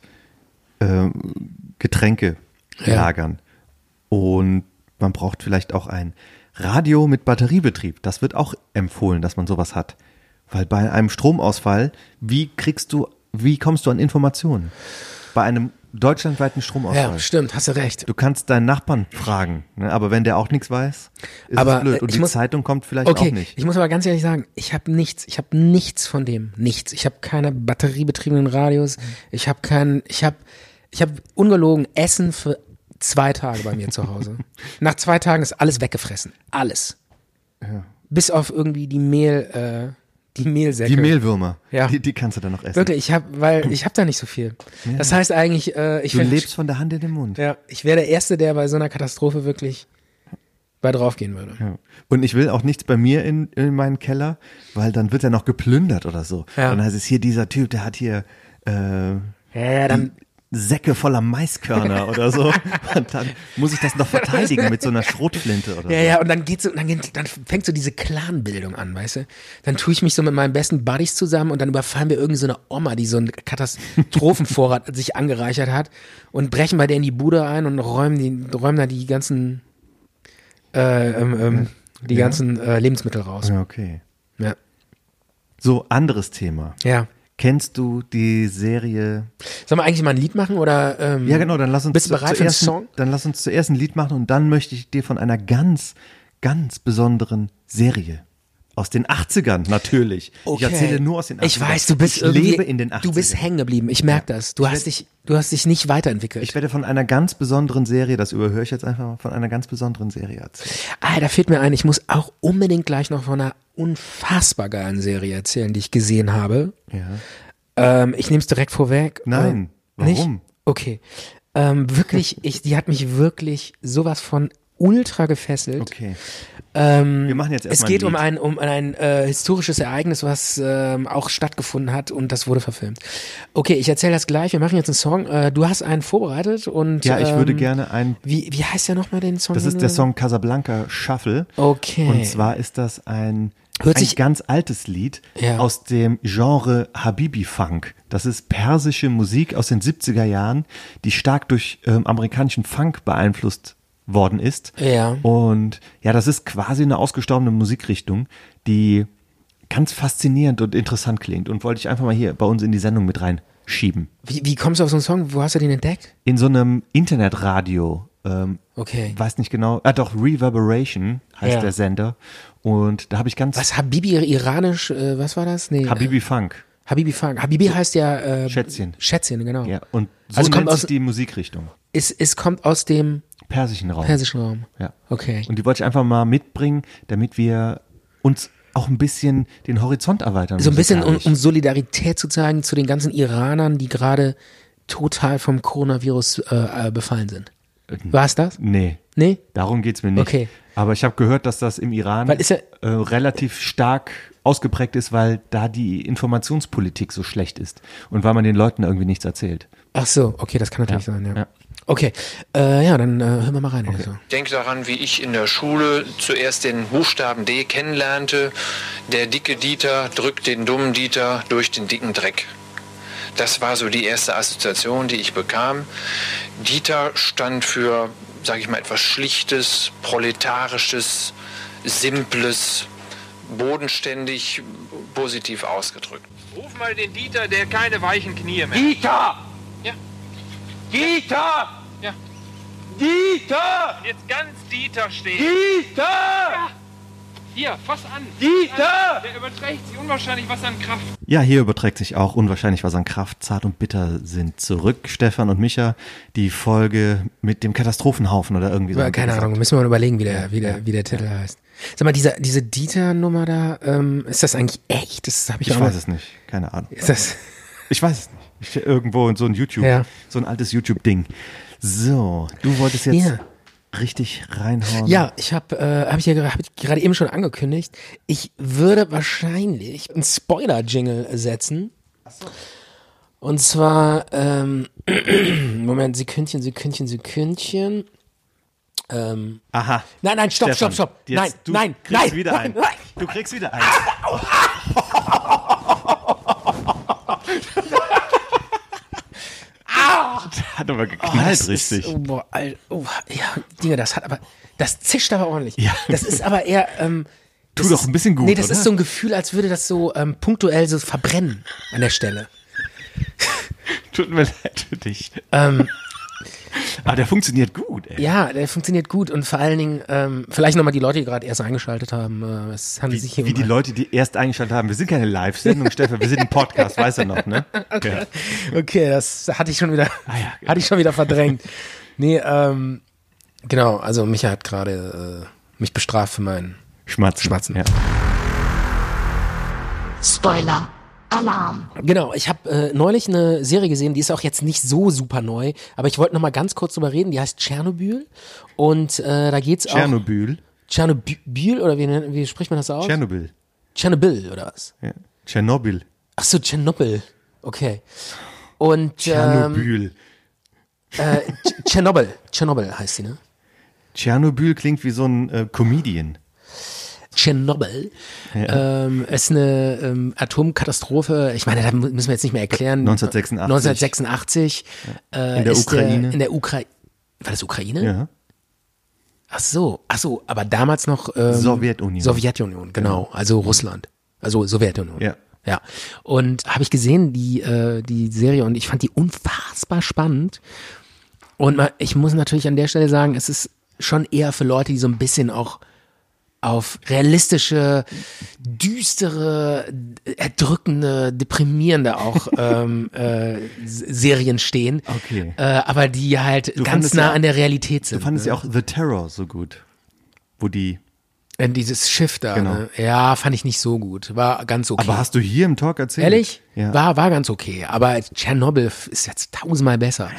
Speaker 4: ähm, Getränke
Speaker 3: Ja.
Speaker 4: lagern. Und man braucht vielleicht auch ein Radio mit Batteriebetrieb. Das wird auch empfohlen, dass man sowas hat. Weil bei einem Stromausfall, wie kriegst du, wie kommst du an Informationen? Bei einem deutschlandweiten Stromausfall.
Speaker 3: Ja, stimmt, hast du recht.
Speaker 4: Du kannst deinen Nachbarn fragen, ne? aber wenn der auch nichts weiß, ist
Speaker 3: Aber,
Speaker 4: es blöd.
Speaker 3: äh,
Speaker 4: Und
Speaker 3: ich
Speaker 4: die
Speaker 3: muss-
Speaker 4: Zeitung kommt vielleicht
Speaker 3: Okay,
Speaker 4: auch nicht.
Speaker 3: ich muss aber ganz ehrlich sagen, ich habe nichts, ich habe nichts von dem, nichts. Ich habe keine batteriebetriebenen Radios, ich habe kein, ich habe, ich habe ungelogen Essen für zwei Tage bei mir zu
Speaker 4: (laughs)
Speaker 3: Hause. Nach zwei Tagen ist alles weggefressen, alles. Bis auf irgendwie die Mehl, äh, die Mehlsäcke.
Speaker 4: Die Mehlwürmer,
Speaker 3: Ja.
Speaker 4: die, die kannst du dann noch essen.
Speaker 3: Wirklich, ich habe, weil ich habe da nicht so viel. Das heißt eigentlich, äh, ich
Speaker 4: Du
Speaker 3: werd-
Speaker 4: lebst von der Hand in den Mund.
Speaker 3: ja, ich wäre der Erste, der bei so einer Katastrophe wirklich bei draufgehen würde.
Speaker 4: Ja. Und ich will auch nichts bei mir in, in meinen Keller, weil dann wird er noch geplündert oder so.
Speaker 3: Ja.
Speaker 4: Dann heißt es hier, dieser Typ, der hat hier äh,
Speaker 3: Ja, dann
Speaker 4: Säcke voller
Speaker 3: (laughs)
Speaker 4: Maiskörner oder so. Und dann muss ich das noch verteidigen mit so einer Schrotflinte oder
Speaker 3: Ja,
Speaker 4: so.
Speaker 3: ja, und dann geht's, so- dann, geht- dann fängt so diese Clanbildung an, weißt du? Dann tue ich mich so mit meinen besten Buddies zusammen und dann überfallen wir irgendwie so eine Oma, die so einen Katastrophenvorrat (laughs) sich angereichert hat und brechen bei der in die Bude ein und räumen, die, räumen da die ganzen, äh, ähm, ähm, die ganzen äh, Lebensmittel raus.
Speaker 4: Ja, okay.
Speaker 3: Ja.
Speaker 4: So, anderes Thema.
Speaker 3: ja.
Speaker 4: Kennst du die Serie
Speaker 3: Sollen wir eigentlich mal ein Lied machen oder? Ähm,
Speaker 4: Ja, genau, dann lass uns
Speaker 3: Bist du
Speaker 4: zu-
Speaker 3: bereit für einen
Speaker 4: zuerst,
Speaker 3: Song?
Speaker 4: Dann lass uns zuerst ein Lied machen und dann möchte ich dir von einer ganz, ganz besonderen Serie aus den 80ern natürlich. Ich erzähle nur aus den 80ern.
Speaker 3: Ich weiß, du bist
Speaker 4: ich
Speaker 3: irgendwie,
Speaker 4: lebe in den 80ern.
Speaker 3: Du bist hängen geblieben. Ich merke das. Du hast dich, du hast dich nicht weiterentwickelt.
Speaker 4: ich werde von einer ganz besonderen Serie, das überhöre ich jetzt einfach mal, von einer ganz besonderen Serie erzählen.
Speaker 3: Ah, da fällt mir ein, ich muss auch unbedingt gleich noch von einer unfassbar geilen Serie erzählen, die ich gesehen habe.
Speaker 4: Ja.
Speaker 3: Ähm, ich nehme es direkt vorweg.
Speaker 4: Nein,
Speaker 3: Ähm, nicht?
Speaker 4: warum?
Speaker 3: Okay. Ähm,
Speaker 4: (laughs)
Speaker 3: wirklich, ich, die hat mich wirklich sowas von ultra gefesselt.
Speaker 4: Okay.
Speaker 3: Ähm,
Speaker 4: Wir machen jetzt
Speaker 3: es
Speaker 4: erstmal
Speaker 3: geht
Speaker 4: ein
Speaker 3: um
Speaker 4: Lied.
Speaker 3: ein, um ein äh, historisches Ereignis, was ähm, auch stattgefunden hat und das wurde verfilmt. Okay, ich erzähle das gleich. Wir machen jetzt einen Song. Äh, du hast einen vorbereitet und
Speaker 4: Ja, ich
Speaker 3: ähm,
Speaker 4: würde gerne ein
Speaker 3: Wie, wie heißt der nochmal den Song?
Speaker 4: Das
Speaker 3: den
Speaker 4: ist
Speaker 3: du-
Speaker 4: der Song Casablanca Shuffle.
Speaker 3: Okay.
Speaker 4: Und zwar ist das ein
Speaker 3: Hört
Speaker 4: ein
Speaker 3: sich-
Speaker 4: ganz altes Lied
Speaker 3: Ja.
Speaker 4: aus dem Genre Habibi-Funk. Das ist persische Musik aus den 70er Jahren, die stark durch ähm, amerikanischen Funk beeinflusst worden ist.
Speaker 3: Ja.
Speaker 4: Und ja, das ist quasi eine ausgestorbene Musikrichtung, die ganz faszinierend und interessant klingt. Und wollte ich einfach mal hier bei uns in die Sendung mit reinschieben.
Speaker 3: Wie, wie kommst du auf so einen Song? Wo hast du den entdeckt?
Speaker 4: In so einem Internetradio. Ähm,
Speaker 3: Okay.
Speaker 4: Weiß nicht genau. Ah, doch, Reverberation heißt
Speaker 3: Ja.
Speaker 4: der Sender. Und da habe ich ganz.
Speaker 3: Was, Habibi iranisch, äh, was war das? Nee,
Speaker 4: Habibi Funk.
Speaker 3: äh, Habibi Fang. Habibi heißt ja... Äh,
Speaker 4: Schätzchen.
Speaker 3: Schätzchen, genau.
Speaker 4: Ja, und so
Speaker 3: also kommt
Speaker 4: nennt
Speaker 3: aus,
Speaker 4: sich die Musikrichtung.
Speaker 3: es, es kommt aus dem
Speaker 4: Persischen Raum.
Speaker 3: persischen Raum.
Speaker 4: Ja.
Speaker 3: Okay.
Speaker 4: Und die wollte ich einfach mal mitbringen, damit wir uns auch ein bisschen den Horizont erweitern.
Speaker 3: So ein bisschen, um,
Speaker 4: musikalisch.
Speaker 3: um Solidarität zu zeigen zu den ganzen Iranern, die gerade total vom Coronavirus äh, äh, befallen sind.
Speaker 4: Äh,
Speaker 3: War es das?
Speaker 4: Nee.
Speaker 3: Nee?
Speaker 4: Darum geht's mir nicht.
Speaker 3: Okay.
Speaker 4: Aber ich habe gehört, dass das im Iran
Speaker 3: Weil ist ja-
Speaker 4: äh, relativ stark ausgeprägt ist, weil da die Informationspolitik so schlecht ist und weil man den Leuten irgendwie nichts erzählt.
Speaker 3: Ach so, okay, das kann natürlich
Speaker 4: Ja,
Speaker 3: sein, ja.
Speaker 4: ja.
Speaker 3: Okay, äh, ja, dann äh, hören wir mal rein. in den Song.
Speaker 5: Denk daran, wie ich in der Schule zuerst den Buchstaben D kennenlernte. Der dicke Dieter drückt den dummen Dieter durch den dicken Dreck. Das war so die erste Assoziation, die ich bekam. Dieter stand für, sage ich mal, etwas Schlichtes, Proletarisches, Simples, bodenständig, positiv ausgedrückt.
Speaker 6: Ruf mal den Dieter, der keine weichen Knie mehr.
Speaker 7: Dieter!
Speaker 6: Ja.
Speaker 7: Dieter!
Speaker 6: Ja.
Speaker 7: Dieter!
Speaker 6: hat. Jetzt ganz Dieter stehen.
Speaker 7: Dieter!
Speaker 6: Hier, fass an.
Speaker 7: Dieter!
Speaker 6: Der überträgt sich unwahrscheinlich was an Kraft.
Speaker 4: Ja, hier überträgt sich auch unwahrscheinlich was an Kraft. Zart und bitter sind zurück. Stefan und Micha, die Folge mit dem Katastrophenhaufen oder irgendwie so.
Speaker 3: Aber Keine Ahnung, müssen wir mal überlegen, wie der, wie der, wie der Titel heißt. Sag mal, dieser, diese Dieter-Nummer da, ähm, ist das eigentlich echt? Das habe ich,
Speaker 4: Ich
Speaker 3: auch
Speaker 4: weiß
Speaker 3: mal-
Speaker 4: es nicht. Keine Ahnung.
Speaker 3: Ist das?
Speaker 4: Ich weiß es nicht. Ich, irgendwo in so ein YouTube,
Speaker 3: Ja.
Speaker 4: so ein altes YouTube-Ding. So, du wolltest jetzt
Speaker 3: Ja.
Speaker 4: richtig reinhauen.
Speaker 3: Ja, ich habe, äh, habe ich ja ger- hab ich gerade eben schon angekündigt. Ich würde wahrscheinlich einen Spoiler-Jingle setzen. Und zwar, ähm, (clears throat) Moment, Sekündchen, Sekündchen, Sekündchen. Ähm,
Speaker 4: Aha.
Speaker 3: nein, nein, stopp,
Speaker 4: Stefan,
Speaker 3: stopp, stopp.
Speaker 4: jetzt
Speaker 3: Nein,
Speaker 4: du
Speaker 3: nein,
Speaker 4: kriegst
Speaker 3: nein,
Speaker 4: wieder
Speaker 3: nein,
Speaker 4: ein.
Speaker 3: nein.
Speaker 4: Du kriegst wieder
Speaker 3: (laughs)
Speaker 4: ein. Hat aber geknallt,
Speaker 3: das
Speaker 4: Ah, richtig.
Speaker 3: Oh, Ist, oh, boah, Al- oh, ja, Dinge, das hat aber, das zischt aber ordentlich.
Speaker 4: Ja.
Speaker 3: Das ist aber eher, ähm,
Speaker 4: Tu
Speaker 3: das
Speaker 4: doch
Speaker 3: ist-
Speaker 4: ein bisschen gut,
Speaker 3: Nee, das
Speaker 4: oder?
Speaker 3: ist so ein Gefühl, als würde das so ähm, punktuell so verbrennen an der Stelle.
Speaker 4: Tut mir leid für dich. aber der funktioniert gut, ey.
Speaker 3: Ähm. Ja, der funktioniert gut und vor allen Dingen, ähm, vielleicht nochmal die Leute, die gerade erst eingeschaltet haben. Äh, es handelt sich hier
Speaker 4: Wie
Speaker 3: um
Speaker 4: die
Speaker 3: ein-
Speaker 4: Leute, die erst eingeschaltet haben. Wir sind
Speaker 3: (laughs)
Speaker 4: keine Live-Sendung, Stefan. Wir sind ein Podcast, weißt du noch, ne? Okay.
Speaker 3: Okay, das hatte ich schon wieder,
Speaker 4: Ah, ja. genau.
Speaker 3: hatte ich schon wieder verdrängt. nee, ähm, genau, also Micha hat gerade äh, mich bestraft für meinen
Speaker 4: Schmatzen.
Speaker 3: Schmatzen.
Speaker 4: Ja.
Speaker 2: Spoiler Alarm.
Speaker 3: Genau, ich habe äh, neulich eine Serie gesehen, die ist auch jetzt nicht so super neu, aber ich wollte noch mal ganz kurz drüber reden. Die heißt Tschernobyl und äh, da geht's auch
Speaker 4: Tschernobyl.
Speaker 3: Tschernobyl oder wie, nennt- wie spricht man das aus?
Speaker 4: Tschernobyl.
Speaker 3: Tschernobyl oder was?
Speaker 4: Ja. Tschernobyl.
Speaker 3: Ach so, Tschernobyl. Okay. Und ähm,
Speaker 4: Tschernobyl.
Speaker 3: Tsch- Tschernobyl, Tschernobyl heißt sie, ne?
Speaker 4: Tschernobyl klingt wie so ein äh, Comedian.
Speaker 3: Tschernobyl ähm, ist eine ähm, Atomkatastrophe. Ich meine, da mu- müssen wir jetzt nicht mehr erklären.
Speaker 4: 1986.
Speaker 3: 1986 äh,
Speaker 4: Äh, In der
Speaker 3: ist
Speaker 4: Ukraine.
Speaker 3: Der, in der Ukraine. War das Ukraine?
Speaker 4: Ja.
Speaker 3: Ach so, ach so, aber damals noch ähm,
Speaker 4: Sowjetunion.
Speaker 3: Sowjetunion, genau, also Russland, also Sowjetunion.
Speaker 4: Ja.
Speaker 3: Ja. Und habe ich gesehen die äh, die Serie und ich fand die unfassbar spannend. Und ma- ich muss natürlich an der Stelle sagen, es ist schon eher für Leute, die so ein bisschen auch auf realistische, düstere, erdrückende, deprimierende
Speaker 4: (laughs)
Speaker 3: auch ähm, äh, S- Serien stehen.
Speaker 4: Okay.
Speaker 3: Äh, aber die halt ganz
Speaker 4: fandest
Speaker 3: nah
Speaker 4: ja-
Speaker 3: an der Realität sind. ne?
Speaker 4: Du fandest ja auch The Terror so gut. Wo die.
Speaker 3: Äh, Dieses Schiff da,
Speaker 4: Genau.
Speaker 3: ne? Ja, fand ich nicht so gut. War ganz okay.
Speaker 4: Aber hast du hier im Talk erzählt?
Speaker 3: Ehrlich?
Speaker 4: Ja.
Speaker 3: War, war ganz okay. Aber Tschernobyl f- ist jetzt tausendmal besser.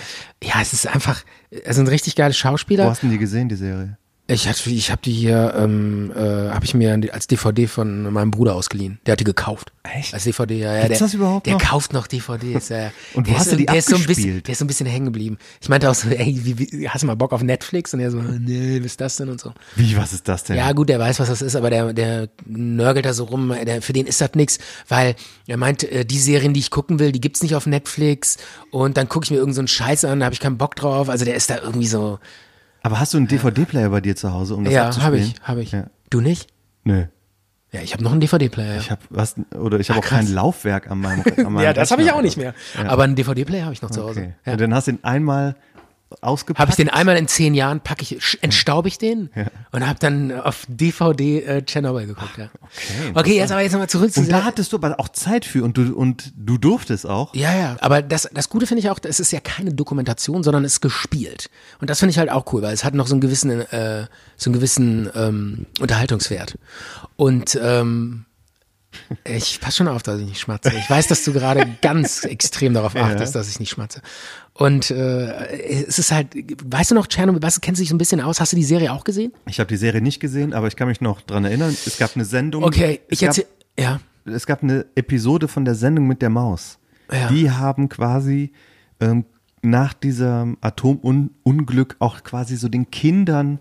Speaker 3: Ja, es ist einfach, es sind richtig geile
Speaker 4: Wo
Speaker 3: Schauspieler.
Speaker 4: hast du denn die gesehen, die Serie?
Speaker 3: Ich hatte, ich habe die hier, ähm, äh, habe ich mir als DVD von meinem Bruder ausgeliehen. Der hat die gekauft.
Speaker 4: Echt?
Speaker 3: Als DVD, ja, ja.
Speaker 4: Gibt's
Speaker 3: der,
Speaker 4: das überhaupt
Speaker 3: Der
Speaker 4: noch?
Speaker 3: kauft noch DVDs, ja. ja.
Speaker 4: (laughs) Und wo
Speaker 3: der ist
Speaker 4: hast du
Speaker 3: so-
Speaker 4: die
Speaker 3: der ist so ein bisschen,
Speaker 4: abgespielt?
Speaker 3: Der ist so ein bisschen hängen geblieben. Ich meinte auch so, ey, wie, wie, hast du mal Bock auf Netflix? Und er so, äh, nee, was ist das denn und so.
Speaker 4: Wie, was ist das denn?
Speaker 3: Ja, gut, der weiß, was das ist, aber der, der nörgelt da so rum. Der, für den ist das nix, weil er meint, äh, die Serien, die ich gucken will, die gibt's nicht auf Netflix. Und dann gucke ich mir irgendeinen so einen Scheiß an, da habe ich keinen Bock drauf. Also der ist da irgendwie so.
Speaker 4: Aber hast du einen DVD-Player bei dir zu Hause, um das
Speaker 3: ja,
Speaker 4: abzuspielen?
Speaker 3: habe ich, habe ich.
Speaker 4: Ja.
Speaker 3: Du nicht?
Speaker 4: Nö.
Speaker 3: Ja, ich habe noch einen DVD-Player.
Speaker 4: Ich habe was oder ich habe
Speaker 3: Ah,
Speaker 4: auch kein
Speaker 3: krass.
Speaker 4: Laufwerk an meinem, an
Speaker 3: (laughs)
Speaker 4: meinem
Speaker 3: ja, das habe ich
Speaker 4: Rechner.
Speaker 3: auch nicht mehr. Aber einen DVD-Player habe ich noch zu
Speaker 4: Okay.
Speaker 3: Hause.
Speaker 4: Und
Speaker 3: Ja.
Speaker 4: dann hast du ihn einmal ausgepackt.
Speaker 3: Habe ich den einmal in zehn Jahren, packe ich, sch- entstaube ich den und habe dann auf DVD äh, Tschernobyl geguckt. Ja. Okay, jetzt aber jetzt nochmal zurück zu
Speaker 4: und da
Speaker 3: dieser-
Speaker 4: hattest du aber auch Zeit für und du und du durftest auch.
Speaker 3: Ja, ja. Aber das, das Gute finde ich auch, es ist ja keine Dokumentation, sondern es ist gespielt. Und das finde ich halt auch cool, weil es hat noch so einen gewissen, äh, so einen gewissen ähm, Unterhaltungswert. Und ähm, ich pass schon auf, dass ich nicht schmatze. Ich weiß, dass du
Speaker 4: (laughs)
Speaker 3: gerade ganz extrem darauf achtest, dass ich nicht schmatze. Und äh, es ist halt, weißt du noch, Tschernobyl, weißt du, kennst du dich so ein bisschen aus? Hast du die Serie auch gesehen?
Speaker 4: Ich habe die Serie nicht gesehen, aber ich kann mich noch dran erinnern. Es gab eine Sendung.
Speaker 3: Okay,
Speaker 4: es
Speaker 3: ich
Speaker 4: gab,
Speaker 3: erzähl, ja.
Speaker 4: es gab eine Episode von der Sendung mit der Maus.
Speaker 3: Ja.
Speaker 4: Die haben quasi ähm, nach diesem Atomunglück auch quasi so den Kindern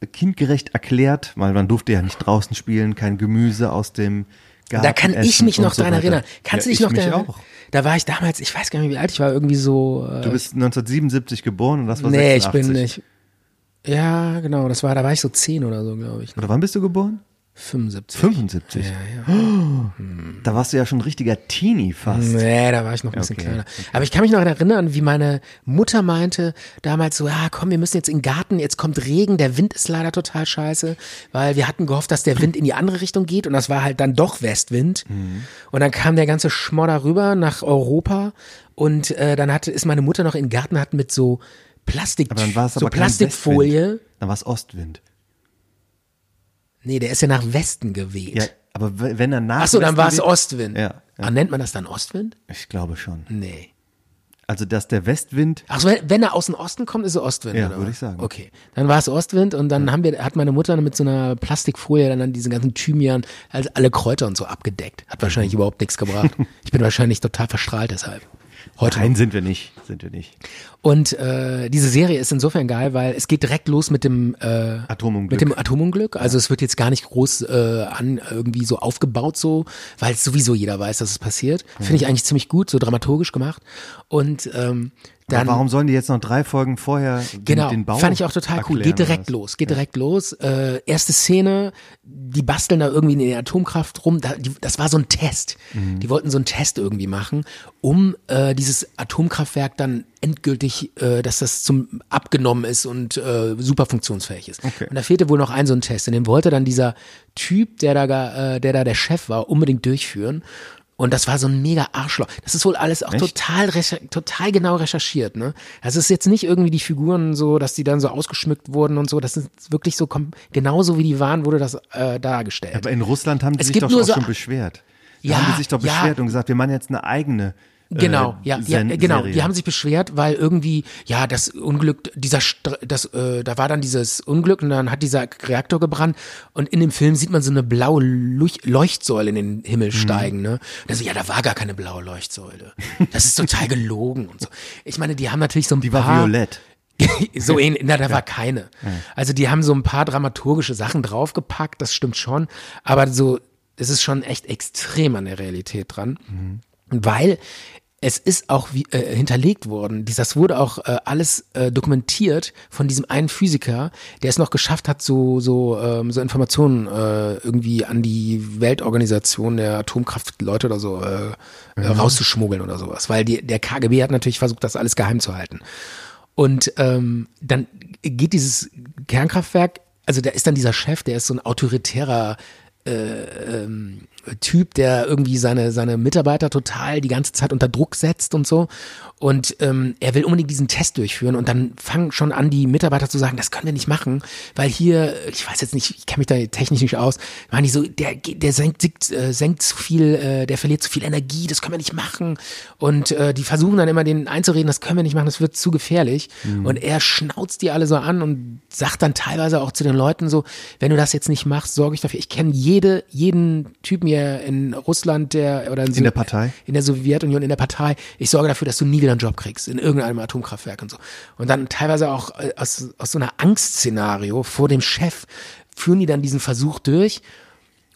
Speaker 4: äh, kindgerecht erklärt, weil man durfte ja nicht draußen spielen, kein Gemüse aus dem Garten.
Speaker 3: Da kann ich
Speaker 4: essen
Speaker 3: mich
Speaker 4: und
Speaker 3: noch
Speaker 4: so
Speaker 3: dran
Speaker 4: weiter.
Speaker 3: erinnern. Kannst
Speaker 4: ja,
Speaker 3: du dich noch
Speaker 4: ich
Speaker 3: dran
Speaker 4: mich
Speaker 3: erinnern?
Speaker 4: auch.
Speaker 3: Da war ich damals, ich weiß gar nicht, wie alt ich war, irgendwie so. Äh,
Speaker 4: Du bist 1977 geboren und das war
Speaker 3: Nee,
Speaker 4: 86.
Speaker 3: ich bin nicht. Ja, genau, das war, da war ich so 10 oder so, glaube ich. ne?
Speaker 4: Oder wann bist du geboren?
Speaker 3: 75.
Speaker 4: 75. Oh, Da warst du ja schon ein richtiger Teenie fast.
Speaker 3: Nee, da war ich noch ein bisschen
Speaker 4: Okay,
Speaker 3: kleiner. Aber ich kann mich noch erinnern, wie meine Mutter meinte damals so, ja, komm, wir müssen jetzt in den Garten, jetzt kommt Regen, der Wind ist leider total scheiße, weil wir hatten gehofft, dass der Wind in die andere Richtung geht und das war halt dann doch Westwind.
Speaker 4: Mhm.
Speaker 3: Und dann kam der ganze Schmodder rüber nach Europa und äh, dann hatte, ist meine Mutter noch in den Garten, hat mit so Plastik,
Speaker 4: Aber dann war es
Speaker 3: so
Speaker 4: aber kein
Speaker 3: Plastikfolie.
Speaker 4: Westwind. Dann war es Ostwind.
Speaker 3: Nee, der ist ja nach Westen geweht.
Speaker 4: Ja, aber w- wenn er nach.
Speaker 3: Ach so, dann
Speaker 4: Westen
Speaker 3: war es
Speaker 4: geht-
Speaker 3: Ostwind.
Speaker 4: Ja, ja.
Speaker 3: Ah, nennt man das dann Ostwind?
Speaker 4: Ich glaube schon.
Speaker 3: Nee.
Speaker 4: Also, dass der Westwind.
Speaker 3: Ach so, wenn, wenn er aus dem Osten kommt, ist es Ostwind,
Speaker 4: Ja,
Speaker 3: oder?
Speaker 4: würde
Speaker 3: was?
Speaker 4: ich sagen.
Speaker 3: Okay. Dann war es Ostwind und dann haben wir, hat meine Mutter dann mit so einer Plastikfolie dann, dann diesen ganzen Thymian, also alle Kräuter und so abgedeckt. Hat wahrscheinlich überhaupt nichts
Speaker 4: (laughs)
Speaker 3: gebracht. Ich bin wahrscheinlich total verstrahlt deshalb. Heute
Speaker 4: Nein, sind wir nicht. Sind wir nicht.
Speaker 3: Und äh, diese Serie ist insofern geil, weil es geht direkt los mit dem äh, Mit
Speaker 4: Atomunglück.
Speaker 3: dem Atomunglück. Also es wird jetzt gar nicht groß äh, an irgendwie so aufgebaut, so, weil es sowieso jeder weiß, dass es passiert. Finde ich eigentlich ziemlich gut, so dramaturgisch gemacht. Und ähm, dann
Speaker 4: aber warum sollen die jetzt noch drei Folgen vorher den-
Speaker 3: genau,
Speaker 4: den Bau
Speaker 3: fand ich auch total cool.
Speaker 4: erklären
Speaker 3: Geht direkt
Speaker 4: oder was?
Speaker 3: los, geht direkt los. Äh, erste Szene, die basteln da irgendwie in der Atomkraft rum. Da, die, das war so ein Test.
Speaker 4: Mhm.
Speaker 3: Die wollten so einen Test irgendwie machen, um äh, dieses Atomkraftwerk dann endgültig, äh, dass das zum abgenommen ist und äh, super funktionsfähig ist. Und da fehlte wohl noch ein so ein Test. Und den wollte dann dieser Typ, der da, gar, äh, der da der Chef war, unbedingt durchführen. Und das war so ein mega Arschloch. Das ist wohl alles auch total, recher- total genau recherchiert, ne? Also es ist jetzt nicht irgendwie die Figuren so, dass die dann so ausgeschmückt wurden und so. Das ist wirklich so, kom- genauso wie die waren, wurde das äh, dargestellt.
Speaker 4: Aber in Russland haben die
Speaker 3: Es
Speaker 4: sich
Speaker 3: gibt
Speaker 4: doch
Speaker 3: nur
Speaker 4: auch
Speaker 3: so-
Speaker 4: schon beschwert. Da
Speaker 3: Ja,
Speaker 4: haben die sich doch
Speaker 3: ja.
Speaker 4: beschwert und gesagt, wir machen jetzt eine eigene. äh,
Speaker 3: Genau, ja, ja,
Speaker 4: Sen-
Speaker 3: genau.
Speaker 4: Serie.
Speaker 3: Die haben sich beschwert, weil irgendwie, ja, das Unglück, dieser, Str- das, äh, da war dann dieses Unglück und dann hat dieser Reaktor gebrannt und in dem Film sieht man so eine blaue Luch Leuchtsäule in den
Speaker 4: Mhm.
Speaker 3: Himmel steigen, ne? Und dann so, ja, da war gar keine blaue Leuchtsäule. Das ist total gelogen und so. Ich meine, die haben natürlich so ein
Speaker 4: die war
Speaker 3: paar.
Speaker 4: violett.
Speaker 3: (laughs) so ähnlich, na, da war keine. Also die haben so ein paar dramaturgische Sachen draufgepackt, das stimmt schon, aber so, es ist schon echt extrem an der Realität dran, weil es ist auch wie, äh, hinterlegt worden, dies- das wurde auch äh, alles äh, dokumentiert von diesem einen Physiker, der es noch geschafft hat, so, so, ähm, so Informationen äh, irgendwie an die Weltorganisation der Atomkraftleute oder so äh, äh, rauszuschmuggeln oder sowas, weil die, der KGB hat natürlich versucht, das alles geheim zu halten. Und ähm, dann geht dieses Kernkraftwerk, also da ist dann dieser Chef, der ist so ein autoritärer ähm, Typ, der irgendwie seine, seine Mitarbeiter total die ganze Zeit unter Druck setzt und so. Und ähm, er will unbedingt diesen Test durchführen und dann fangen schon an, die Mitarbeiter zu sagen, das können wir nicht machen, weil hier, ich weiß jetzt nicht, ich kenne mich da technisch nicht aus, waren die so, der, geht- der senkt, sinkt, äh, senkt zu viel, äh, der verliert zu viel Energie, das können wir nicht machen. Und äh, die versuchen dann immer, den einzureden, das können wir nicht machen, das wird zu gefährlich.
Speaker 4: Mhm.
Speaker 3: Und er schnauzt die alle so an und sagt dann teilweise auch zu den Leuten so, wenn du das jetzt nicht machst, sorge ich dafür. Ich kenne jede, jeden Typen hier in Russland, der oder in,
Speaker 4: In der Partei?
Speaker 3: in der Sowjetunion, in der Partei, ich sorge dafür, dass du nie wieder einen Job kriegst in irgendeinem Atomkraftwerk und so. Und dann teilweise auch äh, aus, aus so einer Angstszenario vor dem Chef führen die dann diesen Versuch durch.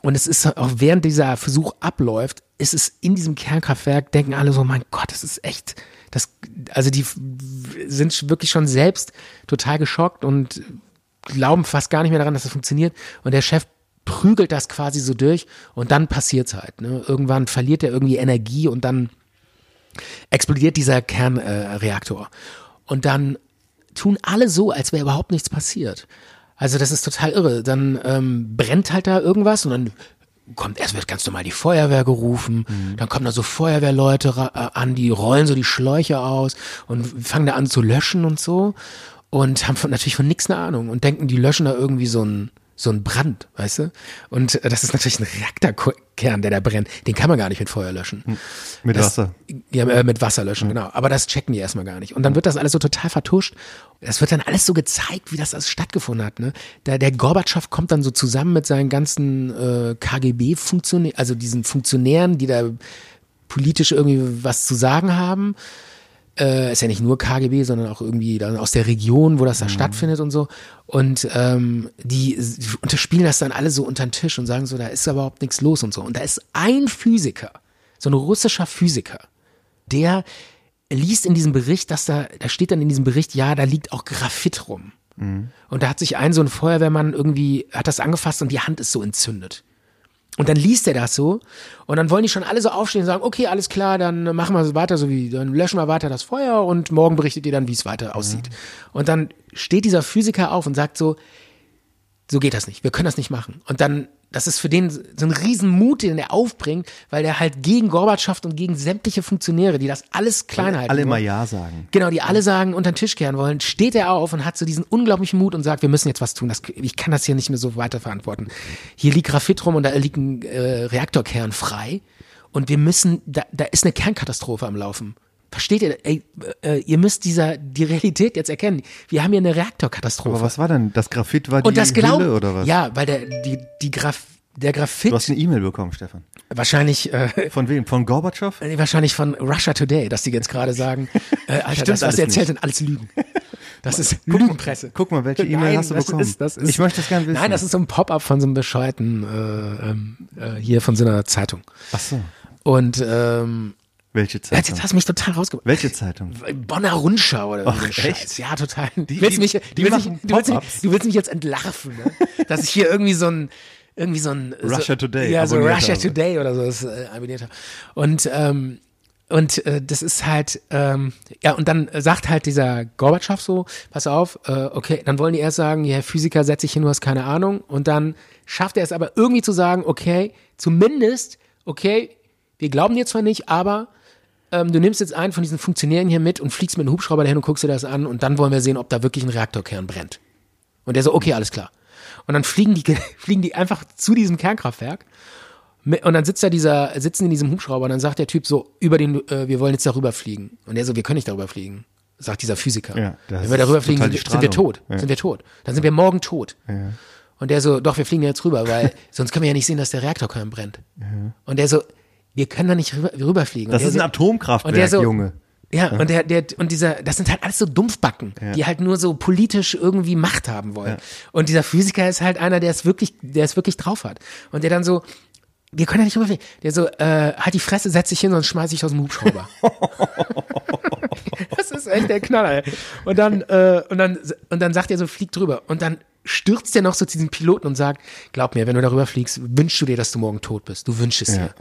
Speaker 3: Und es ist auch während dieser Versuch abläuft, ist es in diesem Kernkraftwerk, denken alle so, mein Gott, das ist echt, das, also die f- sind wirklich schon selbst total geschockt und glauben fast gar nicht mehr daran, dass das funktioniert. Und der Chef prügelt das quasi so durch und dann passiert's halt. Ne? Irgendwann verliert er irgendwie Energie und dann explodiert dieser Kernreaktor. Äh, Reaktor. und dann tun alle so, als wäre überhaupt nichts passiert. Also das ist total irre. Dann ähm, brennt halt da irgendwas und dann kommt erst wird ganz normal die Feuerwehr gerufen, dann kommen da so Feuerwehrleute ra- äh, an, die rollen so die Schläuche aus und fangen da an zu löschen und so und haben von, natürlich von nichts eine Ahnung und denken, die löschen da irgendwie so ein so ein Brand, weißt du? Und äh, das ist natürlich ein Reaktorkern, der da brennt. Den kann man gar nicht mit Feuer löschen.
Speaker 4: Mit
Speaker 3: Das-
Speaker 4: Wasser. Mhm.
Speaker 3: Ja, äh, mit Wasser löschen, genau. Aber das checken die erstmal gar nicht. Und dann wird das alles so total vertuscht. Das wird dann alles so gezeigt, wie das alles stattgefunden hat. Ne? Der, der Gorbatschow kommt dann so zusammen mit seinen ganzen äh, KGB-Funktionären, also diesen Funktionären, die da politisch irgendwie was zu sagen haben. Äh, ist ja nicht nur KGB, sondern auch irgendwie dann aus der Region, wo das da stattfindet und so. Und ähm, die, die unterspielen das dann alle so unter den Tisch und sagen so, da ist aber überhaupt nichts los und so. Und da ist ein Physiker, so ein russischer Physiker, der liest in diesem Bericht, dass da, da steht dann in diesem Bericht, ja, da liegt auch Graphit rum. Und da hat sich ein so ein Feuerwehrmann irgendwie, hat das angefasst und die Hand ist so entzündet. Und dann liest er das so und dann wollen die schon alle so aufstehen und sagen, okay, alles klar, dann machen wir so weiter, so wie, dann löschen wir weiter das Feuer und morgen berichtet ihr dann, wie es weiter aussieht. Und dann steht dieser Physiker auf und sagt so, so geht das nicht, wir können das nicht machen. Und dann, das ist für den so ein Riesenmut, den er aufbringt, weil der halt gegen Gorbatschow und gegen sämtliche Funktionäre, die das alles klein halten.
Speaker 4: Alle
Speaker 3: wollen.
Speaker 4: immer Ja sagen.
Speaker 3: Genau, die alle sagen, unter den Tisch kehren wollen, steht er auf und hat so diesen unglaublichen Mut und sagt, wir müssen jetzt was tun. Das, ich kann das hier nicht mehr so weiter verantworten. Hier liegt Graphit rum und da liegt ein äh, Reaktorkern frei. Und wir müssen, da, da ist eine Kernkatastrophe am Laufen. Versteht ihr? Ey, äh, ihr müsst dieser, die Realität jetzt erkennen. Wir haben hier eine Reaktorkatastrophe.
Speaker 4: Aber was war denn? Das Graphit war die
Speaker 3: und das glauben,
Speaker 4: Hülle oder was?
Speaker 3: Ja, weil der, die, die Graf, der Graphit
Speaker 4: Du hast eine E-Mail bekommen, Stefan.
Speaker 3: wahrscheinlich, äh,
Speaker 4: Von wem? Von Gorbatschow?
Speaker 3: Nee, wahrscheinlich von Russia Today, dass die jetzt gerade
Speaker 4: (laughs)
Speaker 3: sagen, äh, Alter, das,
Speaker 4: Stimmt
Speaker 3: was
Speaker 4: alles
Speaker 3: sie erzählt,
Speaker 4: nicht.
Speaker 3: sind alles Lügen. Das ist Lügenpresse.
Speaker 4: guck mal, welche E-Mail
Speaker 3: Nein,
Speaker 4: hast du
Speaker 3: das
Speaker 4: bekommen?
Speaker 3: Ist, das ist,
Speaker 4: Ich möchte das gerne wissen.
Speaker 3: Nein, das ist so ein Pop-up von so einem bescheiten, äh, ähm, äh, hier von so einer Zeitung.
Speaker 4: Ach so.
Speaker 3: Und ähm,
Speaker 4: Welche
Speaker 3: ja, jetzt
Speaker 4: Zeitung?
Speaker 3: hast du mich total rausgebracht.
Speaker 4: Welche Zeitung?
Speaker 3: Bonner Rundschau oder
Speaker 4: Ach,
Speaker 3: so. ein Scheiß.
Speaker 4: echt?
Speaker 3: Ja, total.
Speaker 4: Die-
Speaker 3: Du willst
Speaker 4: die-
Speaker 3: mich,
Speaker 4: die
Speaker 3: du willst
Speaker 4: machen
Speaker 3: mich, du willst mich,
Speaker 4: Pop-ups.
Speaker 3: du willst mich jetzt entlarven, ne? dass ich hier irgendwie so ein irgendwie so ein so,
Speaker 4: Russia Today
Speaker 3: ja so
Speaker 4: abonniert
Speaker 3: Russia
Speaker 4: habe.
Speaker 3: Today oder so das äh, abonniert habe. Und ähm, und äh, das ist halt ähm, ja und dann äh, sagt halt dieser Gorbatschow so, pass auf, äh, okay, dann wollen die erst sagen, ja, Herr Physiker, setz dich hin, du hast keine Ahnung. Und dann schafft er es aber irgendwie zu sagen, okay, zumindest, okay, wir glauben dir zwar nicht, aber ähm, du nimmst jetzt einen von diesen Funktionären hier mit und fliegst mit einem Hubschrauber dahin und guckst dir das an und dann wollen wir sehen, ob da wirklich ein Reaktorkern brennt. Und der so,
Speaker 4: Mhm.
Speaker 3: okay, alles klar. Und dann fliegen die, (laughs) fliegen die einfach zu diesem Kernkraftwerk. Mi- Und dann sitzt da dieser, sitzen in diesem Hubschrauber und dann sagt der Typ so, über den, äh, wir wollen jetzt darüber fliegen. Und der so, wir können nicht darüber fliegen, sagt dieser Physiker.
Speaker 4: Ja, das
Speaker 3: Wenn wir
Speaker 4: ist
Speaker 3: darüber fliegen,
Speaker 4: total
Speaker 3: sind,
Speaker 4: die
Speaker 3: sind wir
Speaker 4: Strahlung.
Speaker 3: tot.
Speaker 4: Ja.
Speaker 3: Sind wir tot. Dann sind wir morgen tot. Und der so, doch, wir fliegen jetzt rüber, weil (laughs) sonst können wir ja nicht sehen, dass der Reaktorkern brennt. Und der so, wir können da nicht rüber, rüberfliegen.
Speaker 4: Das
Speaker 3: und der
Speaker 4: ist ein
Speaker 3: so-
Speaker 4: Atomkraftwerk,
Speaker 3: und der so,
Speaker 4: Junge.
Speaker 3: Ja, und der, der, und dieser, das sind halt alles so Dumpfbacken, die halt nur so politisch irgendwie Macht haben wollen. Und dieser Physiker ist halt einer, der es wirklich, der es wirklich drauf hat. Und der dann so, wir können ja nicht rüberfliegen. Der so, äh, halt die Fresse, setz dich hin, sonst schmeiß ich aus dem Hubschrauber. das ist echt der Knaller. ey. Und dann, äh, und dann, und dann sagt er so, flieg drüber. Und dann stürzt er noch so zu diesem Piloten und sagt, glaub mir, wenn du darüber fliegst, wünschst du dir, dass du morgen tot bist. Du wünschst es dir.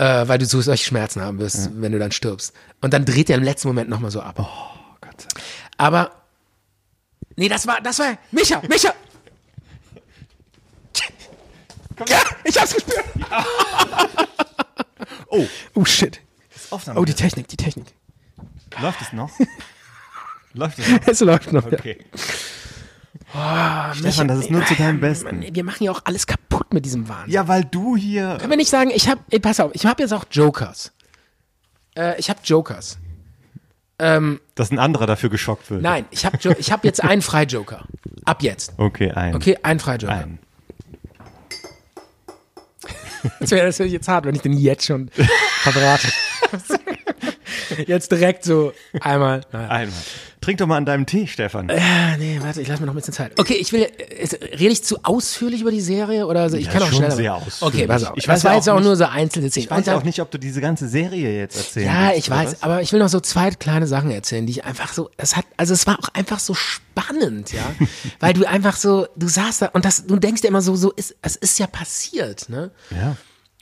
Speaker 3: Äh, weil du so solche Schmerzen haben wirst, wenn du dann stirbst. Und dann dreht er im letzten Moment nochmal so ab.
Speaker 4: Oh, Gott sei Dank.
Speaker 3: Aber, nee, das war, das war, Micha, Micha! Ja, ich hab's gespürt.
Speaker 4: Oh,
Speaker 3: (laughs) Oh, shit.
Speaker 4: Aufnahme.
Speaker 3: Oh, die Technik, die Technik.
Speaker 4: Läuft es noch? Läuft es noch?
Speaker 3: Es läuft noch. ja.
Speaker 4: Okay. Stefan, das ist nur zu deinem Besten.
Speaker 3: Wir machen ja auch alles kaputt mit diesem Wahnsinn.
Speaker 4: Ja, weil du hier.
Speaker 3: Können wir nicht sagen, ich habe, pass auf, ich habe jetzt auch Jokers. Äh, ich habe Jokers. Ähm,
Speaker 4: Dass ein anderer dafür geschockt wird.
Speaker 3: nein, ich habe jo ich hab jetzt einen Freijoker. Ab jetzt.
Speaker 4: Okay, ein.
Speaker 3: Okay, einen Freijoker.
Speaker 4: Ein.
Speaker 3: Das wäre natürlich jetzt hart, wenn ich den jetzt schon verbrate. (laughs) jetzt direkt so einmal. Naja.
Speaker 4: Einmal. Trink doch mal an deinem Tee, Stefan.
Speaker 3: Ah, nee, warte, ich lasse mir noch ein bisschen Zeit. Okay, ich will, äh, ist- rede ich zu ausführlich über die Serie oder so? Ich
Speaker 4: Ja,
Speaker 3: kann auch
Speaker 4: schon
Speaker 3: schneller.
Speaker 4: sehr ausführlich.
Speaker 3: Okay, pass auf.
Speaker 4: Ich
Speaker 3: das
Speaker 4: weiß
Speaker 3: war
Speaker 4: ja
Speaker 3: jetzt
Speaker 4: auch
Speaker 3: auch nur
Speaker 4: nicht-
Speaker 3: so einzelne Szenen.
Speaker 4: Ich weiß
Speaker 3: Und dann-
Speaker 4: auch nicht, ob du diese ganze Serie jetzt erzählen
Speaker 3: Ja,
Speaker 4: willst,
Speaker 3: ich
Speaker 4: oder
Speaker 3: weiß,
Speaker 4: was?
Speaker 3: aber ich will noch so zwei kleine Sachen erzählen, die ich einfach so, es hat, also es war auch einfach so spannend,
Speaker 4: (laughs)
Speaker 3: ja, weil du einfach so, du saßt da und das, du denkst dir immer so, so ist, es ist ja passiert, ne?
Speaker 4: Ja.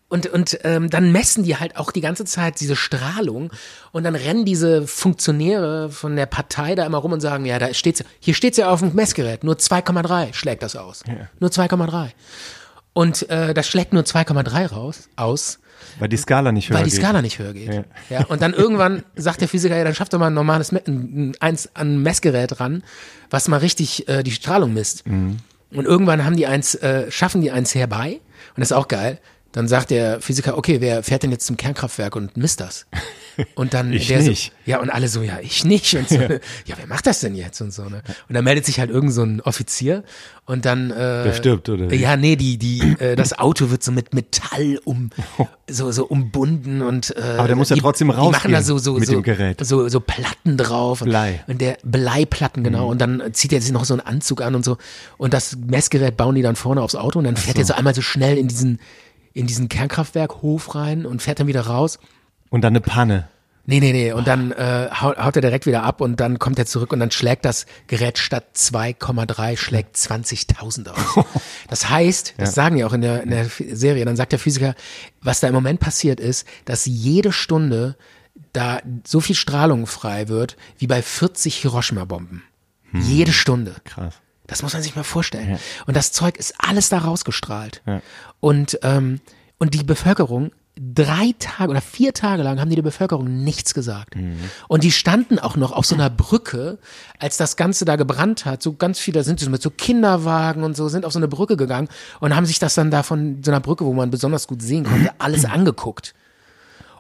Speaker 3: Und, und ähm, dann messen die halt auch die ganze Zeit diese Strahlung und dann rennen diese Funktionäre von der Partei da immer rum und sagen, ja, da steht's, hier steht's ja auf dem Messgerät, nur 2,3 schlägt das aus. Nur 2,3. Und äh, das schlägt nur 2,3 raus aus.
Speaker 4: Weil die Skala nicht höher
Speaker 3: Weil die
Speaker 4: geht.
Speaker 3: Skala nicht höher geht. Ja. und dann irgendwann sagt der Physiker, ja, dann schafft doch mal ein normales Me ein, ein- eins an ein Messgerät ran, was mal richtig äh, die Strahlung misst.
Speaker 4: Mhm.
Speaker 3: Und irgendwann haben die eins, äh, schaffen die eins herbei, und das ist auch geil. Dann sagt der Physiker, okay, wer fährt denn jetzt zum Kernkraftwerk und misst
Speaker 4: (laughs)
Speaker 3: das? Und dann
Speaker 4: Ich
Speaker 3: der
Speaker 4: nicht.
Speaker 3: So, ja, und alle so, ja, ich nicht. Und so, (laughs) ja. wer macht das denn jetzt? Und so, ne? Und dann meldet sich halt irgend so ein Offizier und dann. Äh,
Speaker 4: Der stirbt, oder wie?
Speaker 3: Ja, ja, nee, die, die, äh, das Auto wird so mit Metall
Speaker 4: (laughs)
Speaker 3: um, so, so umbunden und. Äh,
Speaker 4: Aber der muss ja
Speaker 3: die,
Speaker 4: trotzdem
Speaker 3: Die machen da
Speaker 4: rausgehen
Speaker 3: so, so,
Speaker 4: mit
Speaker 3: so,
Speaker 4: dem Gerät.
Speaker 3: So, so Platten drauf. und-
Speaker 4: Blei. Mhm.
Speaker 3: Und der Bleiplatten, genau. Und dann zieht er sich noch so einen Anzug an und so. Und das Messgerät bauen die dann vorne aufs Auto und dann fährt er so einmal so schnell in diesen, in diesen Kernkraftwerkhof rein und fährt dann wieder raus.
Speaker 4: Und dann eine Panne.
Speaker 3: Nee, nee, nee. Und dann äh, haut, haut er direkt wieder ab und dann kommt er zurück und dann schlägt das Gerät statt 2,3 schlägt 20.000 aus. Das heißt, das sagen ja auch in der, in der F- Serie, dann sagt der Physiker, was da im Moment passiert ist, dass jede Stunde da so viel Strahlung frei wird, wie bei 40 Hiroshima-Bomben. Jede Stunde.
Speaker 4: Krass.
Speaker 3: Das muss man sich mal vorstellen. Und das Zeug ist alles da rausgestrahlt. Und, ähm, und die Bevölkerung, drei Tage oder vier Tage lang haben die der Bevölkerung nichts gesagt. Und die standen auch noch auf so einer Brücke, als das Ganze da gebrannt hat. So ganz viele, da sind sie mit so Kinderwagen und so, sind auf so eine Brücke gegangen und haben sich das dann da von so einer Brücke, wo man besonders gut sehen konnte, alles angeguckt.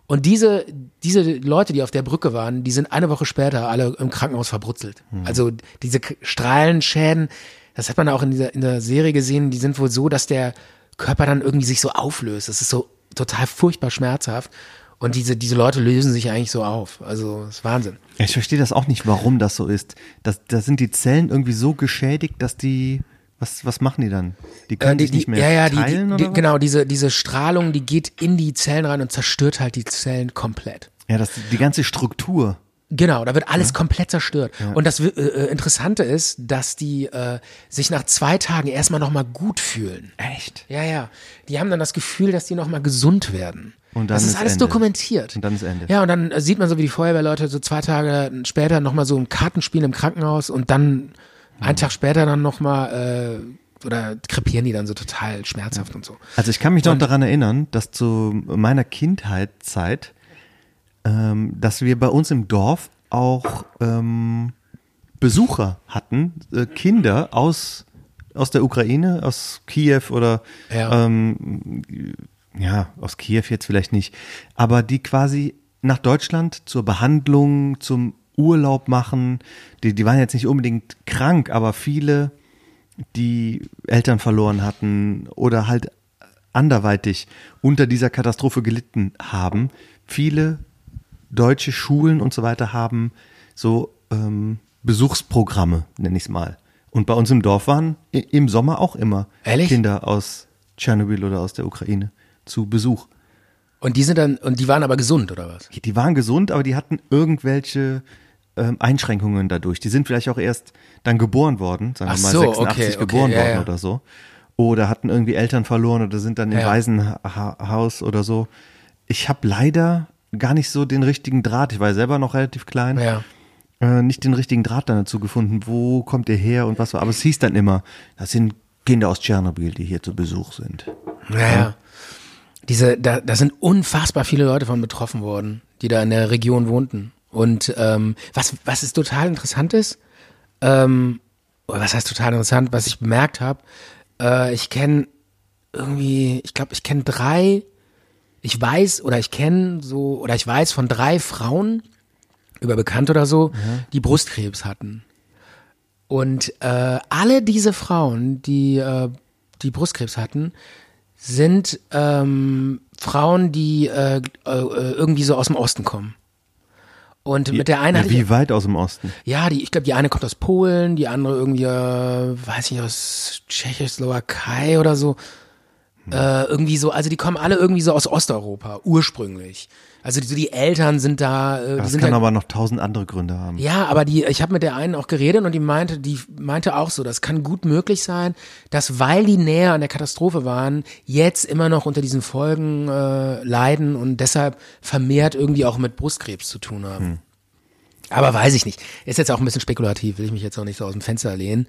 Speaker 3: Und diese, diese Leute, die auf der Brücke waren, die sind eine Woche später alle im Krankenhaus verbrutzelt.
Speaker 4: Mhm.
Speaker 3: Also diese K- Strahlenschäden, das hat man auch in dieser, in der Serie gesehen, die sind wohl so, dass der Körper dann irgendwie sich so auflöst. Das ist so total furchtbar schmerzhaft. Und diese, diese Leute lösen sich eigentlich so auf. Also, das ist Wahnsinn.
Speaker 4: Ich verstehe das auch nicht, warum das so ist. Das, da sind die Zellen irgendwie so geschädigt, dass die. Was, was machen die dann? Die können
Speaker 3: Äh, die,
Speaker 4: sich nicht
Speaker 3: die-
Speaker 4: mehr
Speaker 3: ja, ja, die-
Speaker 4: teilen
Speaker 3: die,
Speaker 4: oder
Speaker 3: die,
Speaker 4: was?
Speaker 3: Genau, diese, diese Strahlung, die geht in die Zellen rein und zerstört halt die Zellen komplett.
Speaker 4: Ja, das, die ganze Struktur.
Speaker 3: Genau, da wird alles komplett zerstört. Und das äh, äh, Interessante ist, dass die äh, sich nach zwei Tagen erstmal nochmal gut fühlen.
Speaker 4: Echt?
Speaker 3: Ja, ja. Die haben dann das Gefühl, dass die nochmal gesund werden.
Speaker 4: Und dann
Speaker 3: das ist,
Speaker 4: ist
Speaker 3: alles
Speaker 4: Ende.
Speaker 3: dokumentiert.
Speaker 4: Und dann ist Ende.
Speaker 3: Ja, und dann äh, sieht man so, wie die Feuerwehrleute so zwei Tage später nochmal so im Kartenspiel im Krankenhaus und dann einen Tag später dann nochmal äh, oder krepieren die dann so total schmerzhaft und so.
Speaker 4: Also ich kann mich noch daran erinnern, dass zu meiner Kindheitszeit, ähm, dass wir bei uns im Dorf auch ähm, Besucher hatten, äh, Kinder aus, aus der Ukraine, aus Kiew oder
Speaker 3: Ja.
Speaker 4: ähm, ja, aus Kiew jetzt vielleicht nicht, aber die quasi nach Deutschland zur Behandlung, zum Urlaub machen, die, die waren jetzt nicht unbedingt krank, aber viele die Eltern verloren hatten oder halt anderweitig unter dieser Katastrophe gelitten haben. Viele deutsche Schulen und so weiter haben so ähm, Besuchsprogramme, nenne ich es mal. Und bei uns im Dorf waren i- im Sommer auch immer
Speaker 3: Ehrlich?
Speaker 4: Kinder aus Tschernobyl oder aus der Ukraine zu Besuch.
Speaker 3: Und die sind dann, und die waren aber gesund, oder was?
Speaker 4: Die waren gesund, aber die hatten irgendwelche ähm, Einschränkungen dadurch. Die sind vielleicht auch erst dann geboren worden, sagen
Speaker 3: Ach
Speaker 4: wir mal
Speaker 3: so,
Speaker 4: 86
Speaker 3: okay, okay,
Speaker 4: geboren
Speaker 3: ja,
Speaker 4: worden
Speaker 3: ja.
Speaker 4: oder so. Oder hatten irgendwie Eltern verloren oder sind dann im
Speaker 3: Ja.
Speaker 4: Waisenhaus oder so. Ich habe leider gar nicht so den richtigen Draht. Ich war selber noch relativ klein.
Speaker 3: Ja.
Speaker 4: Äh, nicht den richtigen Draht dann dazu gefunden. Wo kommt ihr her und was war? Aber es hieß dann immer, das sind Kinder aus Tschernobyl, die hier zu Besuch sind.
Speaker 3: Naja. Diese, da, da sind unfassbar viele Leute von betroffen worden, die da in der Region wohnten. Und ähm, was, was ist total interessant ist, ähm, oder was heißt total interessant, was ich bemerkt habe, äh, ich kenne irgendwie, ich glaube, ich kenne drei, ich weiß oder ich kenne so, oder ich weiß von drei Frauen, über bekannt oder so,
Speaker 4: Mhm.
Speaker 3: die Brustkrebs hatten. Und äh, alle diese Frauen, die, äh, die Brustkrebs hatten, sind ähm, Frauen, die äh, äh, irgendwie so aus dem Osten kommen. Und mit der einen hatte ich,
Speaker 4: Wie weit aus dem Osten?
Speaker 3: ja, die, ich glaube, die eine kommt aus Polen, die andere irgendwie, äh, weiß nicht, aus Tschechoslowakei oder so.
Speaker 4: Hm.
Speaker 3: Äh, irgendwie so, also die kommen alle irgendwie so aus Osteuropa, ursprünglich. Also die, so die Eltern sind da, äh, die
Speaker 4: Das
Speaker 3: sind
Speaker 4: kann
Speaker 3: da
Speaker 4: aber noch tausend andere Gründe haben.
Speaker 3: ja, aber die, ich habe mit der einen auch geredet und die meinte, die meinte auch so, das kann gut möglich sein, dass weil die näher an der Katastrophe waren, jetzt immer noch unter diesen Folgen äh, leiden und deshalb vermehrt irgendwie auch mit Brustkrebs zu tun haben. Aber weiß ich nicht. Ist jetzt auch ein bisschen spekulativ, will ich mich jetzt auch nicht so aus dem Fenster lehnen.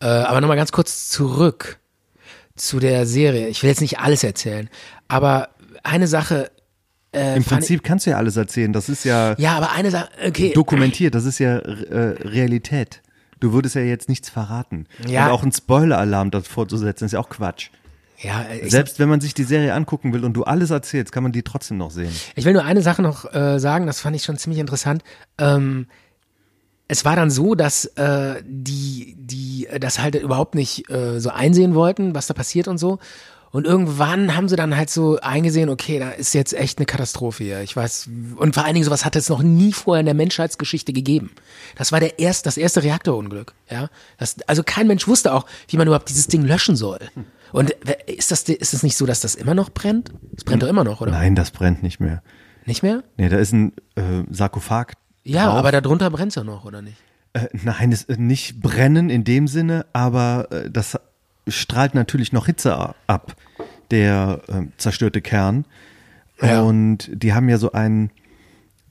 Speaker 3: Äh, aber nochmal ganz kurz zurück zu der Serie. Ich will jetzt nicht alles erzählen, aber eine Sache,
Speaker 4: Im Prinzip kannst du ja alles erzählen. Das ist ja
Speaker 3: ja, aber eine Sache, okay.
Speaker 4: dokumentiert, das ist ja äh, Realität. Du würdest ja jetzt nichts verraten.
Speaker 3: Ja.
Speaker 4: Und auch einen Spoiler-Alarm davor zu setzen, ist ja auch Quatsch.
Speaker 3: ja, ich
Speaker 4: Selbst wenn man sich die Serie angucken will und du alles erzählst, kann man die trotzdem noch sehen.
Speaker 3: Ich will nur eine Sache noch äh, sagen, das fand ich schon ziemlich interessant. Ähm, es war dann so, dass äh, die, die äh, das halt überhaupt nicht äh, so einsehen wollten, was da passiert und so. Und irgendwann haben sie dann halt so eingesehen, okay, da ist jetzt echt eine Katastrophe hier. Ich weiß, und vor allen Dingen sowas hat es noch nie vorher in der Menschheitsgeschichte gegeben. Das war der erst, das erste Reaktorunglück, ja. Das, also kein Mensch wusste auch, wie man überhaupt dieses Ding löschen soll. Und äh, ist das, ist es nicht so, dass das immer noch brennt? Es brennt doch immer noch, oder?
Speaker 4: Nein, das brennt nicht mehr.
Speaker 3: Nicht mehr?
Speaker 4: Nee, da ist ein äh, Sarkophag.
Speaker 3: Ja,
Speaker 4: drauf.
Speaker 3: aber darunter brennt's ja noch, oder nicht?
Speaker 4: Äh, nein, es äh, nicht brennen in dem Sinne, aber äh, das strahlt natürlich noch Hitze a- ab, der ähm, zerstörte Kern.
Speaker 3: Ja.
Speaker 4: Und die haben ja so einen,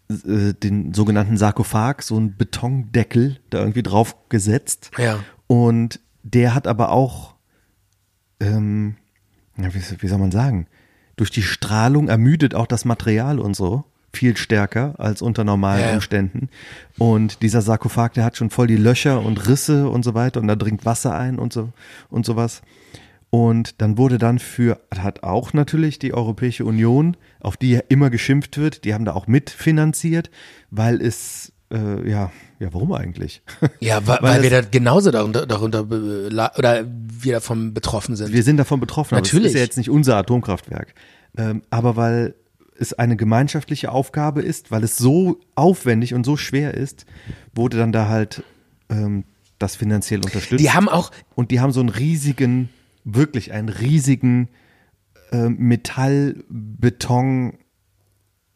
Speaker 4: äh, den sogenannten Sarkophag, so einen Betondeckel da irgendwie drauf gesetzt.
Speaker 3: Ja.
Speaker 4: Und der hat aber auch, ähm, ja, wie, wie soll man sagen, durch die Strahlung ermüdet auch das Material und so viel stärker als unter normalen
Speaker 3: Ja, ja.
Speaker 4: Umständen. Und dieser Sarkophag, der hat schon voll die Löcher und Risse und so weiter und da dringt Wasser ein und so und sowas. Und dann wurde dann für, hat auch natürlich die Europäische Union, auf die ja immer geschimpft wird, die haben da auch mitfinanziert, weil es, äh, ja, ja, warum eigentlich?
Speaker 3: Ja, wa weil,
Speaker 4: Weil
Speaker 3: wir da
Speaker 4: das-
Speaker 3: genauso darunter, darunter be- la- oder wir davon betroffen sind.
Speaker 4: Wir sind davon betroffen, aber
Speaker 3: Natürlich.
Speaker 4: es ist ja jetzt nicht unser Atomkraftwerk. Ähm, aber weil es eine gemeinschaftliche Aufgabe ist, weil es so aufwendig und so schwer ist, wurde dann da halt ähm, das finanziell unterstützt.
Speaker 3: die haben auch,
Speaker 4: und die haben so einen riesigen, wirklich einen riesigen ähm, Metallbeton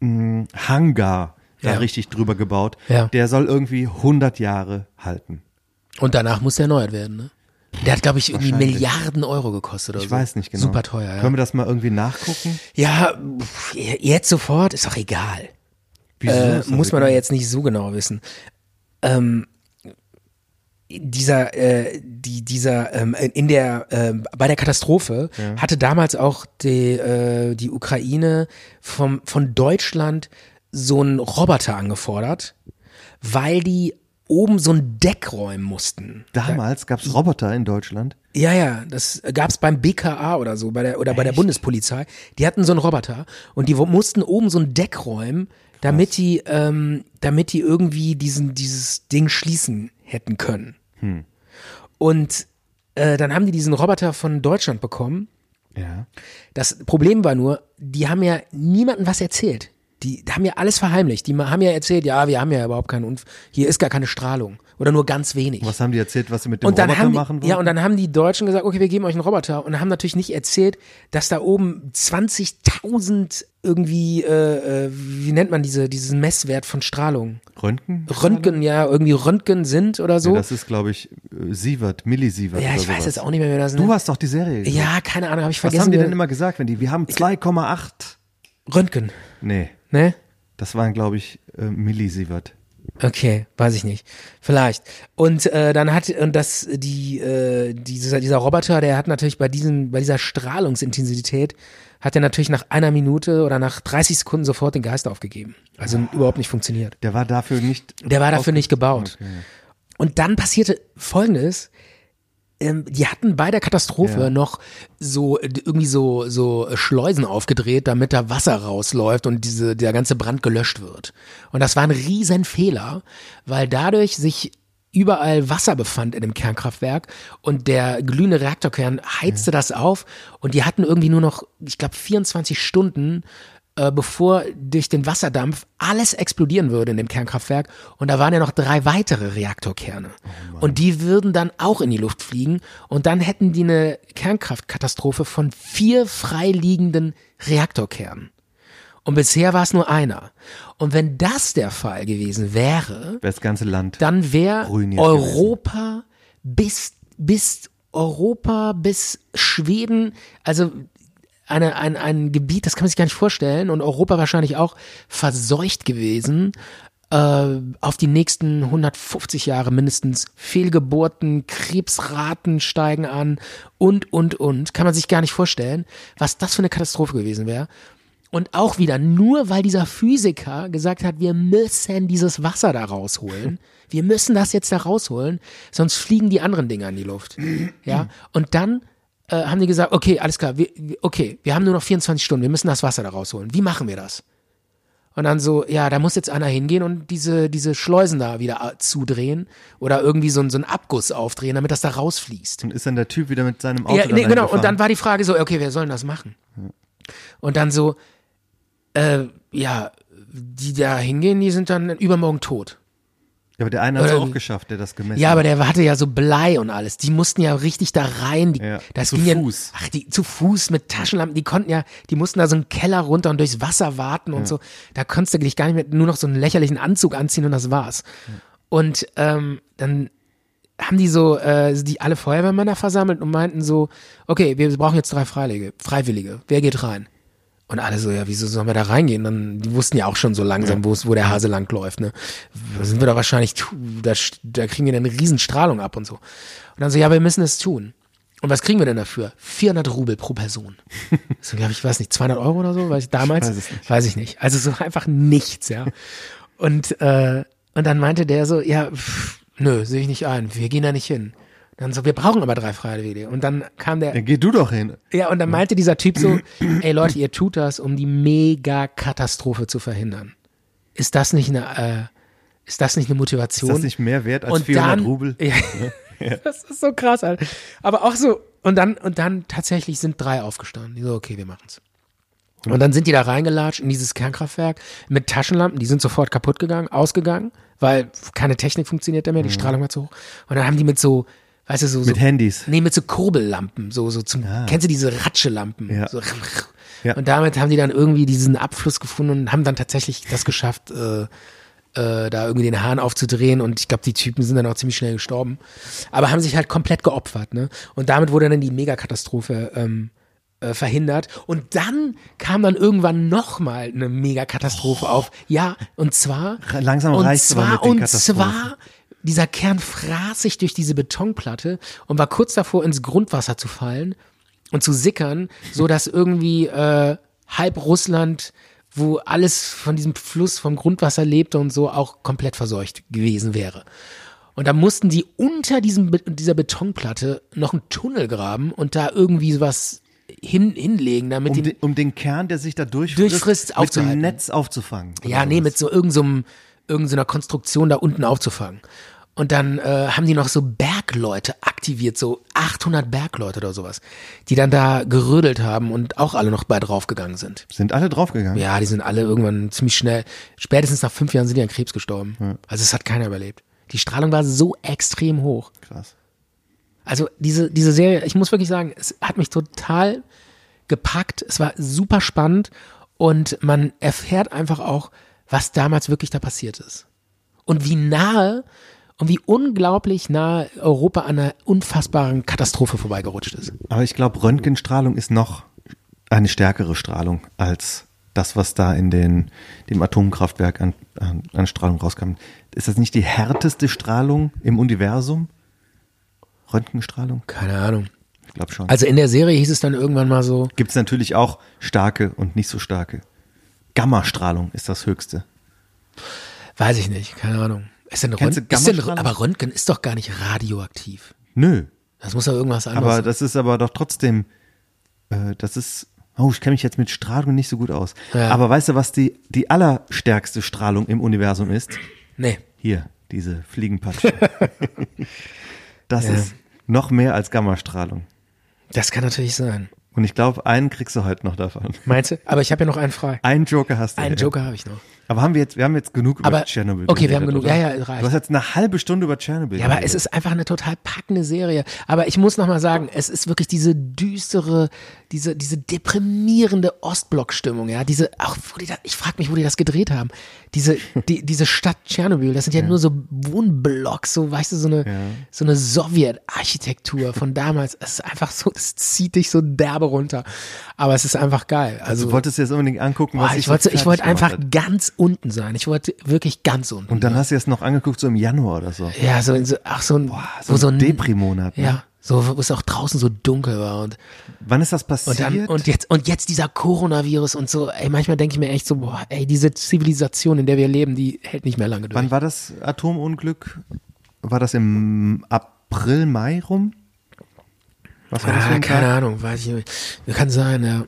Speaker 4: mh, Hangar da
Speaker 3: Ja.
Speaker 4: richtig drüber gebaut.
Speaker 3: Ja.
Speaker 4: Der soll irgendwie 100 Jahre halten.
Speaker 3: und danach muss der erneuert werden, ne? Der hat, glaube ich, irgendwie
Speaker 4: Wahrscheinlich.
Speaker 3: Milliarden Euro gekostet oder
Speaker 4: Ich
Speaker 3: so.
Speaker 4: weiß nicht genau.
Speaker 3: Super teuer, ja.
Speaker 4: Können wir das mal irgendwie nachgucken?
Speaker 3: ja, pff, jetzt sofort ist doch egal.
Speaker 4: Wieso
Speaker 3: Äh,
Speaker 4: ist das
Speaker 3: muss man doch
Speaker 4: egal?
Speaker 3: jetzt nicht so genau wissen. Ähm, dieser, äh, die, dieser, ähm, in der, ähm, bei der Katastrophe hatte damals auch die, äh, die Ukraine vom, von Deutschland so einen Roboter angefordert, weil die oben so ein Deck räumen mussten.
Speaker 4: Damals gab
Speaker 3: Mhm.
Speaker 4: es Roboter in Deutschland.
Speaker 3: Ja, ja, das gab's beim BKA oder so, bei der, oder bei der Bundespolizei. Die hatten so einen Roboter und die wo- mussten oben so ein Deck räumen, damit die, ähm, damit die irgendwie diesen, dieses Ding schließen hätten können. Und äh, dann haben die diesen Roboter von Deutschland bekommen
Speaker 4: Ja.
Speaker 3: das Problem war nur, die haben ja niemandem was erzählt. Die haben ja alles verheimlicht. Die haben ja erzählt, ja, wir haben ja überhaupt keinen Unfall. Hier ist gar keine Strahlung. Oder nur ganz wenig.
Speaker 4: Was haben die erzählt, was sie mit dem
Speaker 3: und dann
Speaker 4: Roboter
Speaker 3: haben die,
Speaker 4: machen wollen?
Speaker 3: Ja, und dann haben die Deutschen gesagt, okay, wir geben euch einen Roboter. Und haben natürlich nicht erzählt, dass da oben 20.000 irgendwie, äh, äh, wie nennt man diese, diesen Messwert von Strahlung?
Speaker 4: Röntgen?
Speaker 3: Röntgen, ja, irgendwie Röntgen sind oder so.
Speaker 4: Nee, das ist, glaube ich, äh, Sievert, Millisievert.
Speaker 3: ja,
Speaker 4: oder
Speaker 3: ich weiß
Speaker 4: sowas.
Speaker 3: jetzt auch nicht mehr, wie das
Speaker 4: Du hast doch die Serie. gesehen.
Speaker 3: Ja, keine Ahnung, habe ich
Speaker 4: Was
Speaker 3: vergessen.
Speaker 4: haben die
Speaker 3: wie-
Speaker 4: denn immer gesagt, wenn die, wir haben 2,8?
Speaker 3: Röntgen,
Speaker 4: Nee,
Speaker 3: ne?
Speaker 4: das waren, glaube ich, äh, Millisievert.
Speaker 3: Okay, weiß ich nicht. Vielleicht. Und äh, dann hat und das die äh, dieser dieser Roboter, der hat natürlich bei diesem bei dieser Strahlungsintensität hat er natürlich nach einer Minute oder nach 30 Sekunden sofort den Geist aufgegeben. Also überhaupt nicht funktioniert.
Speaker 4: Der war dafür nicht.
Speaker 3: Der war dafür nicht gebaut. Und dann passierte Folgendes. Ähm, die hatten bei der Katastrophe
Speaker 4: Ja.
Speaker 3: noch so äh, irgendwie so, so Schleusen aufgedreht, damit da Wasser rausläuft und diese, der ganze Brand gelöscht wird. Und das war ein riesen Fehler, weil dadurch sich überall Wasser befand in dem Kernkraftwerk und der glühende Reaktorkern heizte das auf und die hatten irgendwie nur noch, ich glaube, 24 Stunden äh, bevor durch den Wasserdampf alles explodieren würde in dem Kernkraftwerk. Und da waren ja noch drei weitere Reaktorkerne. und die würden dann auch in die Luft fliegen. Und dann hätten die eine Kernkraftkatastrophe von vier freiliegenden Reaktorkernen. Und bisher war es nur einer. Und wenn das der Fall gewesen wäre,
Speaker 4: Das ganze Land.
Speaker 3: dann wäre
Speaker 4: Ruiniert
Speaker 3: Europa bis, bis Europa bis Schweden, also eine, ein, ein Gebiet, das kann man sich gar nicht vorstellen und Europa wahrscheinlich auch verseucht gewesen äh, auf die nächsten 150 Jahre mindestens. Fehlgeburten, Krebsraten steigen an und, und, und. Kann man sich gar nicht vorstellen, was das für eine Katastrophe gewesen wäre. Und auch wieder, nur weil dieser Physiker gesagt hat, wir müssen dieses Wasser da rausholen. Wir müssen das jetzt da rausholen, sonst fliegen die anderen Dinger in die Luft. Ja. Und dann äh, haben die gesagt, okay, alles klar, wir, wir- okay, wir haben nur noch 24 Stunden, wir müssen das Wasser da rausholen. Wie machen wir das? Und dann so, ja, da muss jetzt einer hingehen und diese, diese Schleusen da wieder äh, zudrehen oder irgendwie so, einen- so einen Abguss aufdrehen, damit das da rausfließt.
Speaker 4: Und ist dann der Typ wieder mit seinem Auto.
Speaker 3: Ja,
Speaker 4: da
Speaker 3: nee, genau. Und
Speaker 4: reingefahren.
Speaker 3: dann war die Frage so, okay, wer soll denn das machen? Und dann so, äh, ja, die da hingehen, die sind dann übermorgen tot.
Speaker 4: Ja, aber der eine hat es
Speaker 3: Oder
Speaker 4: auch
Speaker 3: wie?
Speaker 4: geschafft, der das gemessen
Speaker 3: Äh, Ja,
Speaker 4: hat.
Speaker 3: aber der hatte ja so Blei und alles. Die mussten ja richtig da rein. Die,
Speaker 4: Ja,
Speaker 3: das
Speaker 4: zu
Speaker 3: ging
Speaker 4: Fuß.
Speaker 3: Ja, ach, die zu Fuß mit Taschenlampen. Die konnten ja, die mussten da so einen Keller runter und durchs Wasser warten und so. Da konntest du dich gar nicht mehr, nur noch so einen lächerlichen Anzug anziehen und das war's. Und ähm, dann haben die so äh, die alle Feuerwehrmänner versammelt und meinten so, okay, wir brauchen jetzt drei Freiwillige. Freiwillige. Wer geht rein? Und alle so, ja, wieso sollen wir da reingehen? Dann, die wussten ja auch schon so langsam, wo es wo der Hase lang läuft, ne? Da sind wir da wahrscheinlich, tu, da, sch- da kriegen wir dann eine Riesenstrahlung ab und so. Und dann so, ja, wir müssen es tun. Und was kriegen wir denn dafür? 400 Rubel pro
Speaker 4: (laughs)
Speaker 3: Person. So, glaube ich, weiß nicht, 200 Euro oder so, weiß ich damals?
Speaker 4: Ich weiß es nicht.
Speaker 3: Weiß ich nicht. Also so einfach nichts, ja. Und, äh, und dann meinte der so, ja, pff, nö, sehe ich nicht ein, wir gehen da nicht hin. Dann so, wir brauchen aber drei Freiwillige. Und dann kam der,
Speaker 4: Ja, geh du doch hin.
Speaker 3: ja, und dann meinte dieser Typ so, ey Leute, ihr tut das, um die Mega-Katastrophe zu verhindern. Ist das nicht eine, äh, ist das nicht eine Motivation?
Speaker 4: Ist das nicht mehr wert als
Speaker 3: und
Speaker 4: 400
Speaker 3: dann,
Speaker 4: Rubel?
Speaker 3: (laughs) Ja, Das ist so krass, Alter. Aber auch so, und dann, und dann tatsächlich sind drei aufgestanden. Die so, okay, wir machen's. Und dann sind die da reingelatscht in dieses Kernkraftwerk mit Taschenlampen, die sind sofort kaputt gegangen, ausgegangen, weil keine Technik funktionierte mehr, die Strahlung war zu hoch. Und dann haben die mit so, weißt du, so,
Speaker 4: Mhm. Mit
Speaker 3: so
Speaker 4: Handys. Ah.
Speaker 3: Nee, mit so Kurbellampen, so, so zum, kennst du diese Ratschelampen?
Speaker 4: Ja.
Speaker 3: So. (laughs)
Speaker 4: Ja.
Speaker 3: Und damit haben die dann irgendwie diesen Abfluss gefunden und haben dann tatsächlich das geschafft, äh, äh, da irgendwie den Hahn aufzudrehen und ich glaube, die Typen sind dann auch ziemlich schnell gestorben. Aber haben sich halt komplett geopfert, ne? Und damit wurde dann die Megakatastrophe ähm, äh, verhindert. Und dann kam dann irgendwann nochmal eine Megakatastrophe auf. Ja, und zwar.
Speaker 4: Ra- langsam
Speaker 3: und
Speaker 4: reicht's aber
Speaker 3: zwar,
Speaker 4: mit den
Speaker 3: Und
Speaker 4: Katastrophen.
Speaker 3: zwar, dieser Kern fraß sich durch diese Betonplatte und war kurz davor, ins Grundwasser zu fallen und zu sickern, so dass irgendwie äh, halb Russland, wo alles von diesem Fluss, vom Grundwasser lebte und so, auch komplett verseucht gewesen wäre. Und da mussten die unter diesem, Be- dieser Betonplatte noch einen Tunnel graben und da irgendwie was hin, hinlegen, damit
Speaker 4: Um,
Speaker 3: die
Speaker 4: den, um den Kern, der sich da durchfrisst,
Speaker 3: Durchfrisst
Speaker 4: mit dem
Speaker 3: aufzuhalten.
Speaker 4: Netz aufzufangen.
Speaker 3: Ja, nee, mit so irgendeinem, irgendeiner Konstruktion da unten aufzufangen. Und dann äh, haben die noch so Bergleute aktiviert, so 800 Bergleute oder sowas, die dann da gerödelt haben und auch alle noch bei draufgegangen sind.
Speaker 4: Sind alle draufgegangen?
Speaker 3: Ja, die sind alle irgendwann ziemlich schnell, spätestens nach fünf Jahren sind die an Krebs gestorben. Also es hat keiner überlebt. Die Strahlung war so extrem hoch.
Speaker 4: Krass.
Speaker 3: Also diese, diese Serie, ich muss wirklich sagen, es hat mich total gepackt. Es war super spannend und man erfährt einfach auch, was damals wirklich da passiert ist. Und wie nahe und wie unglaublich nahe Europa an einer unfassbaren Katastrophe vorbeigerutscht ist.
Speaker 4: Aber ich glaube, Röntgenstrahlung ist noch eine stärkere Strahlung als das, was da in den, dem Atomkraftwerk an, an, an Strahlung rauskam, ist das nicht die härteste Strahlung im Universum? Röntgenstrahlung?
Speaker 3: Keine Ahnung.
Speaker 4: Ich glaube schon.
Speaker 3: Also in der Serie hieß es dann irgendwann mal so,
Speaker 4: Gibt es natürlich auch starke und nicht so starke. Gammastrahlung ist das höchste.
Speaker 3: weiß ich nicht, keine Ahnung. Ist denn
Speaker 4: Kennst
Speaker 3: Röntgen,
Speaker 4: du
Speaker 3: ist denn,
Speaker 4: Gammastrahlung?
Speaker 3: aber Röntgen ist doch gar nicht radioaktiv.
Speaker 4: Nö.
Speaker 3: Das muss ja irgendwas anderes
Speaker 4: Aber das ist aber doch trotzdem, äh, das ist, oh, ich kenne mich jetzt mit Strahlung nicht so gut aus.
Speaker 3: Ja.
Speaker 4: Aber weißt du, was die, die allerstärkste Strahlung im Universum ist?
Speaker 3: Nee.
Speaker 4: Hier, diese
Speaker 3: (laughs)
Speaker 4: Fliegenpatsche. das ist noch mehr als Gammastrahlung.
Speaker 3: Das kann natürlich sein.
Speaker 4: Und ich glaube, einen kriegst du heute noch davon.
Speaker 3: Meinst du? Aber ich habe ja noch einen frei.
Speaker 4: Einen Joker hast
Speaker 3: (laughs)
Speaker 4: du.
Speaker 3: Einen
Speaker 4: ja.
Speaker 3: Joker habe ich noch.
Speaker 4: Aber haben wir jetzt, wir haben jetzt genug über
Speaker 3: Aber-
Speaker 4: Tschernobyl
Speaker 3: okay, wir
Speaker 4: geredet,
Speaker 3: haben genug.
Speaker 4: oder?
Speaker 3: Ja, ja, reicht.
Speaker 4: Du hast jetzt eine halbe Stunde über Tschernobyl
Speaker 3: Ja, aber
Speaker 4: geredet.
Speaker 3: es ist einfach eine total packende Serie. Aber ich muss nochmal sagen, es ist wirklich diese düstere, diese, diese deprimierende Ostblock-Stimmung, ja. Diese, auch wo die da, ich frage mich, wo die das gedreht haben. (laughs) Diese, die, diese Stadt Tschernobyl, das sind ja, nur so Wohnblocks, so, weißt du, so eine, so eine Sowjetarchitektur (laughs) von damals. Es ist einfach so, es zieht dich so derbe runter. Aber es ist einfach geil. Also,
Speaker 4: Du wolltest dir jetzt unbedingt angucken, was
Speaker 3: boah,
Speaker 4: ich
Speaker 3: ich wollte,
Speaker 4: so
Speaker 3: ich wollte
Speaker 4: fertig
Speaker 3: einfach
Speaker 4: gemacht
Speaker 3: ganz unten sein. Ich wollte wirklich ganz
Speaker 4: hab.
Speaker 3: unten.
Speaker 4: Und dann hast du jetzt noch angeguckt, so im Januar oder so.
Speaker 3: Ja, so, in so ach so ein,
Speaker 4: so
Speaker 3: wo
Speaker 4: ein Depri-Monat, ne?
Speaker 3: Ja, so wo es auch draußen so dunkel war und
Speaker 4: Wann ist das passiert?
Speaker 3: und dann und jetzt und jetzt dieser Coronavirus und so. Ey, manchmal denke ich mir echt so, boah, ey, diese Zivilisation, in der wir leben, die hält nicht mehr lange durch.
Speaker 4: Wann war das Atomunglück? War das im April, Mai rum? Was war das für
Speaker 3: ah,
Speaker 4: ein
Speaker 3: keine
Speaker 4: Tag?
Speaker 3: Ahnung, weiß ich nicht. Kann sein, ja.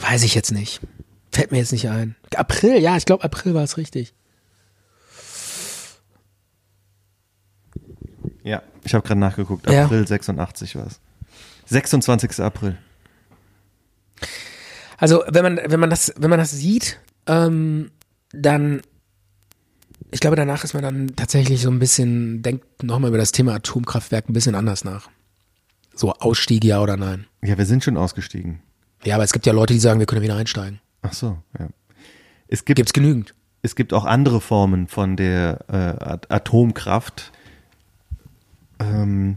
Speaker 3: Weiß ich jetzt nicht. Fällt mir jetzt nicht ein. April, ja, ich glaube April war es richtig.
Speaker 4: Ja, ich habe gerade nachgeguckt.
Speaker 3: Ja.
Speaker 4: April 86 war es. 26. April.
Speaker 3: Also, wenn man, wenn man das, wenn man das sieht, ähm, dann, ich glaube, danach ist man dann tatsächlich so ein bisschen, denkt nochmal über das Thema Atomkraftwerk ein bisschen anders nach. So Ausstieg, ja oder nein.
Speaker 4: Ja, wir sind schon ausgestiegen.
Speaker 3: Ja, aber es gibt ja Leute, die sagen, wir können wieder einsteigen.
Speaker 4: Ach so, ja. Es gibt,
Speaker 3: Gibt's genügend.
Speaker 4: es gibt auch andere Formen von der äh, At- Atomkraft. Ähm,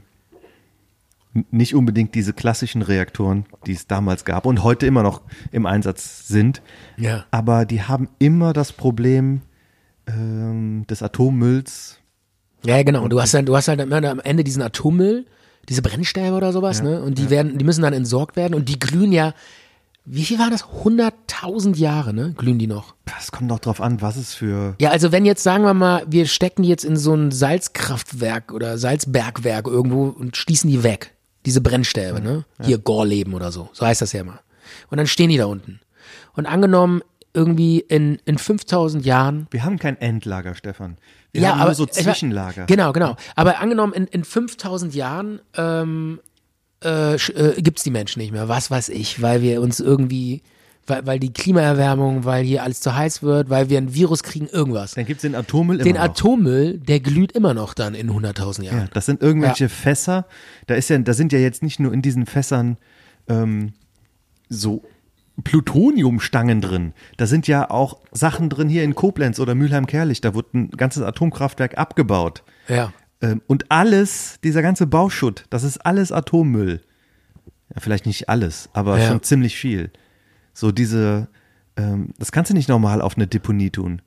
Speaker 4: n- nicht unbedingt diese klassischen Reaktoren, die es damals gab und heute immer noch im Einsatz sind.
Speaker 3: Ja.
Speaker 4: Aber die haben immer das Problem ähm, des Atommülls.
Speaker 3: Ja, ja, genau. Du hast dann, du hast halt am Ende- am Ende diesen Atommüll, diese Brennstäbe oder sowas, ne? Und die werden, die müssen dann entsorgt werden und die glühen ja, wie viel waren das? 100.000 Jahre, ne? Glühen die noch.
Speaker 4: Das kommt auch drauf an, was es für.
Speaker 3: Ja, also wenn jetzt, sagen wir mal, wir stecken jetzt in so ein Salzkraftwerk oder Salzbergwerk irgendwo und schließen die weg, diese Brennstäbe, ne? Hier Gorleben oder so, so heißt das ja mal. Und dann stehen die da unten. Und angenommen, irgendwie in, in 5000 Jahren
Speaker 4: Wir haben kein Endlager, Stefan. Wir haben nur so
Speaker 3: ich weiß-
Speaker 4: Zwischenlager.
Speaker 3: Genau, genau. Aber angenommen, in, in 5000 Jahren ähm, äh, sch- äh, gibt es die Menschen nicht mehr. Was weiß ich, weil wir uns irgendwie, weil, weil die Klimaerwärmung, weil hier alles zu heiß wird, weil wir ein Virus kriegen, irgendwas.
Speaker 4: Dann gibt es den Atommüll
Speaker 3: Den
Speaker 4: immer noch.
Speaker 3: Atommüll, der glüht immer noch dann in 100.000 Jahren.
Speaker 4: Ja, das sind irgendwelche Fässer. Da, ist ja, da sind ja jetzt nicht nur in diesen Fässern ähm, so Plutoniumstangen drin. Da sind ja auch Sachen drin hier in Koblenz oder Mülheim-Kerlich. Da wurde ein ganzes Atomkraftwerk abgebaut.
Speaker 3: Ja.
Speaker 4: Ähm, und alles, dieser ganze Bauschutt, das ist alles Atommüll. Ja, vielleicht nicht alles, aber
Speaker 3: Ja.
Speaker 4: schon ziemlich viel. So diese, ähm, das kannst du nicht normal auf eine Deponie tun.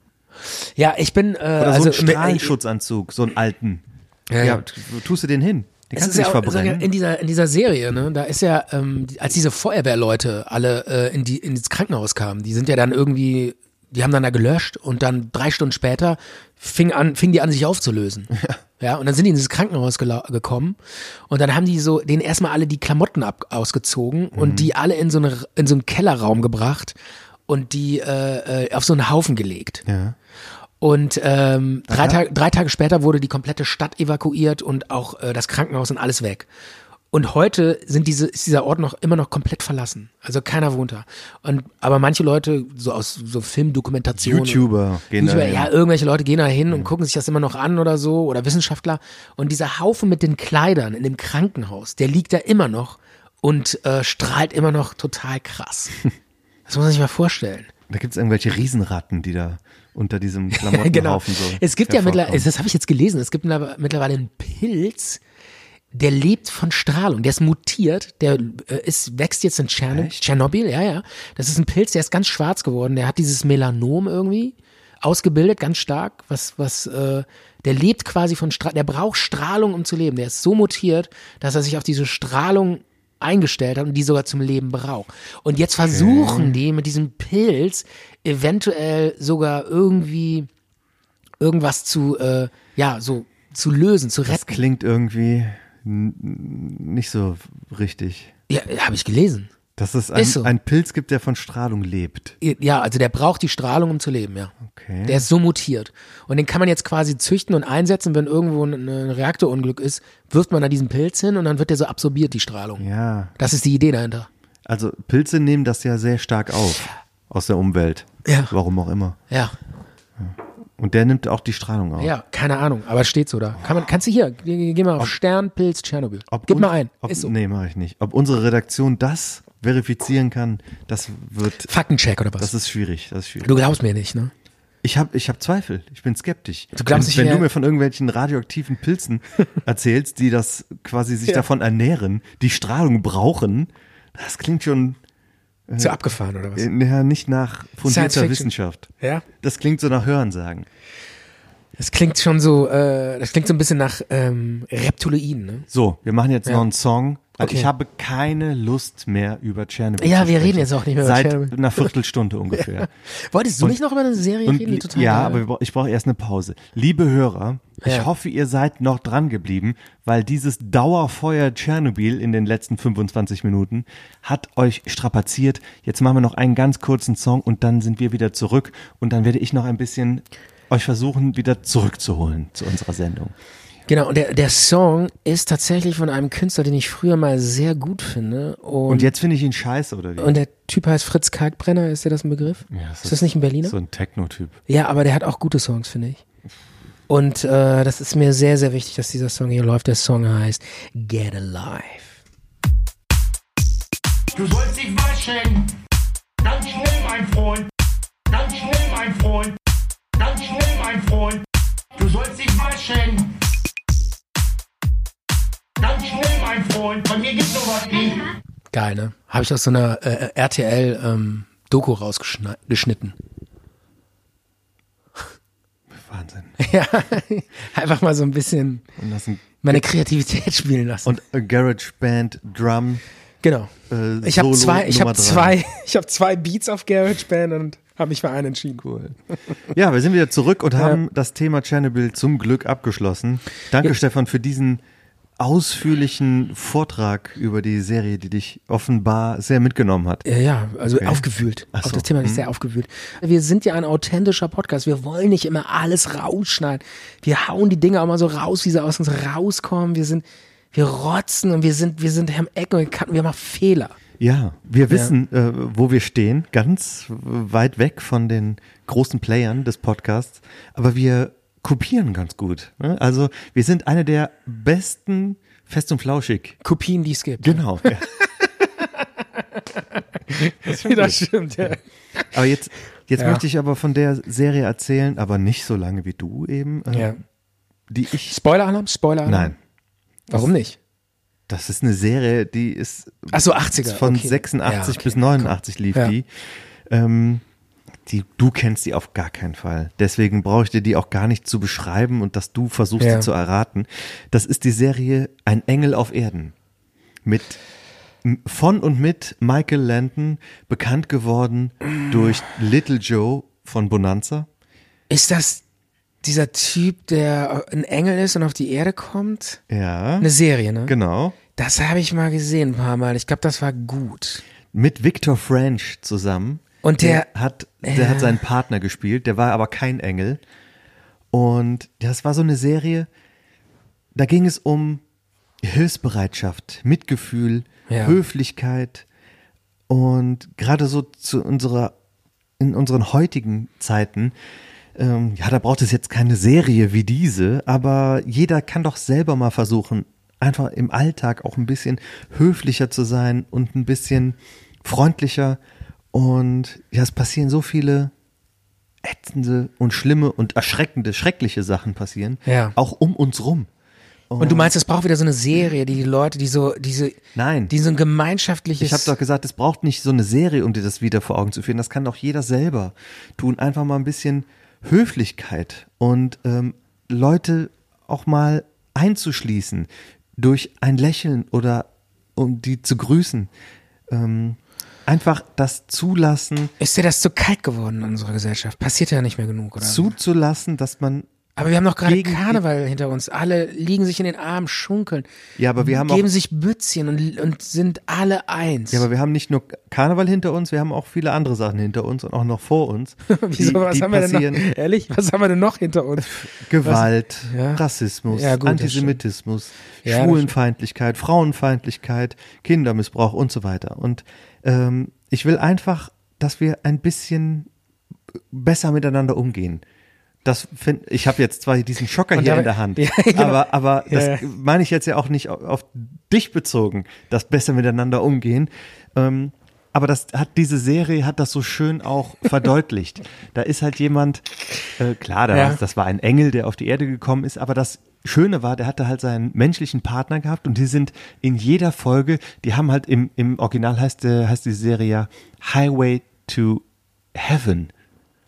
Speaker 3: Ja, ich bin. Äh,
Speaker 4: Oder
Speaker 3: also,
Speaker 4: so einen Strahlenschutzanzug, so einen alten.
Speaker 3: Ja,
Speaker 4: Ja,
Speaker 3: ja.
Speaker 4: t- wo tust du den hin? Den
Speaker 3: Es
Speaker 4: kannst
Speaker 3: ist
Speaker 4: du nicht
Speaker 3: ja auch,
Speaker 4: verbrennen.
Speaker 3: sogar in dieser in dieser Serie, ne, da ist ja, ähm, die- als diese Feuerwehrleute alle äh, in die ins Krankenhaus kamen, die sind ja dann irgendwie, die haben dann da gelöscht und dann drei Stunden später fing an, fingen die an sich
Speaker 4: (laughs)
Speaker 3: aufzulösen. Ja. und dann sind die in dieses Krankenhaus gela- gekommen und dann haben die so den erstmal alle die Klamotten ab ausgezogen
Speaker 4: Mhm.
Speaker 3: und die alle in so eine in so einen Kellerraum gebracht und die äh, äh, auf so einen Haufen gelegt.
Speaker 4: ja.
Speaker 3: Und ähm, drei, Tage drei Tage später wurde die komplette Stadt evakuiert und auch äh, das Krankenhaus und alles weg. Und heute sind diese, ist dieser Ort noch immer noch komplett verlassen. Also keiner wohnt da. Und, aber manche Leute, so aus so Filmdokumentationen.
Speaker 4: YouTuber gehen da
Speaker 3: YouTuber,
Speaker 4: hin. Mhm.
Speaker 3: Ja, irgendwelche Leute gehen da hin und gucken sich das immer noch an oder so. Oder Wissenschaftler. Und dieser Haufen mit den Kleidern in dem Krankenhaus, der liegt da immer noch und äh, strahlt immer noch total
Speaker 4: (laughs)
Speaker 3: krass. das muss man sich mal vorstellen.
Speaker 4: Da gibt es irgendwelche Riesenratten, die da
Speaker 3: (laughs)
Speaker 4: unter diesem Klamottenhaufen
Speaker 3: genau.
Speaker 4: so.
Speaker 3: Es gibt ja
Speaker 4: hervorkommen.
Speaker 3: mittlerweile, das habe ich jetzt gelesen, es gibt mittlerweile einen Pilz, der lebt von Strahlung, der ist mutiert, der äh, ist, wächst jetzt in Tscherno Tschernobyl, ja, ja. Das ist ein Pilz, der ist ganz schwarz geworden, der hat dieses Melanom irgendwie ausgebildet, ganz stark, was, was, äh, der lebt quasi von Strahlung, der braucht Strahlung, um zu leben. Der ist so mutiert, dass er sich auf diese Strahlung eingestellt hat und die sogar zum Leben braucht. Und jetzt versuchen die mit diesem Pilz eventuell sogar irgendwie irgendwas zu, äh, ja, so zu lösen, zu
Speaker 4: Das
Speaker 3: retten.
Speaker 4: klingt irgendwie n- nicht so richtig.
Speaker 3: Ja, habe ich gelesen.
Speaker 4: Dass es ein,
Speaker 3: Ist so.
Speaker 4: ein Pilz gibt, der von Strahlung lebt.
Speaker 3: Ja, also der braucht die Strahlung, um zu leben, ja.
Speaker 4: Okay.
Speaker 3: Der ist so mutiert. Und den kann man jetzt quasi züchten und einsetzen, wenn irgendwo ein, ein Reaktorunglück ist, wirft man da diesen Pilz hin und dann wird der so absorbiert, die Strahlung.
Speaker 4: ja,
Speaker 3: Das ist die Idee dahinter.
Speaker 4: also Pilze nehmen das ja sehr stark auf aus der Umwelt.
Speaker 3: Ja.
Speaker 4: Warum auch immer.
Speaker 3: Ja,
Speaker 4: Und der nimmt auch die Strahlung auf.
Speaker 3: ja, keine Ahnung, aber es steht so da. Kann man, kannst du hier, geh, geh mal auf Stern, Pilz, Tschernobyl. Gib
Speaker 4: uns-
Speaker 3: mal ein.
Speaker 4: Ob,
Speaker 3: Ist so.
Speaker 4: Nee, mache ich nicht. Ob unsere Redaktion das verifizieren kann, das wird.
Speaker 3: Faktencheck oder was?
Speaker 4: Das ist schwierig. Das ist schwierig.
Speaker 3: du glaubst mir nicht, ne?
Speaker 4: Ich habe ich hab Zweifel. Ich bin skeptisch.
Speaker 3: Du glaubst nicht,
Speaker 4: wenn, wenn
Speaker 3: wer-
Speaker 4: du mir von irgendwelchen radioaktiven
Speaker 3: (laughs)
Speaker 4: Pilzen erzählst, die das quasi sich davon ernähren, die Strahlung brauchen, das klingt schon
Speaker 3: Zu abgefahren oder was?
Speaker 4: äh, ja, nicht nach
Speaker 3: Science
Speaker 4: fundierter
Speaker 3: Fiction.
Speaker 4: Wissenschaft.
Speaker 3: Ja.
Speaker 4: Das klingt so nach Hörensagen.
Speaker 3: Das klingt schon so, äh, das klingt so ein bisschen nach ähm, Reptiloiden, ne?
Speaker 4: So, wir machen jetzt noch einen Song. Also
Speaker 3: Okay.
Speaker 4: Ich habe keine Lust mehr über Tschernobyl
Speaker 3: Ja, wir
Speaker 4: zu sprechen.
Speaker 3: reden jetzt auch nicht mehr über
Speaker 4: Seit
Speaker 3: Tschernobyl.
Speaker 4: einer Viertelstunde
Speaker 3: (laughs)
Speaker 4: ungefähr.
Speaker 3: Wolltest du
Speaker 4: Und-
Speaker 3: nicht noch über eine Serie
Speaker 4: Und,
Speaker 3: reden, die
Speaker 4: li-
Speaker 3: total
Speaker 4: ja,
Speaker 3: geil
Speaker 4: aber wir bra- ich brauche erst eine Pause. Liebe Hörer,
Speaker 3: Ja.
Speaker 4: ich hoffe, ihr seid noch dran geblieben, weil dieses Dauerfeuer Tschernobyl in den letzten 25 Minuten hat euch strapaziert. Jetzt machen wir noch einen ganz kurzen Song und dann sind wir wieder zurück und dann werde ich noch ein bisschen euch versuchen, wieder zurückzuholen zu unserer Sendung.
Speaker 3: Genau, und der, der Song ist tatsächlich von einem Künstler, den ich früher mal sehr gut finde. Und,
Speaker 4: Und jetzt finde ich ihn scheiße, oder wie?
Speaker 3: und der Typ heißt Fritz Kalkbrenner, ist dir das ein Begriff?
Speaker 4: Ja,
Speaker 3: ist, das nicht ein Berliner?
Speaker 4: So ein Techno-Typ.
Speaker 3: Ja, aber der hat auch gute Songs, finde ich. Und äh, das ist mir sehr, sehr wichtig, dass dieser Song hier läuft. Der Song heißt Get Alive.
Speaker 8: Du sollst dich waschen. Ganz schnell, mein Freund. Ganz schnell, mein Freund. Ganz schnell, mein Freund. Du sollst dich waschen. Ganz schnell, mein Freund. Bei mir gibt's sowas nicht.
Speaker 3: Geil, ne? Habe ich aus so einer äh, RTL-Doku ähm, rausgeschnitten.
Speaker 4: Wahnsinn.
Speaker 3: (laughs) Ja, einfach mal so ein bisschen
Speaker 4: Und das ist ein
Speaker 3: meine Kreativität spielen lassen.
Speaker 4: und a Garage Band Drum.
Speaker 3: Genau.
Speaker 4: Äh,
Speaker 3: ich habe
Speaker 4: Solo
Speaker 3: zwei, ich
Speaker 4: Nummer
Speaker 3: habe
Speaker 4: drei.
Speaker 3: zwei, (laughs) ich habe zwei Beats auf GarageBand und habe mich für einen entschieden.
Speaker 4: Cool. (laughs) Ja, wir sind wieder zurück und haben das Thema Tschernobyl zum Glück abgeschlossen. Danke, Stefan, für diesen ausführlichen Vortrag über die Serie, die dich offenbar sehr mitgenommen hat.
Speaker 3: Ja, ja, also aufgewühlt.
Speaker 4: Ach
Speaker 3: Auf
Speaker 4: so. Hm.
Speaker 3: das Thema ist sehr aufgewühlt. Wir sind ja ein authentischer Podcast. Wir wollen nicht immer alles rausschneiden. Wir hauen die Dinge auch mal so raus, wie sie aus uns rauskommen. Wir sind, wir rotzen und wir sind, wir sind, haben Ecken und Kanten. Wir machen Fehler.
Speaker 4: Ja, wir wissen, Äh, wo wir stehen, ganz weit weg von den großen Playern des Podcasts, aber wir kopieren ganz gut. Ne? Also wir sind eine der besten Fest und Flauschig.
Speaker 3: Kopien, die es gibt.
Speaker 4: Genau. Ja.
Speaker 3: (laughs) das stimmt, ja.
Speaker 4: (laughs) Aber jetzt, jetzt
Speaker 3: Ja.
Speaker 4: möchte ich aber von der Serie erzählen, aber nicht so lange wie du eben, äh,
Speaker 3: ja.
Speaker 4: die ich
Speaker 3: Spoiler-Alarm? Spoiler-Alarm?
Speaker 4: Nein,
Speaker 3: Warum nicht?
Speaker 4: das ist eine Serie, die ist
Speaker 3: Ach so, 80er.
Speaker 4: von
Speaker 3: okay.
Speaker 4: 86
Speaker 3: Ja, okay.
Speaker 4: bis 89 lief
Speaker 3: Ja.
Speaker 4: die. Ähm, die. Du kennst die auf gar keinen Fall. Deswegen brauche ich dir die auch gar nicht zu beschreiben und dass du versuchst,
Speaker 3: Ja.
Speaker 4: sie zu erraten. Das ist die Serie Ein Engel auf Erden. Mit m- von und mit Michael Landon, bekannt geworden durch Little Joe von Bonanza.
Speaker 3: Ist das dieser Typ, der ein Engel ist und auf die Erde kommt?
Speaker 4: Ja.
Speaker 3: Eine Serie, ne?
Speaker 4: Genau.
Speaker 3: Das habe ich mal gesehen ein paar Mal. Ich glaube, das war gut.
Speaker 4: mit Victor French zusammen.
Speaker 3: Und der-
Speaker 4: hat, der
Speaker 3: Ja.
Speaker 4: hat seinen Partner gespielt, der war aber kein Engel. Und das war so eine Serie, da ging es um Hilfsbereitschaft, Mitgefühl,
Speaker 3: Ja.
Speaker 4: Höflichkeit und gerade so zu unserer in unseren heutigen Zeiten ähm, ja, da braucht es jetzt keine Serie wie diese, aber jeder kann doch selber mal versuchen, einfach im Alltag auch ein bisschen höflicher zu sein und ein bisschen freundlicher. Und ja, es passieren so viele ätzende und schlimme und erschreckende, schreckliche Sachen passieren,
Speaker 3: Ja.
Speaker 4: auch um uns rum.
Speaker 3: Und du meinst, es braucht wieder so eine Serie, die die Leute, die so, diese,
Speaker 4: Nein.
Speaker 3: die so ein gemeinschaftliches.
Speaker 4: Ich habe doch gesagt, es braucht nicht so eine Serie, um dir das wieder vor Augen zu führen. Das kann doch jeder selber tun. Einfach mal ein bisschen Höflichkeit und ähm, Leute auch mal einzuschließen durch ein Lächeln oder um die zu grüßen. Ähm, einfach das zulassen,
Speaker 3: ist dir das zu kalt geworden in unserer Gesellschaft? Passiert ja nicht mehr genug, oder?
Speaker 4: zuzulassen, dass man
Speaker 3: aber wir haben doch gerade
Speaker 4: gegen die-
Speaker 3: Karneval hinter uns. Alle liegen sich in den Armen, schunkeln.
Speaker 4: Ja, aber wir haben
Speaker 3: geben
Speaker 4: auch-
Speaker 3: sich Bützchen und, und sind alle eins.
Speaker 4: Ja, aber wir haben nicht nur Karneval hinter uns, wir haben auch viele andere Sachen hinter uns und auch noch vor uns.
Speaker 3: (laughs) Wieso,
Speaker 4: die,
Speaker 3: was
Speaker 4: die
Speaker 3: haben wir denn
Speaker 4: passieren.
Speaker 3: noch? Ehrlich, was haben wir denn noch hinter
Speaker 4: (laughs)
Speaker 3: uns?
Speaker 4: Gewalt,
Speaker 3: Ja.
Speaker 4: Rassismus,
Speaker 3: Ja, gut, das
Speaker 4: Antisemitismus,
Speaker 3: Ja, das
Speaker 4: Schwulenfeindlichkeit, Frauenfeindlichkeit, Kindermissbrauch und so weiter. Und ähm, ich will einfach, dass wir ein bisschen besser miteinander umgehen. Das find, ich habe jetzt zwar diesen Schocker
Speaker 3: Und
Speaker 4: hier
Speaker 3: dabei-
Speaker 4: in der
Speaker 3: (laughs)
Speaker 4: Hand,
Speaker 3: Ja, genau.
Speaker 4: aber, aber das
Speaker 3: Ja, ja.
Speaker 4: meine ich jetzt ja auch nicht au- auf dich bezogen, das besser miteinander umgehen. Ähm, aber das hat diese Serie hat das so schön auch verdeutlicht. Da ist halt jemand, äh, klar, da
Speaker 3: Ja.
Speaker 4: war's- das war ein Engel, der auf die Erde gekommen ist, aber das Schöne war, der hatte halt seinen menschlichen Partner gehabt und die sind in jeder Folge, die haben halt im, im Original heißt, äh, heißt die Serie ja Highway to Heaven.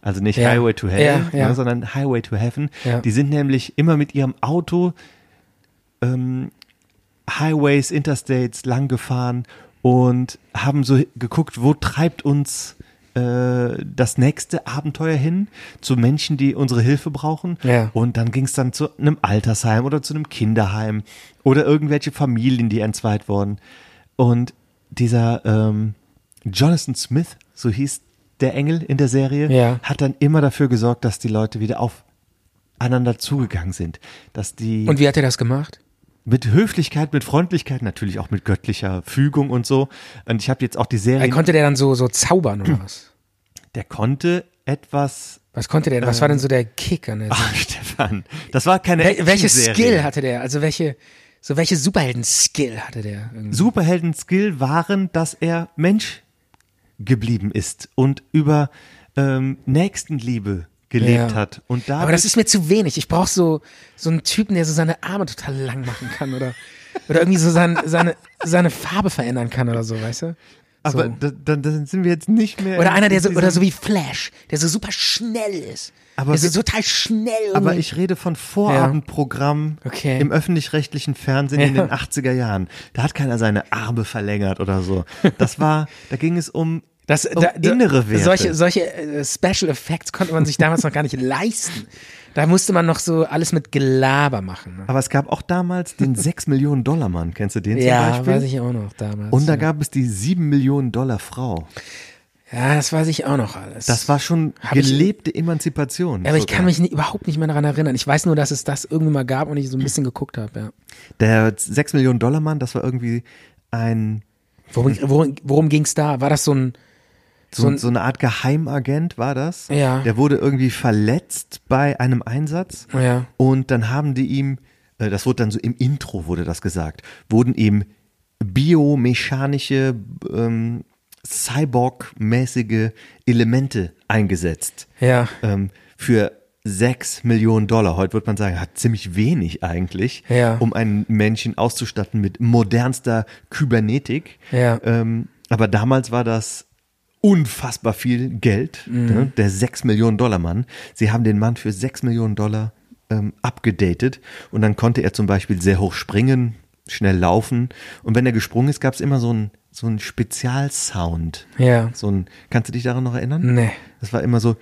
Speaker 4: Also nicht
Speaker 3: Ja.
Speaker 4: Highway to Heaven,
Speaker 3: Ja, ja.
Speaker 4: Ne, sondern Highway to Heaven.
Speaker 3: Ja.
Speaker 4: Die sind nämlich immer mit ihrem Auto Highways, Interstates lang gefahren und haben so geguckt, wo treibt uns äh, das nächste Abenteuer hin zu Menschen, die unsere Hilfe brauchen.
Speaker 3: Ja.
Speaker 4: Und dann ging es dann zu einem Altersheim oder zu einem Kinderheim oder irgendwelche Familien, die entzweit wurden. Und dieser ähm, Jonathan Smith, so hieß der Engel in der Serie,
Speaker 3: Ja.
Speaker 4: hat dann immer dafür gesorgt, dass die Leute wieder aufeinander zugegangen sind, dass die
Speaker 3: Und wie hat er das gemacht?
Speaker 4: mit Höflichkeit, mit Freundlichkeit, natürlich auch mit göttlicher Fügung und so. Und ich habe jetzt auch die Serie.
Speaker 3: Er Äh, konnte der dann so, so zaubern
Speaker 4: Hm.
Speaker 3: oder was?
Speaker 4: der konnte etwas. (laughs)
Speaker 3: Was konnte der denn?
Speaker 4: Äh.
Speaker 3: Was war denn so der Kick an der Sache?
Speaker 4: Ah, Stefan, das war keine.
Speaker 3: Wel welches
Speaker 4: Action-Serie.
Speaker 3: Skill hatte der? Also welche, so welche Superhelden-Skill hatte der? irgendwie?
Speaker 4: Superhelden-Skill waren, dass er Mensch geblieben ist und über ähm, Nächstenliebe gelebt
Speaker 3: Ja.
Speaker 4: hat. Und da
Speaker 3: Aber das ist mir zu wenig. Ich brauche so, so einen Typen, der so seine Arme total lang machen kann oder, oder irgendwie so sein, seine, seine Farbe verändern kann oder so, weißt du?
Speaker 4: aber
Speaker 3: so.
Speaker 4: da, da, da sind wir jetzt nicht mehr.
Speaker 3: Oder
Speaker 4: in
Speaker 3: einer, der so, oder
Speaker 4: diesem-
Speaker 3: so wie Flash, der so super schnell ist.
Speaker 4: Aber
Speaker 3: der so
Speaker 4: wie-
Speaker 3: total schnell.
Speaker 4: Aber
Speaker 3: irgendwie-
Speaker 4: ich rede von Vorabendprogrammen
Speaker 3: Okay.
Speaker 4: im öffentlich-rechtlichen Fernsehen in
Speaker 3: Ja.
Speaker 4: den 80er Jahren. Da hat keiner seine Arme verlängert oder so. Das
Speaker 3: (laughs)
Speaker 4: war, da ging es um,
Speaker 3: das,
Speaker 4: um
Speaker 3: da, da,
Speaker 4: innere Werte.
Speaker 3: Solche, solche äh, Special Effects konnte man sich damals noch gar nicht leisten. Da musste man noch so alles mit Gelaber machen. Ne?
Speaker 4: aber es gab auch
Speaker 3: (laughs)
Speaker 4: damals den 6 Millionen Dollar Mann, kennst du den zum
Speaker 3: Ja,
Speaker 4: Beispiel?
Speaker 3: weiß ich auch noch damals. ne?
Speaker 4: Und da
Speaker 3: ja.
Speaker 4: gab es die 7 Millionen Dollar Frau.
Speaker 3: ja, das weiß ich auch noch alles.
Speaker 4: Das war schon
Speaker 3: Hab ich-
Speaker 4: gelebte Emanzipation.
Speaker 3: Ja, aber ich
Speaker 4: sogar.
Speaker 3: kann mich ni- überhaupt nicht mehr daran erinnern. Ich weiß nur, dass es das irgendwie mal gab und ich so ein bisschen geguckt habe, ja.
Speaker 4: Der 6 Millionen Dollar Mann, das war irgendwie ein, (laughs)
Speaker 3: Worum, worum, worum ging es da? War das so ein.
Speaker 4: so,
Speaker 3: So ein-
Speaker 4: so eine Art Geheimagent war das.
Speaker 3: Ja.
Speaker 4: Der wurde irgendwie verletzt bei einem Einsatz.
Speaker 3: Ja.
Speaker 4: Und dann haben die ihm, äh, das wurde dann so im Intro wurde das gesagt, wurden ihm biomechanische, ähm, Cyborg-mäßige Elemente eingesetzt.
Speaker 3: Ja.
Speaker 4: Ähm, für 6 Millionen Dollar. Heute wird man sagen, hat ziemlich wenig eigentlich,
Speaker 3: Ja.
Speaker 4: um einen Menschen auszustatten mit modernster Kybernetik.
Speaker 3: Ja.
Speaker 4: Ähm, aber damals war das unfassbar viel Geld,
Speaker 3: Mhm.
Speaker 4: ne? der 6 Millionen Dollar Mann. Sie haben den Mann für 6 Millionen Dollar ähm, abgedatet und dann konnte er zum Beispiel sehr hoch springen, schnell laufen und wenn er gesprungen ist, gab es immer so einen so einen Spezialsound.
Speaker 3: Ja. Ne.
Speaker 4: So ein, kannst du dich daran noch erinnern?
Speaker 3: Nee.
Speaker 4: Das war immer so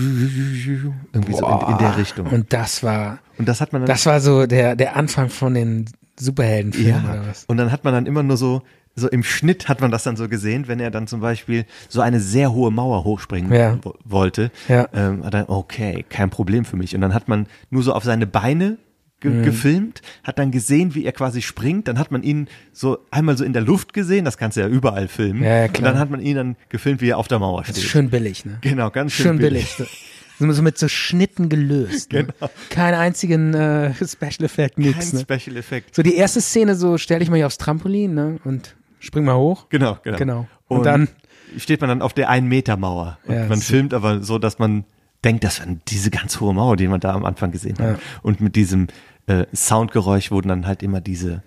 Speaker 4: irgendwie so in, in der Richtung. Und,
Speaker 3: Und das war.
Speaker 4: das hat man dann
Speaker 3: Das war so der, der Anfang von den Superheldenfilmen oder
Speaker 4: Ja,
Speaker 3: was?
Speaker 4: und dann hat man dann immer nur so, so im Schnitt hat man das dann so gesehen, wenn er dann zum Beispiel so eine sehr hohe Mauer hochspringen
Speaker 3: Ja.
Speaker 4: wo- wollte,
Speaker 3: Ja.
Speaker 4: ähm, hat dann, okay, kein Problem für mich. Und dann hat man nur so auf seine Beine ge
Speaker 3: Mhm.
Speaker 4: gefilmt, hat dann gesehen, wie er quasi springt, dann hat man ihn so einmal so in der Luft gesehen, das kannst du ja überall filmen.
Speaker 3: Ja, ja,
Speaker 4: Und
Speaker 3: klar.
Speaker 4: dann hat man ihn dann gefilmt, wie er auf der Mauer steht.
Speaker 3: Das ist schön billig, ne?
Speaker 4: Genau, ganz schön
Speaker 3: Schön billig. So, so mit so Schnitten gelöst. Ne? Genau. Keinen einzigen äh, (laughs) Special Effect, nix.
Speaker 4: Kein
Speaker 3: Ne?
Speaker 4: Special Effekt.
Speaker 3: So die erste Szene, so stell dich mal hier aufs Trampolin, ne? Und spring mal hoch.
Speaker 4: Genau, genau.
Speaker 3: Genau. Und dann-
Speaker 4: steht man dann auf der 1 Meter Mauer. Und
Speaker 3: Ja,
Speaker 4: man
Speaker 3: so-
Speaker 4: filmt aber so, dass man denkt, das war diese ganz hohe Mauer, die man da am Anfang gesehen hat. Und mit diesem äh, Soundgeräusch wurden dann halt
Speaker 3: (laughs)
Speaker 4: immer diese,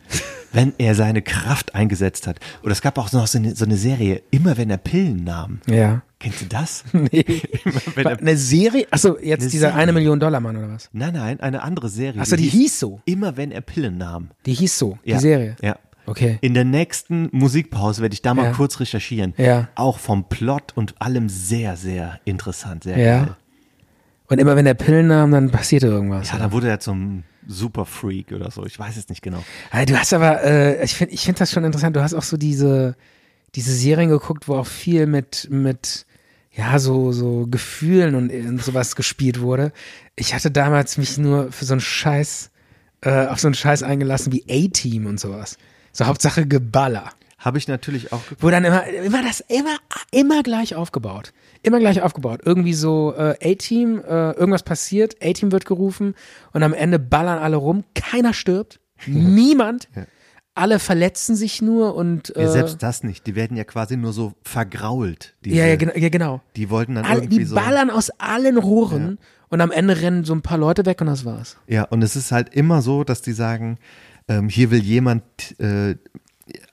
Speaker 4: wenn er seine Kraft eingesetzt hat. Oder es gab auch noch so eine, so eine Serie, immer wenn er Pillen nahm.
Speaker 3: Ja. (laughs)
Speaker 4: Kennst du das?
Speaker 3: Nee.
Speaker 4: (laughs) Immer wenn er,
Speaker 3: Eine Serie? Achso, jetzt
Speaker 4: Eine
Speaker 3: dieser
Speaker 4: Serie.
Speaker 3: eine Million Dollar Mann oder was?
Speaker 4: nein, nein, eine andere Serie.
Speaker 3: Ach so, die hieß so.
Speaker 4: Immer wenn er Pillen nahm.
Speaker 3: Die hieß so,
Speaker 4: Ja.
Speaker 3: die Serie.
Speaker 4: Ja.
Speaker 3: Okay.
Speaker 4: In der nächsten Musikpause werde ich da mal
Speaker 3: Ja.
Speaker 4: kurz recherchieren.
Speaker 3: Ja.
Speaker 4: Auch vom Plot und allem sehr, sehr interessant. Sehr
Speaker 3: Ja.
Speaker 4: geil.
Speaker 3: Und immer wenn er Pillen nahm, dann passierte irgendwas.
Speaker 4: Ja, dann wurde er zum Superfreak oder so. Ich weiß es nicht genau.
Speaker 3: Ah, Du hast aber, äh, ich finde ich find das schon interessant, du hast auch so diese, diese Serien geguckt, wo auch viel mit, mit ja, so, so Gefühlen und, und sowas gespielt wurde. Ich hatte damals mich nur für so einen Scheiß, äh, auf so einen Scheiß eingelassen wie A-Team und sowas. So Hauptsache Geballer.
Speaker 4: Habe ich natürlich auch geguckt.
Speaker 3: Wo dann immer, immer das, immer, immer gleich aufgebaut. Immer gleich aufgebaut. Irgendwie so äh, A-Team, äh, irgendwas passiert, A-Team wird gerufen und am Ende ballern alle rum. Keiner stirbt. Niemand. Alle verletzen sich nur und. Äh,
Speaker 4: Ja, selbst das nicht. Die werden ja quasi nur so vergrault. Diese,
Speaker 3: ja, ja, genau. Ja, genau.
Speaker 4: Die wollten dann
Speaker 3: Alle,
Speaker 4: irgendwie
Speaker 3: die
Speaker 4: so.
Speaker 3: ballern aus allen Rohren und am Ende rennen so ein paar Leute weg und das war's.
Speaker 4: Ja, und es ist halt immer so, dass die sagen, ähm, hier will jemand, äh,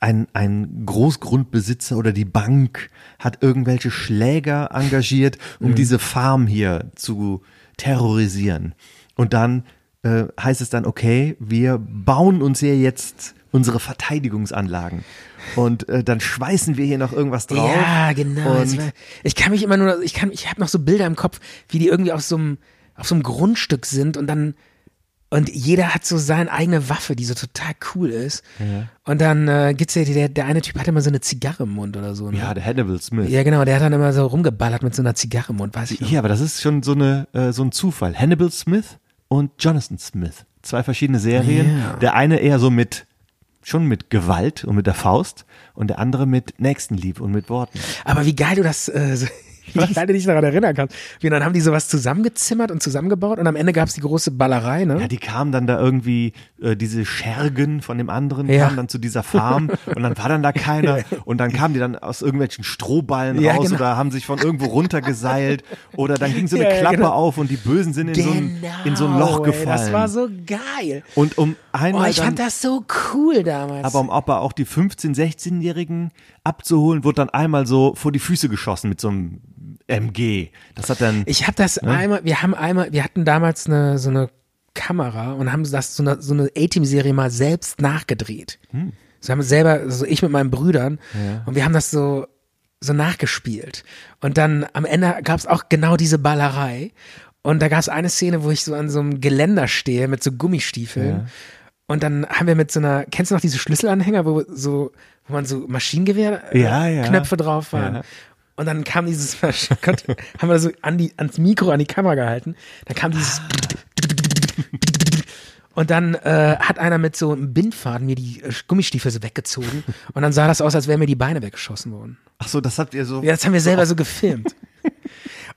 Speaker 4: ein, ein Großgrundbesitzer oder die Bank hat irgendwelche Schläger engagiert,
Speaker 3: Mhm.
Speaker 4: um diese Farm hier zu terrorisieren. Und dann äh, heißt es dann, okay, wir bauen uns hier jetzt unsere Verteidigungsanlagen. Und äh, dann schweißen wir hier noch irgendwas drauf.
Speaker 3: Ja, genau. Es
Speaker 4: Und
Speaker 3: war, ich kann mich immer nur, ich kann, ich habe noch so Bilder im Kopf, wie die irgendwie auf so einem, auf so einem Grundstück sind und dann und jeder hat so seine eigene Waffe, die so total cool ist. Und dann äh, gibt's ja die- der, der eine Typ hat immer so eine Zigarre im Mund oder so. Ne?
Speaker 4: ja, der Hannibal Smith.
Speaker 3: Ja, genau. Der hat dann immer so rumgeballert mit so einer Zigarre im Mund, weiß ich. noch.
Speaker 4: Ja, aber das ist schon so, eine, äh, so ein Zufall. Hannibal Smith und Jonathan Smith. Zwei verschiedene Serien.
Speaker 3: Ah,
Speaker 4: Der eine eher so mit, schon mit Gewalt und mit der Faust und der andere mit Nächstenliebe und mit Worten.
Speaker 3: Aber wie geil du das. Äh, so, (laughs) wie geil du dich daran erinnern kannst. Wie, dann haben die sowas zusammengezimmert und zusammengebaut und am Ende gab's die große Ballerei, ne?
Speaker 4: Ja, die kamen dann da irgendwie, äh, diese Schergen von dem anderen
Speaker 3: Ja.
Speaker 4: kamen dann zu dieser Farm und dann war dann da
Speaker 3: (laughs)
Speaker 4: keiner und dann kamen die dann aus irgendwelchen Strohballen
Speaker 3: Ja,
Speaker 4: raus
Speaker 3: genau.
Speaker 4: oder haben sich von irgendwo runtergeseilt oder dann ging so eine
Speaker 3: Ja, ja,
Speaker 4: Klappe
Speaker 3: genau.
Speaker 4: auf und die Bösen sind in, so, ein, in so ein Loch
Speaker 3: Genau,
Speaker 4: gefallen.
Speaker 3: Ey, das war so geil.
Speaker 4: und um einmal
Speaker 3: Oh, ich
Speaker 4: dann,
Speaker 3: fand das so cool damals.
Speaker 4: Aber um aber auch die 15-, 16-Jährigen abzuholen, wurde dann einmal so vor die Füße geschossen mit so einem MG. Das hat dann.
Speaker 3: ich habe das einmal, wir haben einmal, wir hatten damals eine, so eine Kamera und haben das so eine, so eine A-Team-Serie mal selbst nachgedreht. So haben wir selber, also ich mit meinen Brüdern und wir haben das so so nachgespielt. Und dann am Ende gab es auch genau diese Ballerei. Und da gab es eine Szene, wo ich so an so einem Geländer stehe mit so Gummistiefeln. Und dann haben wir mit so einer, kennst du noch diese Schlüsselanhänger, wo so, wo man so Maschinengewehr äh,
Speaker 4: Ja, ja.
Speaker 3: Knöpfe drauf waren.
Speaker 4: Ja.
Speaker 3: Und dann kam dieses, (laughs) Gott, haben wir so an die, ans Mikro, an die Kamera gehalten. Dann kam dieses.
Speaker 4: Ah.
Speaker 3: Und dann äh, hat einer mit so einem Bindfaden mir die äh, Gummistiefel so weggezogen. Und dann sah das aus, als wären mir die Beine weggeschossen worden.
Speaker 4: Ach so, das habt ihr so.
Speaker 3: Ja, das haben wir
Speaker 4: Oh.
Speaker 3: selber so gefilmt.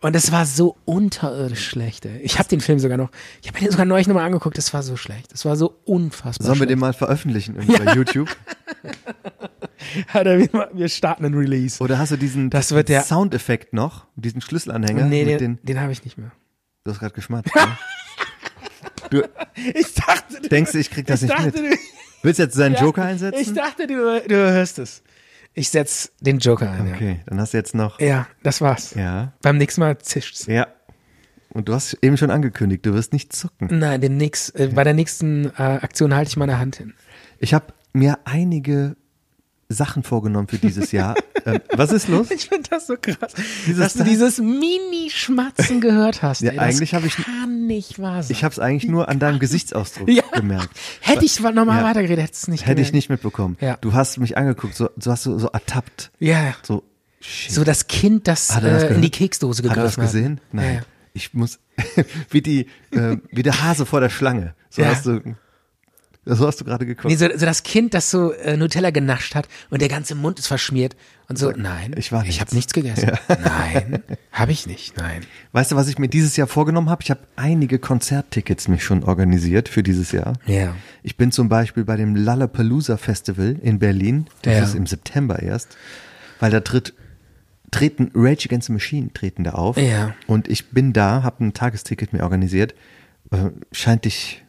Speaker 3: Und es war so unterirdisch schlecht, ey. Ich habe den Film sogar noch, ich habe mir den sogar neulich nochmal angeguckt, es war so schlecht. Es war so unfassbar
Speaker 4: Sollen wir
Speaker 3: schlecht.
Speaker 4: den mal veröffentlichen irgendwie
Speaker 3: (laughs)
Speaker 4: bei YouTube?
Speaker 3: Alter, wir, ma- wir starten einen Release.
Speaker 4: Oder hast du diesen
Speaker 3: Das wird der-
Speaker 4: Soundeffekt noch? Diesen Schlüsselanhänger?
Speaker 3: nee,
Speaker 4: ne? mit
Speaker 3: den,
Speaker 4: den,
Speaker 3: den habe ich nicht mehr.
Speaker 4: du hast gerade geschmatzt.
Speaker 3: (laughs)
Speaker 4: ne?
Speaker 3: Ich dachte, du-
Speaker 4: Denkst du, ich krieg das
Speaker 3: ich
Speaker 4: nicht
Speaker 3: dachte,
Speaker 4: mit?
Speaker 3: du-
Speaker 4: Willst du jetzt deinen Joker
Speaker 3: Ich
Speaker 4: einsetzen?
Speaker 3: dachte, du, du hörst es. Ich setz den Joker ein, ja.
Speaker 4: Okay, dann hast du jetzt noch.
Speaker 3: Ja, das war's.
Speaker 4: Ja.
Speaker 3: Beim nächsten Mal zischt's.
Speaker 4: Ja. Und du hast eben schon angekündigt, du wirst nicht zucken.
Speaker 3: Nein, den nix, äh, bei der nächsten äh, Aktion halte ich meine Hand
Speaker 4: (laughs)
Speaker 3: hin.
Speaker 4: Ich habe mir einige Sachen vorgenommen für
Speaker 3: (laughs)
Speaker 4: dieses Jahr. ähm, was ist los?
Speaker 3: Ich finde das so krass,
Speaker 4: Dieses
Speaker 3: dass du
Speaker 4: Teil-
Speaker 3: dieses (laughs) Mini-Schmatzen gehört hast.
Speaker 4: Ja,
Speaker 3: ey.
Speaker 4: eigentlich hab ich-
Speaker 3: Das kann nicht wahr sein. (laughs)
Speaker 4: Ich habe es eigentlich nur an deinem Gesichtsausdruck gemerkt.
Speaker 3: Hätte ich normal
Speaker 4: Ja.
Speaker 3: weitergeredet, hättest du nicht
Speaker 4: Hätte ich
Speaker 3: gemerkt.
Speaker 4: nicht mitbekommen.
Speaker 3: Ja.
Speaker 4: Du hast mich angeguckt, so, du hast so, so ertappt.
Speaker 3: Ja,
Speaker 4: So, shit.
Speaker 3: so das Kind, das,
Speaker 4: Hat er das
Speaker 3: äh, in
Speaker 4: gehört?
Speaker 3: die Keksdose
Speaker 4: Hat
Speaker 3: gegriffen
Speaker 4: er
Speaker 3: hat.
Speaker 4: das gesehen? Nein.
Speaker 3: Ja, ja.
Speaker 4: Ich muss, (laughs) wie die, äh, wie der Hase vor der Schlange. So
Speaker 3: Ja.
Speaker 4: hast du, so hast du gerade geguckt.
Speaker 3: Nee, so, so das Kind, das so äh, Nutella genascht hat und der ganze Mund ist verschmiert und so, nein,
Speaker 4: ich war
Speaker 3: ich habe nichts
Speaker 4: nichts.
Speaker 3: gegessen. Nein, habe ich nicht, nein.
Speaker 4: Weißt du, was ich mir dieses Jahr vorgenommen habe? Ich habe einige Konzerttickets mich schon organisiert für dieses Jahr.
Speaker 3: Ja.
Speaker 4: Ich bin zum Beispiel bei dem Lollapalooza Festival in Berlin. Das
Speaker 3: Ja.
Speaker 4: ist im September erst, weil da tritt treten Rage Against the Machine treten da auf.
Speaker 3: Ja.
Speaker 4: Und ich bin da, habe ein Tagesticket mir organisiert. Äh, Scheint dich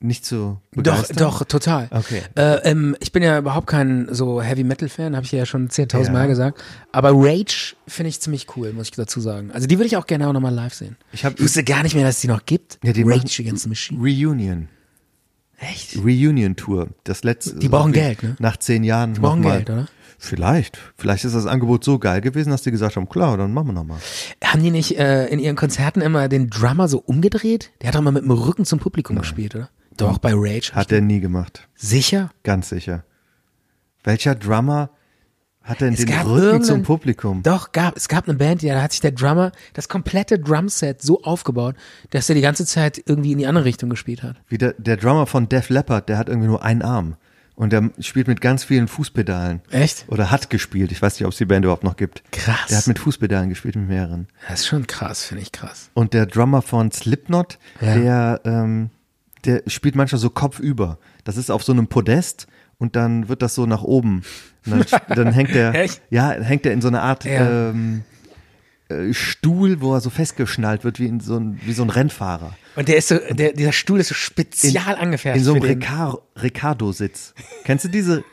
Speaker 4: nicht so
Speaker 3: Doch,
Speaker 4: begeistern.
Speaker 3: doch, total.
Speaker 4: Okay.
Speaker 3: Äh, ähm, ich bin ja überhaupt kein so Heavy Metal Fan, habe ich ja schon 10.000 Mal
Speaker 4: Ja.
Speaker 3: gesagt. Aber Rage finde ich ziemlich cool, muss ich dazu sagen. Also die würde ich auch gerne auch nochmal live sehen.
Speaker 4: Ich hab-
Speaker 3: wusste gar nicht mehr, dass es die noch gibt.
Speaker 4: Ja, die machen-
Speaker 3: Rage Against the Machine.
Speaker 4: Reunion.
Speaker 3: Echt?
Speaker 4: Reunion Tour. Das letzte.
Speaker 3: Die brauchen Geld, ne?
Speaker 4: Nach zehn Jahren. Die
Speaker 3: brauchen Geld, oder?
Speaker 4: Vielleicht. Vielleicht ist das Angebot so geil gewesen, dass die gesagt haben, klar, dann machen wir nochmal.
Speaker 3: Haben die nicht äh, in ihren Konzerten immer den Drummer so umgedreht? Der hat doch mal mit dem Rücken zum Publikum gespielt, oder? Doch, bei Rage.
Speaker 4: Hat er nie gemacht.
Speaker 3: Sicher?
Speaker 4: Ganz sicher. Welcher Drummer hat denn
Speaker 3: Es
Speaker 4: den
Speaker 3: gab
Speaker 4: Rücken
Speaker 3: irgendeinen-
Speaker 4: zum Publikum?
Speaker 3: Doch, gab, es gab eine Band, die- da hat sich der Drummer das komplette Drumset so aufgebaut, dass er die ganze Zeit irgendwie in die andere Richtung gespielt hat.
Speaker 4: Wie der, der Drummer von Def Leppard, der hat irgendwie nur einen Arm. Und der spielt mit ganz vielen Fußpedalen.
Speaker 3: Echt?
Speaker 4: Oder hat gespielt. Ich weiß nicht, ob es die Band überhaupt noch gibt.
Speaker 3: Krass.
Speaker 4: Der hat mit Fußpedalen gespielt, mit mehreren.
Speaker 3: Das ist schon krass, finde ich krass.
Speaker 4: Und der Drummer von Slipknot,
Speaker 3: Ja.
Speaker 4: der, ähm, der spielt manchmal so kopfüber. Das ist auf so einem Podest und dann wird das so nach oben. Und dann, sp- dann hängt der,
Speaker 3: (laughs) Echt?
Speaker 4: ja, dann hängt er in so einer Art
Speaker 3: Ja.
Speaker 4: ähm, äh, Stuhl, wo er so festgeschnallt wird wie, in so ein, wie so ein Rennfahrer.
Speaker 3: Und der ist so, der, dieser Stuhl ist so spezial angefertigt.
Speaker 4: In so einem
Speaker 3: für den- (laughs)
Speaker 4: Recar Ricardo-Sitz. Kennst du diese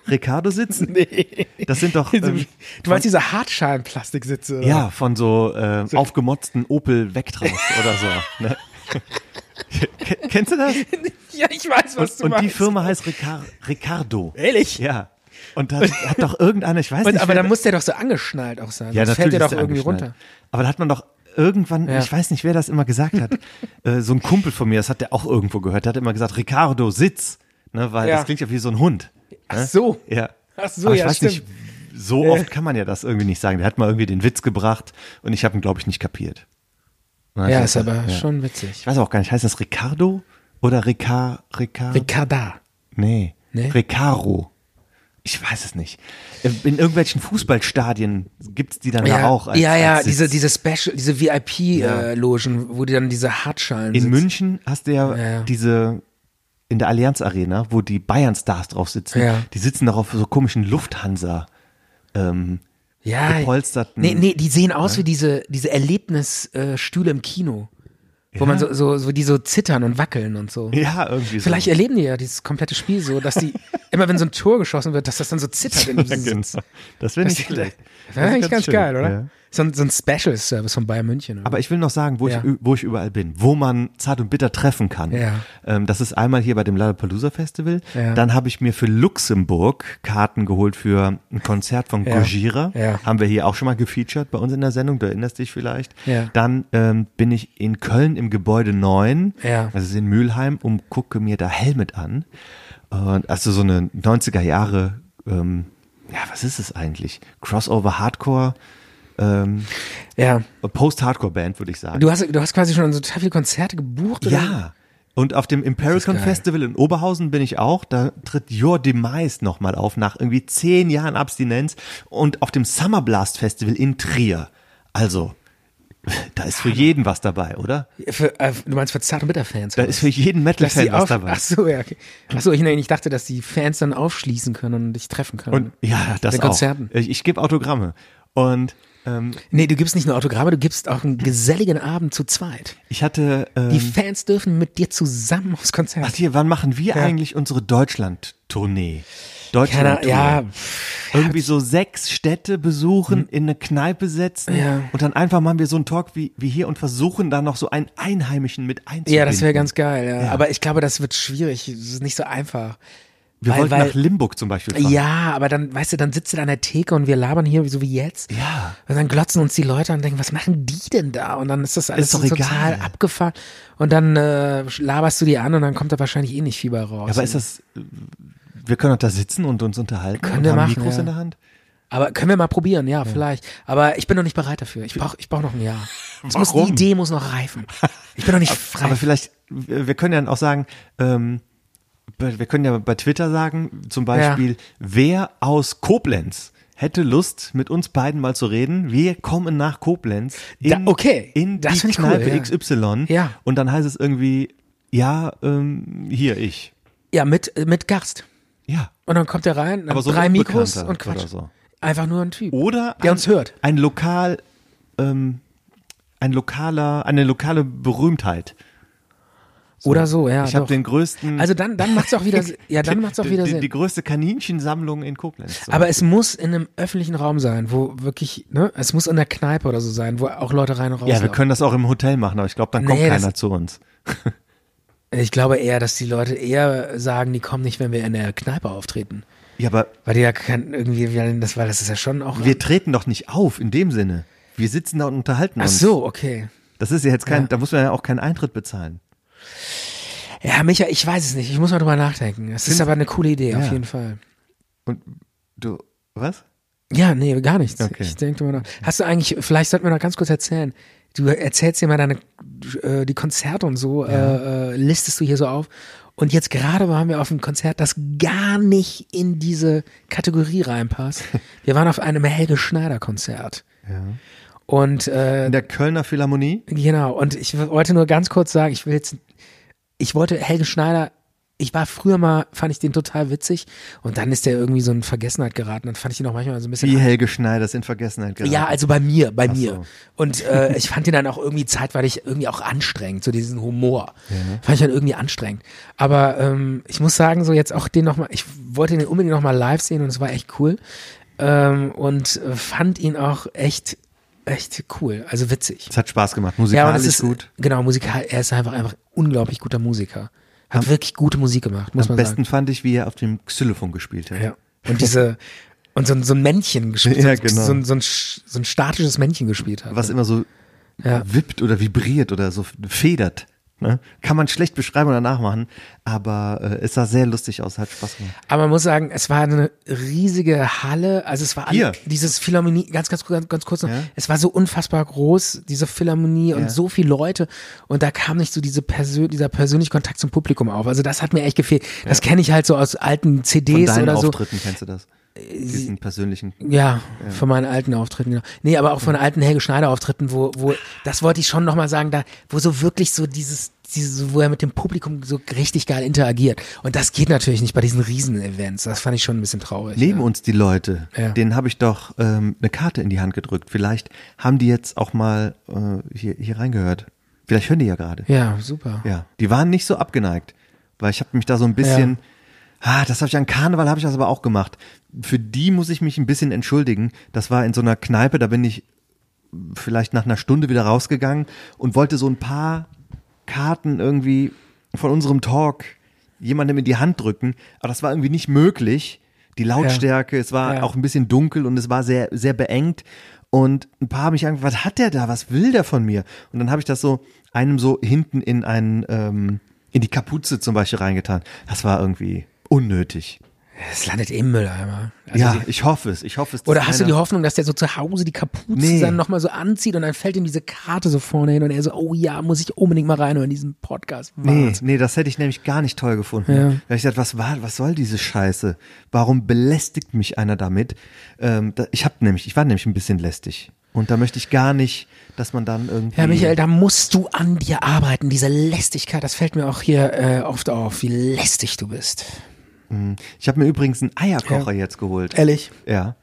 Speaker 3: (laughs)
Speaker 4: Ricardo-Sitz?
Speaker 3: Nee.
Speaker 4: Das sind doch
Speaker 3: Also,
Speaker 4: ähm,
Speaker 3: du meinst diese Hartschalenplastiksitze? oder?
Speaker 4: ja von so, äh, aufgemotzten Opel Vectras oder
Speaker 3: (laughs)
Speaker 4: so. Ne? Ke- Kennst du das?
Speaker 3: ja, ich weiß, was du
Speaker 4: und
Speaker 3: meinst.
Speaker 4: die Firma heißt Ricar Ricardo.
Speaker 3: Ehrlich?
Speaker 4: Ja. Und da hat doch irgendeiner, ich weiß
Speaker 3: Und,
Speaker 4: nicht.
Speaker 3: aber
Speaker 4: wer-
Speaker 3: da muss der doch so angeschnallt auch sein.
Speaker 4: ja,
Speaker 3: Sonst
Speaker 4: natürlich
Speaker 3: fällt der
Speaker 4: ist
Speaker 3: doch irgendwie
Speaker 4: angeschnallt.
Speaker 3: runter.
Speaker 4: Aber da hat man doch irgendwann,
Speaker 3: Ja.
Speaker 4: ich weiß nicht, wer das immer gesagt
Speaker 3: (laughs)
Speaker 4: hat. äh, so ein Kumpel von mir, das hat der auch irgendwo gehört, der hat immer gesagt, Ricardo, sitz. Ne, weil
Speaker 3: Ja.
Speaker 4: das klingt ja wie so ein Hund. ne?
Speaker 3: Ach so.
Speaker 4: Ja.
Speaker 3: Ach so,
Speaker 4: aber ich
Speaker 3: ja,
Speaker 4: weiß
Speaker 3: stimmt.
Speaker 4: nicht, so oft kann man ja das irgendwie nicht sagen. Der hat mal irgendwie den Witz gebracht und ich habe ihn, glaube ich, nicht kapiert. Na,
Speaker 3: Ja,
Speaker 4: ich
Speaker 3: ist
Speaker 4: weiß-
Speaker 3: aber
Speaker 4: ja.
Speaker 3: schon witzig.
Speaker 4: Ich weiß auch gar nicht, heißt das Ricardo oder Ricard, Ricard?
Speaker 3: Ricarda.
Speaker 4: Nee.
Speaker 3: Nee?
Speaker 4: Recaro. Ich weiß es nicht. In irgendwelchen Fußballstadien gibt's die dann da
Speaker 3: Oh Ja,
Speaker 4: auch. als-
Speaker 3: ja, ja
Speaker 4: als Sitz.
Speaker 3: diese, diese Special, diese VIP-Logen, äh, wo die dann diese Hartschalen
Speaker 4: In
Speaker 3: sitzen.
Speaker 4: München hast du ja,
Speaker 3: Ja, ja.
Speaker 4: diese in der Allianz Arena, wo die Bayern Stars drauf sitzen.
Speaker 3: Ja.
Speaker 4: Die sitzen doch auf so komischen Lufthansa. Ähm,
Speaker 3: ja,
Speaker 4: gepolsterten-
Speaker 3: Nee, nee, die sehen aus wie diese, diese Erlebnisstühle im Kino. Wo man so, so, so, die so zittern und wackeln und so.
Speaker 4: ja, irgendwie so.
Speaker 3: Vielleicht erleben die ja dieses komplette Spiel so, dass
Speaker 4: (laughs)
Speaker 3: die, immer wenn so ein Tor geschossen wird, dass das dann so zittert in (laughs) diesem
Speaker 4: Genau.
Speaker 3: Sitz.
Speaker 4: Das wäre
Speaker 3: Das
Speaker 4: nicht
Speaker 3: ist
Speaker 4: schlecht.
Speaker 3: Wäre
Speaker 4: Das ist
Speaker 3: eigentlich ganz,
Speaker 4: schön.
Speaker 3: geil, oder?
Speaker 4: Ja.
Speaker 3: So, ein, so ein Special-Service von Bayern München. Oder?
Speaker 4: Aber ich will noch sagen, wo,
Speaker 3: Ja.
Speaker 4: ich, ü- wo ich überall bin, wo man zart und bitter treffen kann.
Speaker 3: Ja.
Speaker 4: Ähm, das ist einmal hier bei dem Lollapalooza Festival.
Speaker 3: Ja.
Speaker 4: Dann habe ich mir für Luxemburg Karten geholt für ein Konzert von
Speaker 3: Ja.
Speaker 4: Gojira.
Speaker 3: Ja.
Speaker 4: Haben wir hier auch schon mal gefeatured bei uns in der Sendung, du erinnerst dich vielleicht.
Speaker 3: Ja.
Speaker 4: Dann ähm, bin ich in Köln im Gebäude 9,
Speaker 3: Ja.
Speaker 4: das ist in Mülheim, und gucke mir da Helmet an. Und also so eine 90er Jahre, ähm, ja, was ist es eigentlich? Crossover Hardcore, ähm,
Speaker 3: ja.
Speaker 4: Post-Hardcore-Band, würde ich sagen.
Speaker 3: Du hast, du hast quasi schon so total viele Konzerte gebucht. Oder?
Speaker 4: Ja. Und auf dem Impericon
Speaker 3: geil.
Speaker 4: Festival in Oberhausen bin ich auch. Da tritt Your Demise nochmal auf nach irgendwie zehn Jahren Abstinenz. Und auf dem Summer Blast Festival in Trier. Also, da ist für jeden was dabei, oder?
Speaker 3: Für, äh, du meinst für Zart- und Bitter-Fans?
Speaker 4: Da ist für jeden
Speaker 3: dass die
Speaker 4: Metal-Fan was
Speaker 3: auf,
Speaker 4: dabei.
Speaker 3: Ach so, ja. Okay. Ach so, ich, nein, ich dachte, dass die Fans dann aufschließen können und dich treffen können.
Speaker 4: Und ja, das
Speaker 3: Den
Speaker 4: auch.
Speaker 3: Konzerten.
Speaker 4: Ich, ich gebe Autogramme. Und ähm,
Speaker 3: Nee, du gibst nicht nur Autogramme, du gibst auch einen geselligen Abend zu zweit.
Speaker 4: ich hatte. Ähm,
Speaker 3: Die Fans dürfen mit dir zusammen aufs Konzert.
Speaker 4: ach hier, wann machen wir eigentlich unsere Deutschland-Tournee? Deutschland-Tournee.
Speaker 3: ja, Hm.
Speaker 4: irgendwie so sechs Städte besuchen, in eine Kneipe setzen
Speaker 3: Ja.
Speaker 4: und dann einfach machen wir so einen Talk wie, wie hier und versuchen da noch so einen Einheimischen mit einzubinden.
Speaker 3: ja, das wäre ganz geil. Ja. Aber ich glaube, das wird schwierig. Das ist nicht so einfach.
Speaker 4: Wir
Speaker 3: weil-
Speaker 4: wollten
Speaker 3: weil-
Speaker 4: nach Limburg zum Beispiel fahren.
Speaker 3: Ja, aber dann, weißt du, dann sitzt du da an der Theke und wir labern hier so wie jetzt.
Speaker 4: Ja.
Speaker 3: Und dann glotzen uns die Leute und denken, was machen die denn da? Und dann ist das alles
Speaker 4: Ist doch
Speaker 3: so total
Speaker 4: egal.
Speaker 3: abgefahren. Und dann äh, laberst du die an und dann kommt da wahrscheinlich eh nicht viel bei raus.
Speaker 4: Aber ist das, äh, wir können doch da sitzen und uns unterhalten und
Speaker 3: wir
Speaker 4: haben
Speaker 3: machen,
Speaker 4: Mikros
Speaker 3: ja.
Speaker 4: in der Hand.
Speaker 3: Aber können wir mal probieren, ja, vielleicht. Aber ich bin noch nicht bereit dafür. Ich brauche ich brauch noch ein
Speaker 4: (laughs)
Speaker 3: Jahr. Es muss, die
Speaker 4: Warum?
Speaker 3: Idee muss noch reifen. Ich bin noch nicht frei.
Speaker 4: (laughs) Aber vielleicht, wir wir können ja dann auch sagen, ähm, bei- wir können ja bei Twitter sagen, zum Beispiel, wer aus Koblenz hätte Lust, mit uns beiden mal zu reden? Wir kommen nach Koblenz in,
Speaker 3: Da- okay.
Speaker 4: in
Speaker 3: Das
Speaker 4: die
Speaker 3: find ich cool,
Speaker 4: Kneipe
Speaker 3: ja.
Speaker 4: XY.
Speaker 3: Ja.
Speaker 4: Und dann heißt es irgendwie, ja, ähm, hier, ich.
Speaker 3: ja, mit, mit Gast.
Speaker 4: Ja.
Speaker 3: Und dann kommt er rein, dann
Speaker 4: Aber so ein
Speaker 3: drei Mikros
Speaker 4: Unbekannter
Speaker 3: und Quatsch.
Speaker 4: oder so. Oh,
Speaker 3: Einfach nur ein Typ.
Speaker 4: Oder
Speaker 3: Der uns hört.
Speaker 4: ein lokal, ähm, ein lokaler, eine lokale Berühmtheit.
Speaker 3: Oder so, ja.
Speaker 4: ich habe
Speaker 3: doch.
Speaker 4: den größten.
Speaker 3: Also dann, dann macht's
Speaker 4: (laughs)
Speaker 3: auch wieder, ja, dann macht's auch
Speaker 4: die-
Speaker 3: wieder
Speaker 4: die,
Speaker 3: Sinn.
Speaker 4: Die größte Kaninchensammlung in Koblenz. So.
Speaker 3: Aber es muss in einem öffentlichen Raum sein, wo wirklich, ne, es muss in der Kneipe oder so sein, wo auch Leute rein und raus.
Speaker 4: ja, wir können das auch im Hotel machen, aber ich glaube, dann kommt
Speaker 3: Nee, das-
Speaker 4: keiner zu uns.
Speaker 3: Ich glaube eher, dass die Leute eher sagen, die kommen nicht, wenn wir in der Kneipe auftreten.
Speaker 4: Ja, aber
Speaker 3: Weil die ja kein, irgendwie, weil das, weil das ist ja schon auch.
Speaker 4: wir treten doch nicht auf in dem Sinne. Wir sitzen da und unterhalten
Speaker 3: Ach
Speaker 4: uns.
Speaker 3: so, okay.
Speaker 4: Das ist ja jetzt kein,
Speaker 3: Ja.
Speaker 4: da muss man ja auch keinen Eintritt bezahlen.
Speaker 3: Ja, Micha, ich weiß es nicht. Ich muss mal drüber nachdenken. Es ist aber eine coole Idee, auf
Speaker 4: Ja.
Speaker 3: jeden Fall.
Speaker 4: Und du, was?
Speaker 3: Ja, nee, gar nichts.
Speaker 4: Okay.
Speaker 3: Ich denke drüber nach. Hast du eigentlich, vielleicht sollten wir noch ganz kurz erzählen. Du erzählst dir mal deine, äh, die Konzerte und so, äh, äh, listest du hier so auf. Und jetzt gerade waren wir auf einem Konzert, das gar nicht in diese Kategorie reinpasst. Wir waren auf einem Helge Schneider Konzert. Und äh,
Speaker 4: In der Kölner Philharmonie?
Speaker 3: Genau, und ich wollte nur ganz kurz sagen, ich will jetzt, ich wollte Helge Schneider, ich war früher mal, fand ich den total witzig und dann ist der irgendwie so in Vergessenheit geraten, dann fand ich ihn auch manchmal so ein bisschen.
Speaker 4: Wie Helge Schneider ist in Vergessenheit geraten.
Speaker 3: ja, also bei mir, bei mir.
Speaker 4: Genau. so.
Speaker 3: Und
Speaker 4: (laughs)
Speaker 3: äh, ich fand ihn dann auch irgendwie zeitweilig irgendwie auch anstrengend, so diesen Humor. Fand ich dann irgendwie anstrengend. Aber ähm, ich muss sagen, so jetzt auch den nochmal, ich wollte den unbedingt nochmal live sehen und es war echt cool. Ähm, und äh, fand ihn auch echt, echt cool, also witzig.
Speaker 4: Es hat Spaß gemacht,
Speaker 3: Ja,
Speaker 4: musikalisch
Speaker 3: und es ist
Speaker 4: gut.
Speaker 3: Genau, musikal. Er ist einfach einfach unglaublich guter Musiker. Hat wirklich gute Musik gemacht, muss
Speaker 4: Am
Speaker 3: man
Speaker 4: besten
Speaker 3: sagen.
Speaker 4: fand ich, wie er auf dem Xylophon gespielt hat.
Speaker 3: Ja. Und
Speaker 4: (laughs)
Speaker 3: diese und so, ein- so ein Männchen gespielt,
Speaker 4: Ja,
Speaker 3: so,
Speaker 4: genau.
Speaker 3: so, ein- so, ein, sch- so ein statisches Männchen gespielt hat.
Speaker 4: Was immer so wippt oder vibriert oder so federt. Ne? Kann man schlecht beschreiben oder nachmachen, aber äh, es sah sehr lustig aus, hat Spaß gemacht.
Speaker 3: Aber man muss sagen, es war eine riesige Halle. Also es war alle-
Speaker 4: Hier.
Speaker 3: dieses Philharmonie, ganz, ganz, ganz, ganz kurz noch.
Speaker 4: Ja.
Speaker 3: Es war so unfassbar groß, diese Philharmonie und so viele Leute. Und da kam nicht so diese Persön dieser persönliche Kontakt zum Publikum auf. Also das hat mir echt gefehlt. Das kenne ich halt so aus alten
Speaker 4: Von
Speaker 3: CDs
Speaker 4: deinen
Speaker 3: oder so. Äh,
Speaker 4: Auftritten kennst du das. Diesen persönlichen.
Speaker 3: Ja, von meinen alten Auftritten, genau. Nee, aber auch von alten Helge Schneider Auftritten, wo, wo, das wollte ich schon nochmal sagen, da, wo so wirklich so dieses, dieses, wo er mit dem Publikum so richtig geil interagiert. Und das geht natürlich nicht bei diesen Riesen-Events. Das fand ich schon ein bisschen traurig. ne?
Speaker 4: Neben uns die Leute,
Speaker 3: Ja.
Speaker 4: denen habe ich doch ähm, eine Karte in die Hand gedrückt. Vielleicht haben die jetzt auch mal äh, hier, hier reingehört. Vielleicht hören die ja gerade.
Speaker 3: Ja, super.
Speaker 4: Ja, die waren nicht so abgeneigt, weil ich habe mich da so ein bisschen, ah, das habe ich an Karneval habe ich das aber auch gemacht. Für die muss ich mich ein bisschen entschuldigen. Das war in so einer Kneipe, da bin ich vielleicht nach einer Stunde wieder rausgegangen und wollte so ein paar Karten irgendwie von unserem Talk jemandem in die Hand drücken, aber das war irgendwie nicht möglich. Die Lautstärke, es war
Speaker 3: Ja.
Speaker 4: auch ein bisschen dunkel und es war sehr, sehr beengt. Und ein paar haben mich angefragt, was hat der da? Was will der von mir? Und dann habe ich das so einem so hinten in einen, ähm, in die Kapuze zum Beispiel reingetan. Das war irgendwie unnötig.
Speaker 3: Es landet eh im Mülleimer. Also
Speaker 4: ja,
Speaker 3: Die,
Speaker 4: ich hoffe es. Ich hoffe es. dass
Speaker 3: oder hast du die
Speaker 4: einer-
Speaker 3: Hoffnung, dass der so zu Hause die Kapuze
Speaker 4: Nee.
Speaker 3: dann nochmal so anzieht und dann fällt ihm diese Karte so vorne hin und er so, oh ja, muss ich unbedingt mal reinhören in diesen Podcast.
Speaker 4: Nee,
Speaker 3: Wahnsinn.
Speaker 4: nee, das hätte ich nämlich gar nicht toll gefunden.
Speaker 3: Ja.
Speaker 4: Da hab ich gesagt, was war, was soll diese Scheiße? Warum belästigt mich einer damit? Ähm, da, ich hab nämlich, ich war nämlich ein bisschen lästig. Und da möchte ich gar nicht, dass man dann irgendwie.
Speaker 3: Ja, Michael, da musst du an dir arbeiten. Diese Lästigkeit, das fällt mir auch hier äh, oft auf, wie lästig du bist.
Speaker 4: Ich habe mir übrigens einen Eierkocher
Speaker 3: Ja.
Speaker 4: jetzt geholt.
Speaker 3: Ehrlich?
Speaker 4: Ja.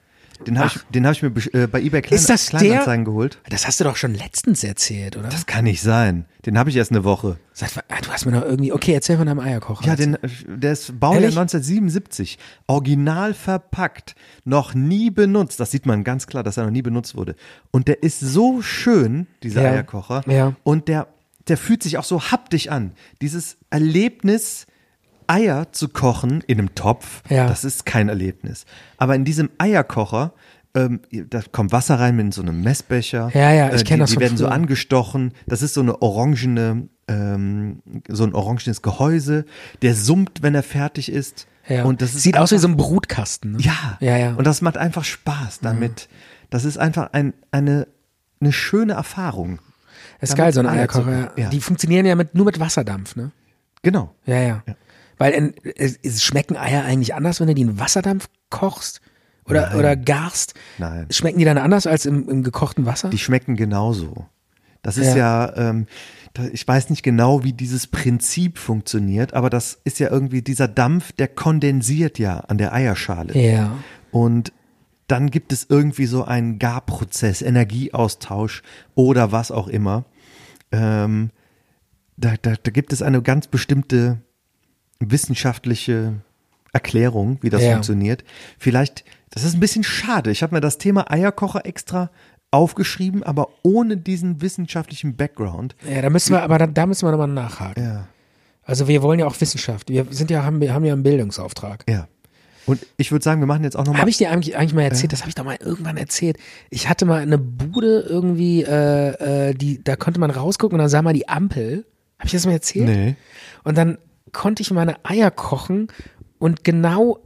Speaker 4: Den habe ich, den hab ich mir besch- äh, bei eBay Klein
Speaker 3: Ist das der-
Speaker 4: Kleinanzeigen geholt.
Speaker 3: Das hast du doch schon letztens erzählt, oder?
Speaker 4: Das kann nicht sein. Den habe ich erst eine Woche.
Speaker 3: Sag mal, ah, du hast mir noch irgendwie. Okay, erzähl von deinem Eierkocher.
Speaker 4: Ja, den, der ist Baujahr
Speaker 3: Ehrlich?
Speaker 4: 1977, original verpackt, noch nie benutzt. Das sieht man ganz klar, dass er noch nie benutzt wurde. Und der ist so schön, dieser
Speaker 3: Ja.
Speaker 4: Eierkocher.
Speaker 3: Ja.
Speaker 4: Und der, der fühlt sich auch so haptisch an. Dieses Erlebnis, Eier zu kochen in einem Topf,
Speaker 3: Ja.
Speaker 4: das ist kein Erlebnis. Aber in diesem Eierkocher, ähm, da kommt Wasser rein mit so einem Messbecher.
Speaker 3: Ja, ja, ich
Speaker 4: Äh,
Speaker 3: kenn
Speaker 4: die-
Speaker 3: das
Speaker 4: Die
Speaker 3: von
Speaker 4: werden so
Speaker 3: früher.
Speaker 4: angestochen. Das ist so eine orangene, ähm, so ein orangenes Gehäuse. Der summt, wenn er fertig ist.
Speaker 3: Ja.
Speaker 4: Und das ist
Speaker 3: Sieht aus wie
Speaker 4: einfach-
Speaker 3: so ein Brutkasten. Ne?
Speaker 4: ja.
Speaker 3: Ja, ja.
Speaker 4: Und das macht einfach Spaß damit. Das ist einfach ein, eine, eine schöne Erfahrung.
Speaker 3: das ist
Speaker 4: damit
Speaker 3: geil, so ein
Speaker 4: Eier zu-
Speaker 3: Eierkocher.
Speaker 4: ja.
Speaker 3: Die funktionieren ja mit, nur mit Wasserdampf, ne?
Speaker 4: Genau.
Speaker 3: Ja, ja. Weil in, es, es schmecken Eier eigentlich anders, wenn du die in Wasserdampf kochst oder,
Speaker 4: Nein.
Speaker 3: oder garst.
Speaker 4: Nein.
Speaker 3: Schmecken die dann anders als im, im gekochten Wasser?
Speaker 4: Die schmecken genauso. Das ist ja, ähm, da, ich weiß nicht genau, wie dieses Prinzip funktioniert, aber das ist ja irgendwie dieser Dampf, der kondensiert ja an der Eierschale.
Speaker 3: ja.
Speaker 4: Und dann gibt es irgendwie so einen Garprozess, Energieaustausch oder was auch immer. Ähm, da, da, da gibt es eine ganz bestimmte wissenschaftliche Erklärung, wie das
Speaker 9: Ja.
Speaker 4: funktioniert. Vielleicht, das ist ein bisschen schade. Ich habe mir das Thema Eierkocher extra aufgeschrieben, aber ohne diesen wissenschaftlichen Background.
Speaker 3: Ja, da müssen wir, aber da, da müssen wir nochmal nachhaken.
Speaker 4: Ja.
Speaker 3: Also wir wollen ja auch Wissenschaft. Wir sind ja, haben, haben ja einen Bildungsauftrag.
Speaker 4: Ja. Und ich würde sagen, wir machen jetzt auch nochmal.
Speaker 3: Habe ich dir eigentlich, eigentlich mal erzählt, das habe ich doch mal irgendwann erzählt. Ich hatte mal eine Bude irgendwie, äh, äh, die, da konnte man rausgucken und dann sah man die Ampel. Habe ich das mal erzählt?
Speaker 4: Nee.
Speaker 3: Und dann konnte ich meine Eier kochen und
Speaker 4: (laughs)
Speaker 3: genau,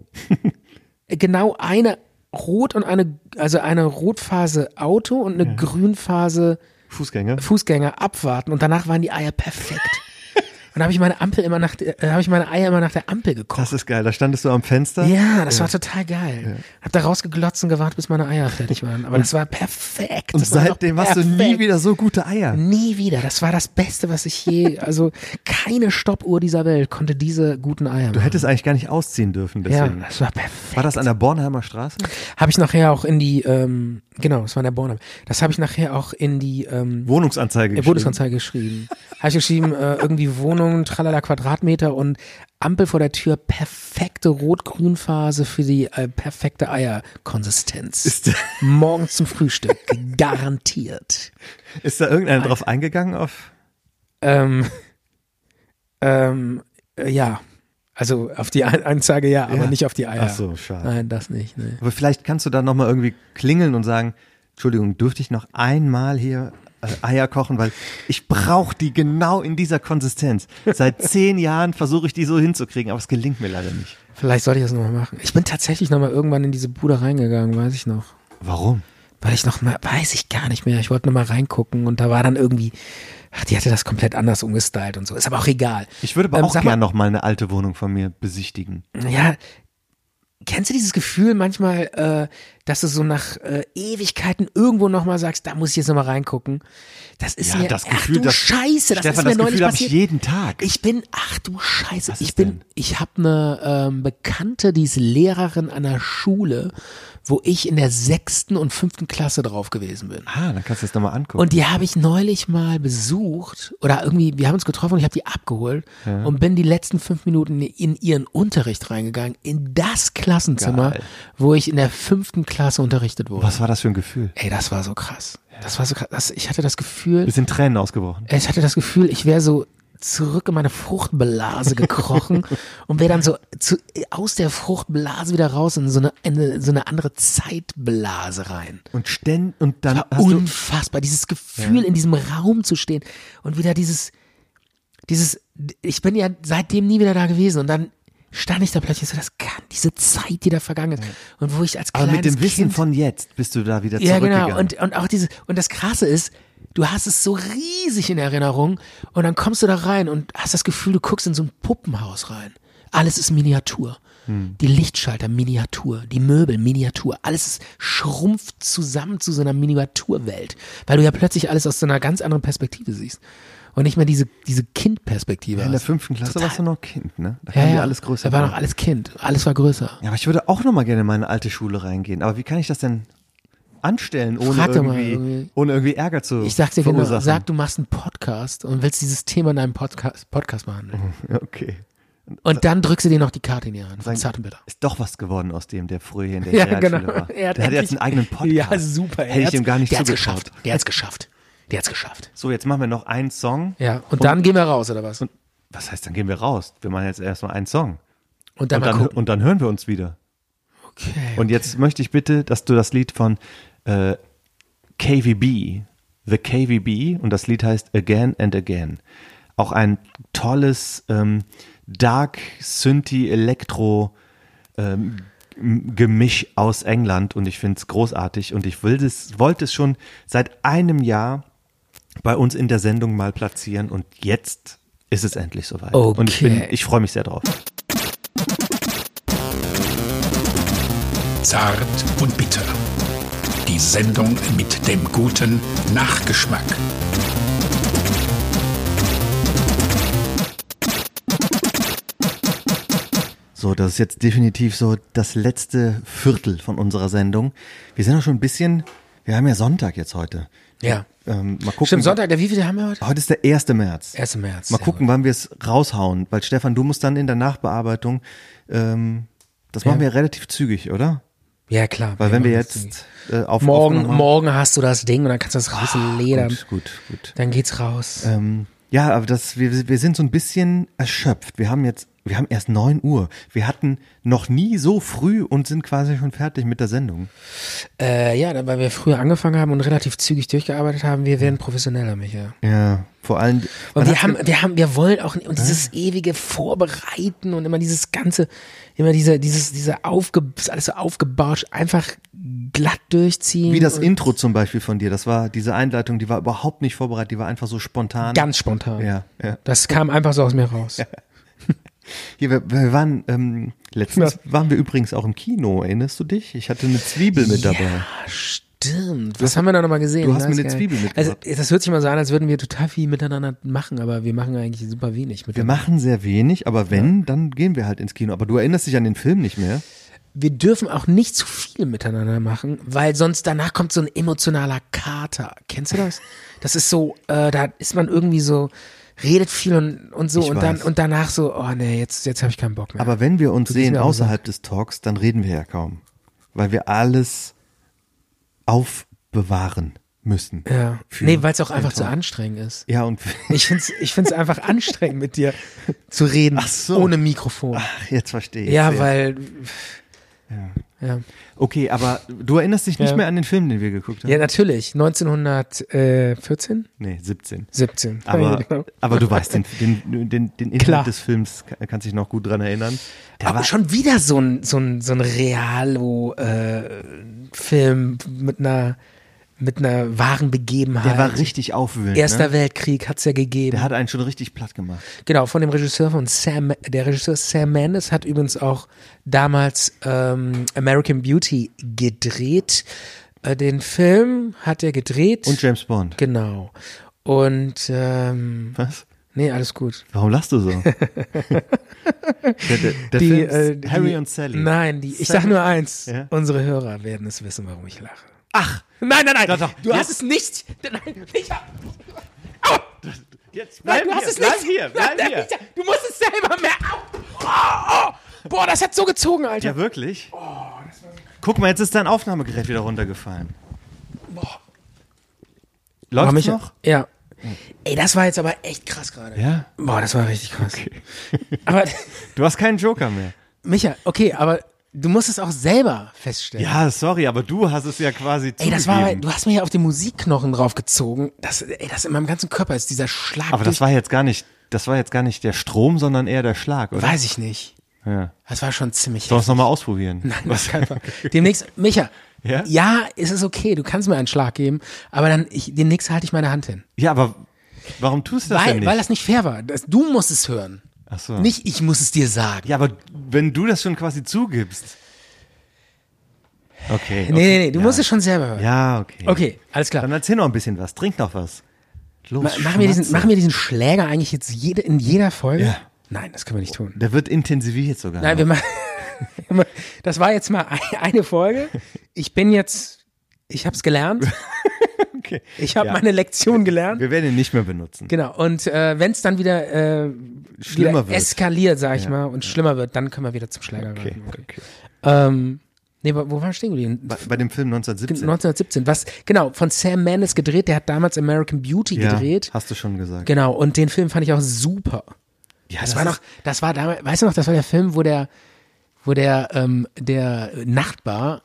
Speaker 3: genau eine Rot und eine, also eine Rotphase Auto und eine Grünphase
Speaker 4: Fußgänger.
Speaker 3: Fußgänger abwarten und danach waren die Eier
Speaker 4: (laughs)
Speaker 3: perfekt. und da habe ich meine Ampel immer nach der, äh, habe ich meine Eier immer nach der Ampel gekocht.
Speaker 4: Das ist geil. Da standest du am Fenster.
Speaker 3: Ja, das war total geil. Hab da rausgeglotzt und gewartet, bis meine Eier fertig waren. Aber das war perfekt.
Speaker 4: Und
Speaker 3: Das war
Speaker 4: seitdem
Speaker 3: doch
Speaker 4: hast du nie
Speaker 3: perfekt.
Speaker 4: wieder so gute Eier.
Speaker 3: Nie wieder. Das war das Beste, was ich
Speaker 4: (laughs)
Speaker 3: je. Also keine Stoppuhr dieser Welt konnte diese guten Eier machen.
Speaker 4: Du hättest eigentlich gar nicht ausziehen dürfen.
Speaker 3: ja,
Speaker 4: Deswegen.
Speaker 3: das war perfekt.
Speaker 4: War das an der Bornheimer Straße?
Speaker 3: Habe ich nachher auch in die, ähm, genau, das war in der Bornheim. Das habe ich nachher auch in die ähm,
Speaker 4: Wohnungsanzeige.
Speaker 3: äh, Bundesanzeige geschrieben. Habe ich geschrieben, äh, irgendwie Wohnung, tralala Quadratmeter und Ampel vor der Tür, perfekte Rot-Grün-Phase für die äh, perfekte Eierkonsistenz.
Speaker 4: Ist-
Speaker 3: Morgens zum
Speaker 4: (laughs)
Speaker 3: Frühstück, garantiert.
Speaker 4: geschrieben. Ist da irgendeiner drauf eingegangen? Auf?
Speaker 3: Ähm, (laughs) ähm, äh, ja. Also auf die Ein- Anzeige ja, aber
Speaker 4: Ja.
Speaker 3: nicht auf die Eier.
Speaker 4: Ach so, schade.
Speaker 3: Nein, das nicht. Nee.
Speaker 4: Aber vielleicht kannst du da nochmal irgendwie klingeln und sagen, Entschuldigung, dürfte ich noch einmal hier äh, Eier kochen, weil ich brauche die genau in dieser Konsistenz. (laughs) Seit zehn Jahren versuche ich die so hinzukriegen, aber es gelingt mir leider nicht.
Speaker 3: Vielleicht sollte ich das nochmal machen. Ich bin tatsächlich nochmal irgendwann in diese Bude reingegangen, weiß ich noch.
Speaker 4: Warum?
Speaker 3: Weil ich noch mal, weiß ich gar nicht mehr. Ich wollte nochmal reingucken und da war dann irgendwie, ach, die hatte das komplett anders umgestylt und so. Ist aber auch egal.
Speaker 4: Ich würde aber
Speaker 3: Ähm,
Speaker 4: auch
Speaker 3: sag mal-
Speaker 4: gern noch mal eine alte Wohnung von mir besichtigen.
Speaker 3: Ja, kennst du dieses Gefühl manchmal, äh, dass du so nach äh, Ewigkeiten irgendwo nochmal sagst, da muss ich jetzt nochmal reingucken? Das ist
Speaker 4: Ja,
Speaker 3: mir,
Speaker 4: das
Speaker 3: ach
Speaker 4: Gefühl,
Speaker 3: du
Speaker 4: das-
Speaker 3: Scheiße, das
Speaker 4: Stefan,
Speaker 3: ist mir
Speaker 4: das
Speaker 3: neulich
Speaker 4: Gefühl habe ich
Speaker 3: passiert.
Speaker 4: jeden Tag.
Speaker 3: Ich bin, ach du Scheiße,
Speaker 4: Was
Speaker 3: ich
Speaker 4: ist
Speaker 3: bin,
Speaker 4: denn?
Speaker 3: ich habe eine ähm, Bekannte, die ist Lehrerin an der Schule, wo ich in der sechsten und fünften Klasse drauf gewesen bin.
Speaker 4: Ah, dann kannst du es nochmal angucken.
Speaker 3: Und die habe ich neulich mal besucht oder irgendwie, wir haben uns getroffen und ich habe die abgeholt und bin die letzten fünf Minuten in ihren Unterricht reingegangen, in das Klassenzimmer,
Speaker 4: Geil.
Speaker 3: wo ich in der fünften Klasse unterrichtet wurde.
Speaker 4: Was war das für ein Gefühl?
Speaker 3: Ey, das war so krass. Das war so krass. Das, ich hatte das Gefühl,
Speaker 4: Wir sind Tränen ausgebrochen.
Speaker 3: ich hatte das Gefühl, ich wäre so zurück in meine Fruchtblase
Speaker 4: (laughs)
Speaker 3: gekrochen und wäre dann so zu, aus der Fruchtblase wieder raus in so eine, in so eine andere Zeitblase rein.
Speaker 4: Und ständ, und dann
Speaker 3: War
Speaker 4: hast du,
Speaker 3: unfassbar, dieses Gefühl, in diesem Raum zu stehen und wieder dieses, dieses, ich bin ja seitdem nie wieder da gewesen und dann stand ich da plötzlich so, das kann, diese Zeit, die da vergangen ist und wo ich als
Speaker 4: aber
Speaker 3: kleines
Speaker 4: mit dem Wissen
Speaker 3: Kind,
Speaker 4: von jetzt bist du da wieder
Speaker 3: ja
Speaker 4: zurückgegangen.
Speaker 3: genau und, und auch dieses, und das Krasse ist, du hast es so riesig in Erinnerung und dann kommst du da rein und hast das Gefühl, du guckst in so ein Puppenhaus rein. Alles ist Miniatur.
Speaker 4: Hm.
Speaker 3: Die Lichtschalter, Miniatur. Die Möbel, Miniatur. Alles ist schrumpft zusammen zu so einer Miniaturwelt. Weil du ja plötzlich alles aus so einer ganz anderen Perspektive siehst. Und nicht mehr diese, diese Kindperspektive.
Speaker 4: in der
Speaker 3: hast.
Speaker 4: fünften Klasse
Speaker 3: Total.
Speaker 4: warst du noch Kind, ne? Da
Speaker 3: ja,
Speaker 4: kam
Speaker 3: ja.
Speaker 4: dir alles größer.
Speaker 3: Da war
Speaker 4: vor.
Speaker 3: noch alles Kind. Alles war größer.
Speaker 4: ja, aber ich würde auch noch mal gerne in meine alte Schule reingehen. Aber wie kann ich das denn anstellen, ohne,
Speaker 3: Frag doch mal
Speaker 4: irgendwie,
Speaker 3: irgendwie.
Speaker 4: ohne irgendwie Ärger zu
Speaker 3: Ich sag dir genau,
Speaker 4: verursachen?
Speaker 3: sag, du machst einen Podcast und willst dieses Thema in deinem Podcast, Podcast behandeln.
Speaker 4: Ja, (laughs) okay.
Speaker 3: Und dann drückst du dir noch die Karte in die Hand.
Speaker 4: Sagen-
Speaker 3: Von Zart und bitter.
Speaker 4: Ist doch was geworden aus dem, der früher hier in der
Speaker 3: Ja,
Speaker 4: Realschule
Speaker 3: genau.
Speaker 4: war.
Speaker 3: Er hat
Speaker 4: der hat jetzt
Speaker 3: endlich-
Speaker 4: einen eigenen Podcast.
Speaker 3: (laughs) Ja, super.
Speaker 4: Hätte ich
Speaker 3: hat's-
Speaker 4: ihm gar nicht
Speaker 3: der hat's
Speaker 4: zugeschaut.
Speaker 3: geschafft. Der hat's geschafft. Der hat's geschafft.
Speaker 4: So, jetzt machen wir noch einen Song.
Speaker 3: Ja, und, dann gehen wir raus, oder was? Und,
Speaker 4: Was heißt, dann gehen wir raus. Wir machen jetzt erstmal einen Song.
Speaker 3: dann
Speaker 4: Und
Speaker 3: mal
Speaker 4: dann,
Speaker 3: gucken.
Speaker 4: und dann hören wir uns wieder.
Speaker 3: okay.
Speaker 4: Und jetzt möchte ich bitte, dass du das Lied von äh, KVB, The KVB, und das Lied heißt Again and Again. Auch ein tolles ähm, Dark Synthi Elektro ähm, M- Gemisch aus England und ich finde es großartig und ich will das, wollte es schon seit einem Jahr bei uns in der Sendung mal platzieren und jetzt ist es endlich soweit. Und ich, bin-
Speaker 3: Okay.
Speaker 4: ich freue mich sehr drauf.
Speaker 10: Zart und bitter. Die Sendung mit dem guten Nachgeschmack.
Speaker 4: So, das ist jetzt definitiv so das letzte Viertel von unserer Sendung. Wir sind auch schon ein bisschen, wir haben ja Sonntag jetzt heute.
Speaker 3: Ja.
Speaker 4: Ähm, mal gucken.
Speaker 3: Stimmt, Sonntag, der wievielte haben wir heute?
Speaker 4: Heute ist der 1. März.
Speaker 3: 1. März,
Speaker 4: Mal
Speaker 3: sehr
Speaker 4: gucken, wann wir es raushauen, weil Stefan, du musst dann in der Nachbearbeitung, ähm, das machen wir relativ zügig, oder?
Speaker 3: Ja, klar.
Speaker 4: Weil wenn wir
Speaker 3: machen das Ding.
Speaker 4: jetzt äh, auf
Speaker 3: Morgen,
Speaker 4: aufgenommen haben- Ah,
Speaker 3: morgen hast du das Ding und dann kannst du das rausledern.
Speaker 4: Gut, gut, gut.
Speaker 3: Dann geht's raus.
Speaker 4: Ähm, ja, aber das, wir, wir sind so ein bisschen erschöpft. Wir haben jetzt, wir haben erst 9 Uhr. Wir hatten noch nie so früh und sind quasi schon fertig mit der Sendung.
Speaker 3: Äh, ja, weil wir früher angefangen haben und relativ zügig durchgearbeitet haben, wir werden professioneller, Michael.
Speaker 4: Ja, vor allem. man
Speaker 3: Und wir
Speaker 4: hat's
Speaker 3: haben,
Speaker 4: ge-
Speaker 3: wir haben, wir wollen auch und dieses ewige Vorbereiten und immer dieses ganze, immer diese, dieses, diese aufge, ist alles so aufgebauscht, einfach glatt durchziehen.
Speaker 4: wie das
Speaker 3: und
Speaker 4: Intro zum Beispiel von dir, das war diese Einleitung, die war überhaupt nicht vorbereitet, die war einfach so spontan.
Speaker 3: ganz genau. spontan.
Speaker 4: Ja, ja.
Speaker 3: Das kam einfach so aus mir raus.
Speaker 4: Hier, wir, wir waren, ähm, letztens waren wir übrigens auch im Kino, erinnerst du dich? Ich hatte eine Zwiebel mit dabei.
Speaker 3: Stimmt. Was haben wir da nochmal gesehen?
Speaker 4: du hast mir
Speaker 3: Weiß
Speaker 4: eine
Speaker 3: gar nicht.
Speaker 4: Zwiebel
Speaker 3: Also,
Speaker 4: mitgebracht.
Speaker 3: das hört sich mal so an, als würden wir total viel miteinander machen, aber wir machen eigentlich super wenig
Speaker 4: Wir
Speaker 3: miteinander.
Speaker 4: machen sehr wenig, aber wenn, dann gehen wir halt ins Kino. Aber du erinnerst dich an den Film nicht mehr.
Speaker 3: wir dürfen auch nicht zu viel miteinander machen, weil sonst danach kommt so ein emotionaler Kater. Kennst du das? Das ist so, äh, da ist man irgendwie so, redet viel und, und so
Speaker 4: Ich
Speaker 3: und dann
Speaker 4: weiß.
Speaker 3: und danach so, oh nee, jetzt, jetzt habe ich keinen Bock mehr.
Speaker 4: Aber wenn wir uns
Speaker 3: gehst
Speaker 4: sehen
Speaker 3: mir auf den
Speaker 4: außerhalb des Talks, dann reden wir ja kaum. Weil wir alles aufbewahren müssen.
Speaker 3: ja.
Speaker 4: Für
Speaker 3: Nee, weil es auch
Speaker 4: den
Speaker 3: einfach zu
Speaker 4: Talk.
Speaker 3: anstrengend ist.
Speaker 4: Ja, und (laughs)
Speaker 3: Ich finde es ich find's einfach anstrengend, mit dir zu reden
Speaker 4: Ach so.
Speaker 3: ohne Mikrofon.
Speaker 4: Ach, jetzt verstehe ich.
Speaker 3: ja, weil. Ja.
Speaker 4: Okay, aber du erinnerst dich nicht
Speaker 3: Ja.
Speaker 4: mehr an den Film, den wir geguckt haben?
Speaker 3: ja, natürlich. 1914?
Speaker 4: Nee, 17.
Speaker 3: 17. (laughs) Ja,
Speaker 4: Aber,
Speaker 3: genau.
Speaker 4: aber du weißt, den, den, den, den Inhalt
Speaker 3: Klar.
Speaker 4: des Films kann- kannst dich noch gut dran erinnern. Der
Speaker 3: Aber
Speaker 4: war
Speaker 3: schon wieder so ein, so ein, so ein Realo-Film mit einer mit einer wahren Begebenheit.
Speaker 4: Der war richtig aufwühlend.
Speaker 3: Erster
Speaker 4: ne?
Speaker 3: Weltkrieg hat's ja gegeben.
Speaker 4: Der hat einen schon richtig platt gemacht.
Speaker 3: genau, von dem Regisseur von Sam, der Regisseur Sam Mendes hat übrigens auch damals ähm, American Beauty gedreht. Äh, den Film hat er gedreht.
Speaker 4: Und James Bond.
Speaker 3: genau. Und ähm,
Speaker 4: Was?
Speaker 3: nee, alles gut.
Speaker 4: Warum lachst
Speaker 3: (laughs)
Speaker 4: du so? der der, der
Speaker 3: Die,
Speaker 4: Film
Speaker 3: äh,
Speaker 4: ist Harry
Speaker 3: die-
Speaker 4: und Sally.
Speaker 3: Nein, die, ich
Speaker 4: Sally-
Speaker 3: sag nur eins.
Speaker 4: Ja?
Speaker 3: Unsere Hörer werden es wissen, warum ich lache.
Speaker 4: Ach,
Speaker 3: Nein, nein, nein.
Speaker 4: Doch, doch.
Speaker 3: Du
Speaker 4: Jetzt-
Speaker 3: hast es nicht. Nein, ich hab,
Speaker 4: jetzt
Speaker 3: nein
Speaker 4: bleib
Speaker 3: du
Speaker 4: hier,
Speaker 3: hast es
Speaker 4: bleib
Speaker 3: nicht.
Speaker 4: hier, bleib
Speaker 3: nein,
Speaker 4: hier.
Speaker 3: nein, Ich, du musst es selber merken. Au. Oh, oh. Boah, das hat so gezogen, Alter.
Speaker 4: Ja, wirklich?
Speaker 3: Oh,
Speaker 4: Guck mal, jetzt ist dein Aufnahmegerät wieder runtergefallen.
Speaker 3: Boah,
Speaker 4: Läuft
Speaker 3: Micha-
Speaker 4: noch? Hm.
Speaker 3: Ja. Ey, das war jetzt aber echt krass gerade.
Speaker 4: Ja.
Speaker 3: Boah, das war richtig krass. (laughs) Aber,
Speaker 4: Du hast keinen Joker mehr.
Speaker 3: Micha, okay, aber du musst es auch selber feststellen.
Speaker 4: Ja, sorry, aber du hast es ja quasi
Speaker 3: Ey, das war, halt,
Speaker 4: zugegeben.
Speaker 3: du hast mir ja auf den Musikknochen draufgezogen. Das, ey, das in meinem ganzen Körper ist dieser Schlag.
Speaker 4: Aber
Speaker 3: durch,
Speaker 4: das war jetzt gar nicht, das war jetzt gar nicht der Strom, sondern eher der Schlag, oder?
Speaker 3: weiß ich nicht.
Speaker 4: Ja.
Speaker 3: Das war schon ziemlich.
Speaker 4: Sollen wir es nochmal ausprobieren?
Speaker 3: Nein, auf
Speaker 4: (laughs)
Speaker 3: keinen Fall. Demnächst, Micha,
Speaker 4: Ja?
Speaker 3: ja? es ist okay, du kannst mir einen Schlag geben, aber dann, ich, demnächst halte ich meine Hand hin.
Speaker 4: Ja, aber warum tust du das denn
Speaker 3: Weil,
Speaker 4: nicht?
Speaker 3: weil das nicht fair war. Das, du musst es hören.
Speaker 4: Ach so.
Speaker 3: Nicht ich muss es dir sagen.
Speaker 4: ja, aber wenn du das schon quasi zugibst. Okay. okay.
Speaker 3: nee, nee, nee, du
Speaker 4: ja.
Speaker 3: musst es schon selber hören.
Speaker 4: Ja, okay.
Speaker 3: Okay, alles klar.
Speaker 4: Dann erzähl noch ein bisschen was. Trink noch was. Los.
Speaker 3: Ma- machen, wir diesen,
Speaker 4: schmatze.
Speaker 3: machen wir diesen Schläger eigentlich jetzt jede, in jeder Folge?
Speaker 4: Ja.
Speaker 3: Nein, das können wir nicht tun.
Speaker 4: Der wird intensiviert sogar.
Speaker 3: Nein, (laughs) wir machen. Das war jetzt mal (laughs) ein- eine Folge. Ich bin jetzt. Ich habe es gelernt.
Speaker 4: okay.
Speaker 3: Ich habe
Speaker 4: Ja.
Speaker 3: meine Lektion gelernt.
Speaker 4: Wir werden ihn nicht mehr benutzen.
Speaker 3: Genau, und äh, wenn es dann wieder, äh,
Speaker 4: Schlimmer
Speaker 3: wieder
Speaker 4: wird.
Speaker 3: eskaliert, sag ich
Speaker 4: Ja,
Speaker 3: mal, und schlimmer wird, dann können wir wieder zum Schläger
Speaker 4: Okay,
Speaker 3: greifen.
Speaker 4: okay.
Speaker 3: Ähm, nee, wo wo waren wir stehen geblieben?
Speaker 4: Bei, bei dem Film 1917.
Speaker 3: 1917, was, genau, von Sam Mendes gedreht, der hat damals American Beauty
Speaker 4: ja,
Speaker 3: gedreht.
Speaker 4: Hast du schon gesagt.
Speaker 3: Genau, und den Film fand ich auch super.
Speaker 4: Ja,
Speaker 3: Das, war noch, das war damals, weißt du noch, das war der Film, wo der, wo der, ähm, der Nachbar,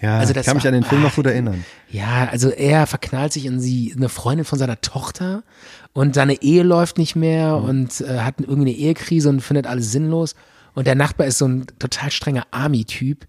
Speaker 4: Ja,
Speaker 3: also
Speaker 4: also
Speaker 3: das
Speaker 4: das ich kann mich
Speaker 3: war-
Speaker 4: an den Film noch gut erinnern.
Speaker 3: ja, also er verknallt sich in sie, eine Freundin von seiner Tochter und seine Ehe läuft nicht mehr
Speaker 4: Mhm.
Speaker 3: und äh, hat irgendwie eine Ehekrise und findet alles sinnlos. Und der Nachbar ist so ein total strenger Army-Typ,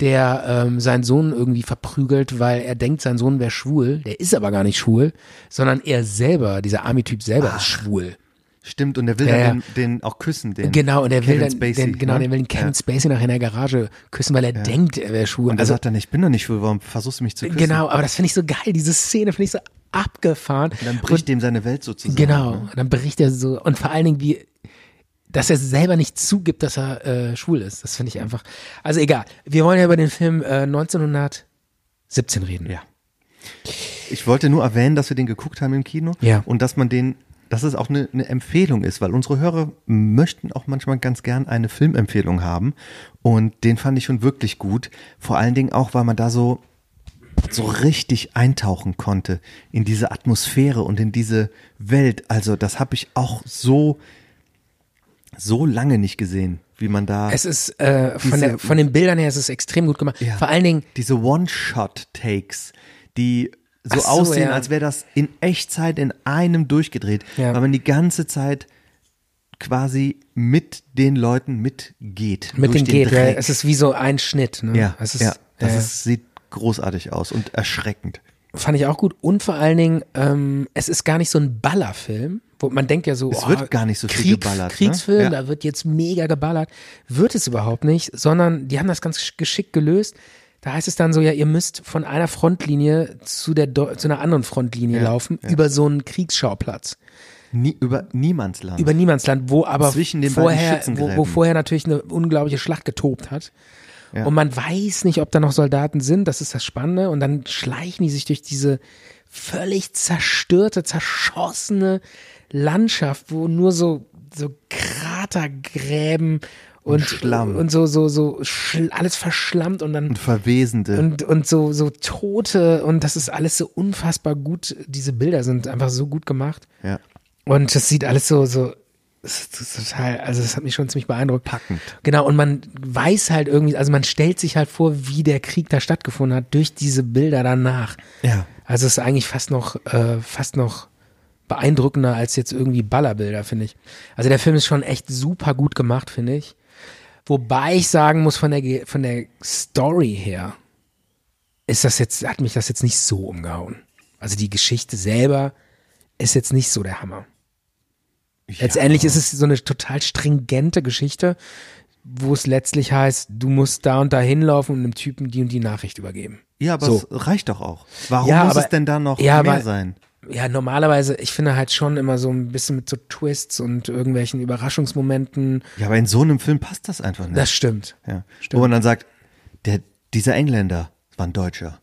Speaker 3: der ähm, seinen Sohn irgendwie verprügelt, weil er denkt, sein Sohn wäre schwul. Der ist aber gar nicht schwul, sondern er selber, dieser Army-Typ selber
Speaker 4: Ah,
Speaker 3: ist schwul.
Speaker 4: Stimmt, und der will
Speaker 3: Ja, ja.
Speaker 4: dann den, den auch küssen, den.
Speaker 3: Genau, und er will
Speaker 4: Kevin
Speaker 3: dann,
Speaker 4: Spacey,
Speaker 3: den, genau,
Speaker 4: ne?
Speaker 3: den will den Kevin
Speaker 4: Ja.
Speaker 3: Spacey nachher in der Garage küssen, weil er denkt, er wäre schwul.
Speaker 4: Und er
Speaker 3: also,
Speaker 4: sagt dann, ich bin doch nicht schwul, warum versuchst du mich zu küssen?
Speaker 3: genau, aber das finde ich so geil, diese Szene finde ich so abgefahren.
Speaker 4: Und dann bricht dem seine Welt sozusagen.
Speaker 3: Genau,
Speaker 4: Ne?
Speaker 3: und dann bricht er so. Und vor allen Dingen, wie dass er selber nicht zugibt, dass er äh, schwul ist. Das finde ich einfach. Also egal. Wir wollen ja über den Film äh, 1917 reden.
Speaker 4: Ja. Ich wollte nur erwähnen, dass wir den geguckt haben im Kino
Speaker 3: Ja.
Speaker 4: und dass man den, dass es auch eine, eine Empfehlung ist, weil unsere Hörer möchten auch manchmal ganz gern eine Filmempfehlung haben und den fand ich schon wirklich gut. Vor allen Dingen auch, weil man da so so richtig eintauchen konnte in diese Atmosphäre und in diese Welt. Also das habe ich auch so so lange nicht gesehen, wie man da
Speaker 3: Es ist äh, von,
Speaker 4: Diese-
Speaker 3: der, von den Bildern her ist es extrem gut gemacht.
Speaker 4: Ja.
Speaker 3: Vor allen Dingen
Speaker 4: diese One-Shot-Takes, die so,
Speaker 3: Ach so,
Speaker 4: aussehen,
Speaker 3: ja.
Speaker 4: als wäre das in Echtzeit in einem durchgedreht,
Speaker 3: Ja.
Speaker 4: weil man die ganze Zeit quasi mit den Leuten mitgeht.
Speaker 3: mit
Speaker 4: durch
Speaker 3: dem
Speaker 4: den
Speaker 3: Geht, ja,
Speaker 4: Dreck.
Speaker 3: es ist wie so ein Schnitt. Ne?
Speaker 4: ja,
Speaker 3: es ist,
Speaker 4: ja, das
Speaker 3: äh,
Speaker 4: ist, sieht großartig aus und erschreckend.
Speaker 3: fand ich auch gut. Und vor allen Dingen, ähm, es ist gar nicht so ein Ballerfilm, wo man denkt ja so, oh,
Speaker 4: Es wird gar nicht so viel geballert, ne?
Speaker 3: Kriegsfilm,
Speaker 4: Ja.
Speaker 3: da wird jetzt mega geballert. Wird es überhaupt nicht, sondern die haben das ganz gesch- geschickt gelöst. Da heißt es dann so, ja, ihr müsst von einer Frontlinie zu der Deu- zu einer anderen Frontlinie laufen über so einen Kriegsschauplatz,
Speaker 4: Nie, über Niemandsland.
Speaker 3: über Niemandsland, wo aber
Speaker 4: Zwischen den beiden
Speaker 3: vorher, wo,
Speaker 4: Schützengräben.
Speaker 3: wo vorher natürlich eine unglaubliche Schlacht getobt hat. Und man weiß nicht, ob da noch Soldaten sind, das ist das Spannende. Und dann schleichen die sich durch diese völlig zerstörte, zerschossene Landschaft, wo nur so, so Kratergräben und,
Speaker 4: Schlamm.
Speaker 3: und so, so, so schl alles verschlammt und dann
Speaker 4: und Verwesende.
Speaker 3: und, und so, so Tote und das ist alles so unfassbar gut. Diese Bilder sind einfach so gut gemacht.
Speaker 4: ja.
Speaker 3: Und das sieht alles so, so, es ist total, also das hat mich schon ziemlich beeindruckt.
Speaker 4: Packend.
Speaker 3: Genau, und man weiß halt irgendwie, also man stellt sich halt vor, wie der Krieg da stattgefunden hat, durch diese Bilder danach.
Speaker 4: Ja.
Speaker 3: Also es ist eigentlich fast noch, äh, fast noch beeindruckender als jetzt irgendwie Ballerbilder, finde ich. Also der Film ist schon echt super gut gemacht, finde ich. Wobei ich sagen muss, von der, Ge- von der Story her, ist das jetzt, hat mich das jetzt nicht so umgehauen. Also die Geschichte selber ist jetzt nicht so der Hammer. Letztendlich ist es so eine total stringente Geschichte, wo es letztlich heißt, du musst da und da hinlaufen und dem Typen die und die Nachricht übergeben.
Speaker 4: ja, aber
Speaker 3: so.
Speaker 4: es reicht doch auch. Warum
Speaker 3: Ja,
Speaker 4: muss
Speaker 3: aber-
Speaker 4: es denn da noch
Speaker 3: ja,
Speaker 4: mehr
Speaker 3: aber-
Speaker 4: sein?
Speaker 3: Ja, normalerweise, ich finde halt schon immer so ein bisschen mit so Twists und irgendwelchen Überraschungsmomenten.
Speaker 4: Ja, aber in so einem Film passt das einfach nicht.
Speaker 3: Das stimmt.
Speaker 4: Ja. Wo man dann sagt, der, dieser Engländer war ein Deutscher.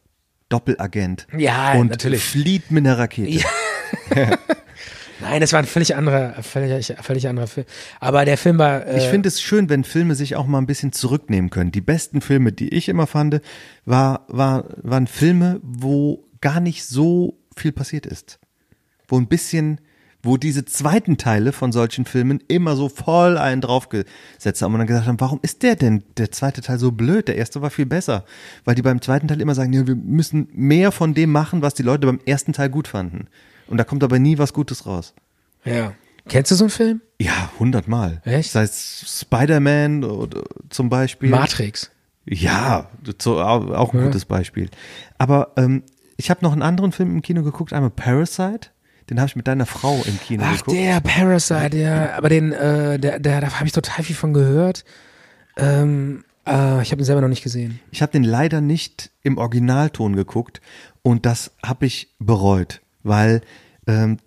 Speaker 4: Doppelagent.
Speaker 3: Ja,
Speaker 4: und
Speaker 3: natürlich.
Speaker 4: flieht mit einer Rakete.
Speaker 3: Nein, das war ein völlig anderer, völlig, völlig anderer Film. Aber der Film war. Äh,
Speaker 4: Ich finde es schön, wenn Filme sich auch mal ein bisschen zurücknehmen können. Die besten Filme, die ich immer fand, war, war, waren Filme, wo gar nicht so viel passiert ist. Wo ein bisschen, wo diese zweiten Teile von solchen Filmen immer so voll einen draufgesetzt haben und dann gesagt haben, warum ist der denn, der zweite Teil so blöd? Der erste war viel besser. Weil die beim zweiten Teil immer sagen, ja, wir müssen mehr von dem machen, was die Leute beim ersten Teil gut fanden. Und da kommt aber nie was Gutes raus.
Speaker 3: ja. Kennst du so einen Film?
Speaker 4: Ja, hundertmal.
Speaker 3: Echt?
Speaker 4: Sei es Spider-Man oder zum Beispiel.
Speaker 3: Matrix.
Speaker 4: Ja, zu, au- auch ein gutes Beispiel. Aber ähm, ich habe noch einen anderen Film im Kino geguckt, einmal Parasite. Den habe ich mit deiner Frau im Kino
Speaker 3: Ach,
Speaker 4: geguckt.
Speaker 3: der Parasite, ja. Aber den, äh, der, der, da habe ich total viel von gehört. Ähm, äh, ich habe ihn selber noch nicht gesehen.
Speaker 4: Ich habe den leider nicht im Originalton geguckt und das habe ich bereut, weil ähm,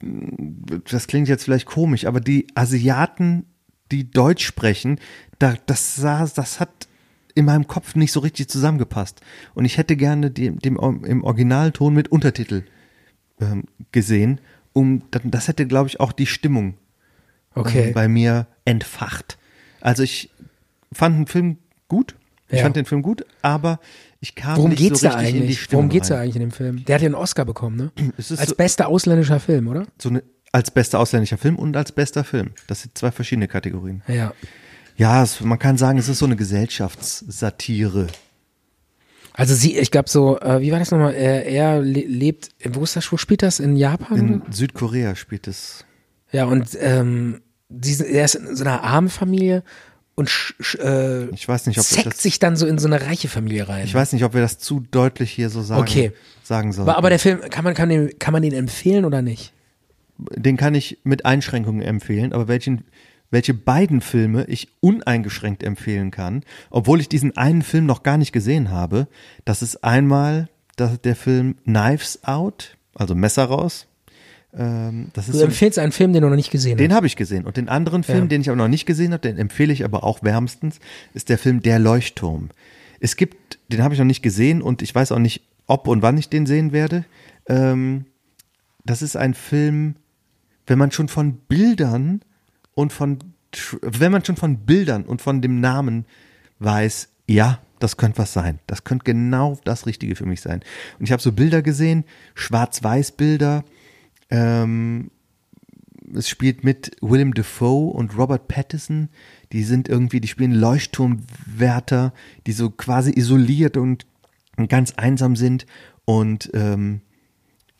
Speaker 4: das klingt jetzt vielleicht komisch, aber die Asiaten, die Deutsch sprechen, da, das, sah, das hat in meinem Kopf nicht so richtig zusammengepasst. Und ich hätte gerne dem, dem, im Originalton mit Untertitel ähm, gesehen, um dann- das hätte, glaube ich, auch die Stimmung
Speaker 3: Okay.
Speaker 4: ähm, bei mir entfacht. Also ich fand den Film gut. Ich
Speaker 3: Ja.
Speaker 4: fand den Film gut, aber ich kam
Speaker 3: Worum
Speaker 4: nicht
Speaker 3: geht's
Speaker 4: so
Speaker 3: da
Speaker 4: richtig in die
Speaker 3: eigentlich?
Speaker 4: Stimmung
Speaker 3: Worum geht's da
Speaker 4: rein.
Speaker 3: eigentlich in dem Film? Der hat ja einen Oscar bekommen, ne?
Speaker 4: (clears throat) Es ist
Speaker 3: Als
Speaker 4: so-
Speaker 3: bester ausländischer Film, oder?
Speaker 4: So eine, als bester ausländischer Film und als bester Film. Das sind zwei verschiedene Kategorien.
Speaker 3: Ja.
Speaker 4: Ja, es, man kann sagen, es ist so eine Gesellschaftssatire.
Speaker 3: Also sie, ich glaube so, äh, wie war das nochmal? Er, er le lebt, wo ist das? Wo spielt das? In Japan?
Speaker 4: In Südkorea spielt es.
Speaker 3: ja, und ähm, sie, sind- er ist in so einer armen Familie und sch, sch, äh,
Speaker 4: Ich weiß nicht, ob wir
Speaker 3: zeckt
Speaker 4: das-
Speaker 3: sich dann so in so eine reiche Familie rein.
Speaker 4: Ich weiß nicht, ob wir das zu deutlich hier so sagen,
Speaker 3: Okay.
Speaker 4: sagen sollen.
Speaker 3: aber, aber der Film, kann man, kann, den, kann man den empfehlen oder nicht?
Speaker 4: den kann ich mit Einschränkungen empfehlen, aber welchen, welche beiden Filme ich uneingeschränkt empfehlen kann, obwohl ich diesen einen Film noch gar nicht gesehen habe, das ist einmal das, der Film Knives Out, also Messer raus, Ähm, das ist
Speaker 3: Du
Speaker 4: so,
Speaker 3: empfiehlst einen Film, den du noch nicht gesehen
Speaker 4: den
Speaker 3: hast.
Speaker 4: habe ich gesehen. Und den anderen Film, den ich aber noch nicht gesehen habe, den empfehle ich aber auch wärmstens, ist der Film Der Leuchtturm. Es gibt, den habe ich noch nicht gesehen und ich weiß auch nicht, ob und wann ich den sehen werde. Ähm, das ist ein Film, wenn man schon von Bildern und von, Tr- wenn man schon von Bildern und von dem Namen weiß, ja, das könnte was sein. Das könnte genau das Richtige für mich sein. Und ich habe so Bilder gesehen, Schwarz-Weiß-Bilder, es spielt mit Willem Dafoe und Robert Pattinson. Die sind irgendwie, die spielen Leuchtturmwärter, die so quasi isoliert und ganz einsam sind und ähm,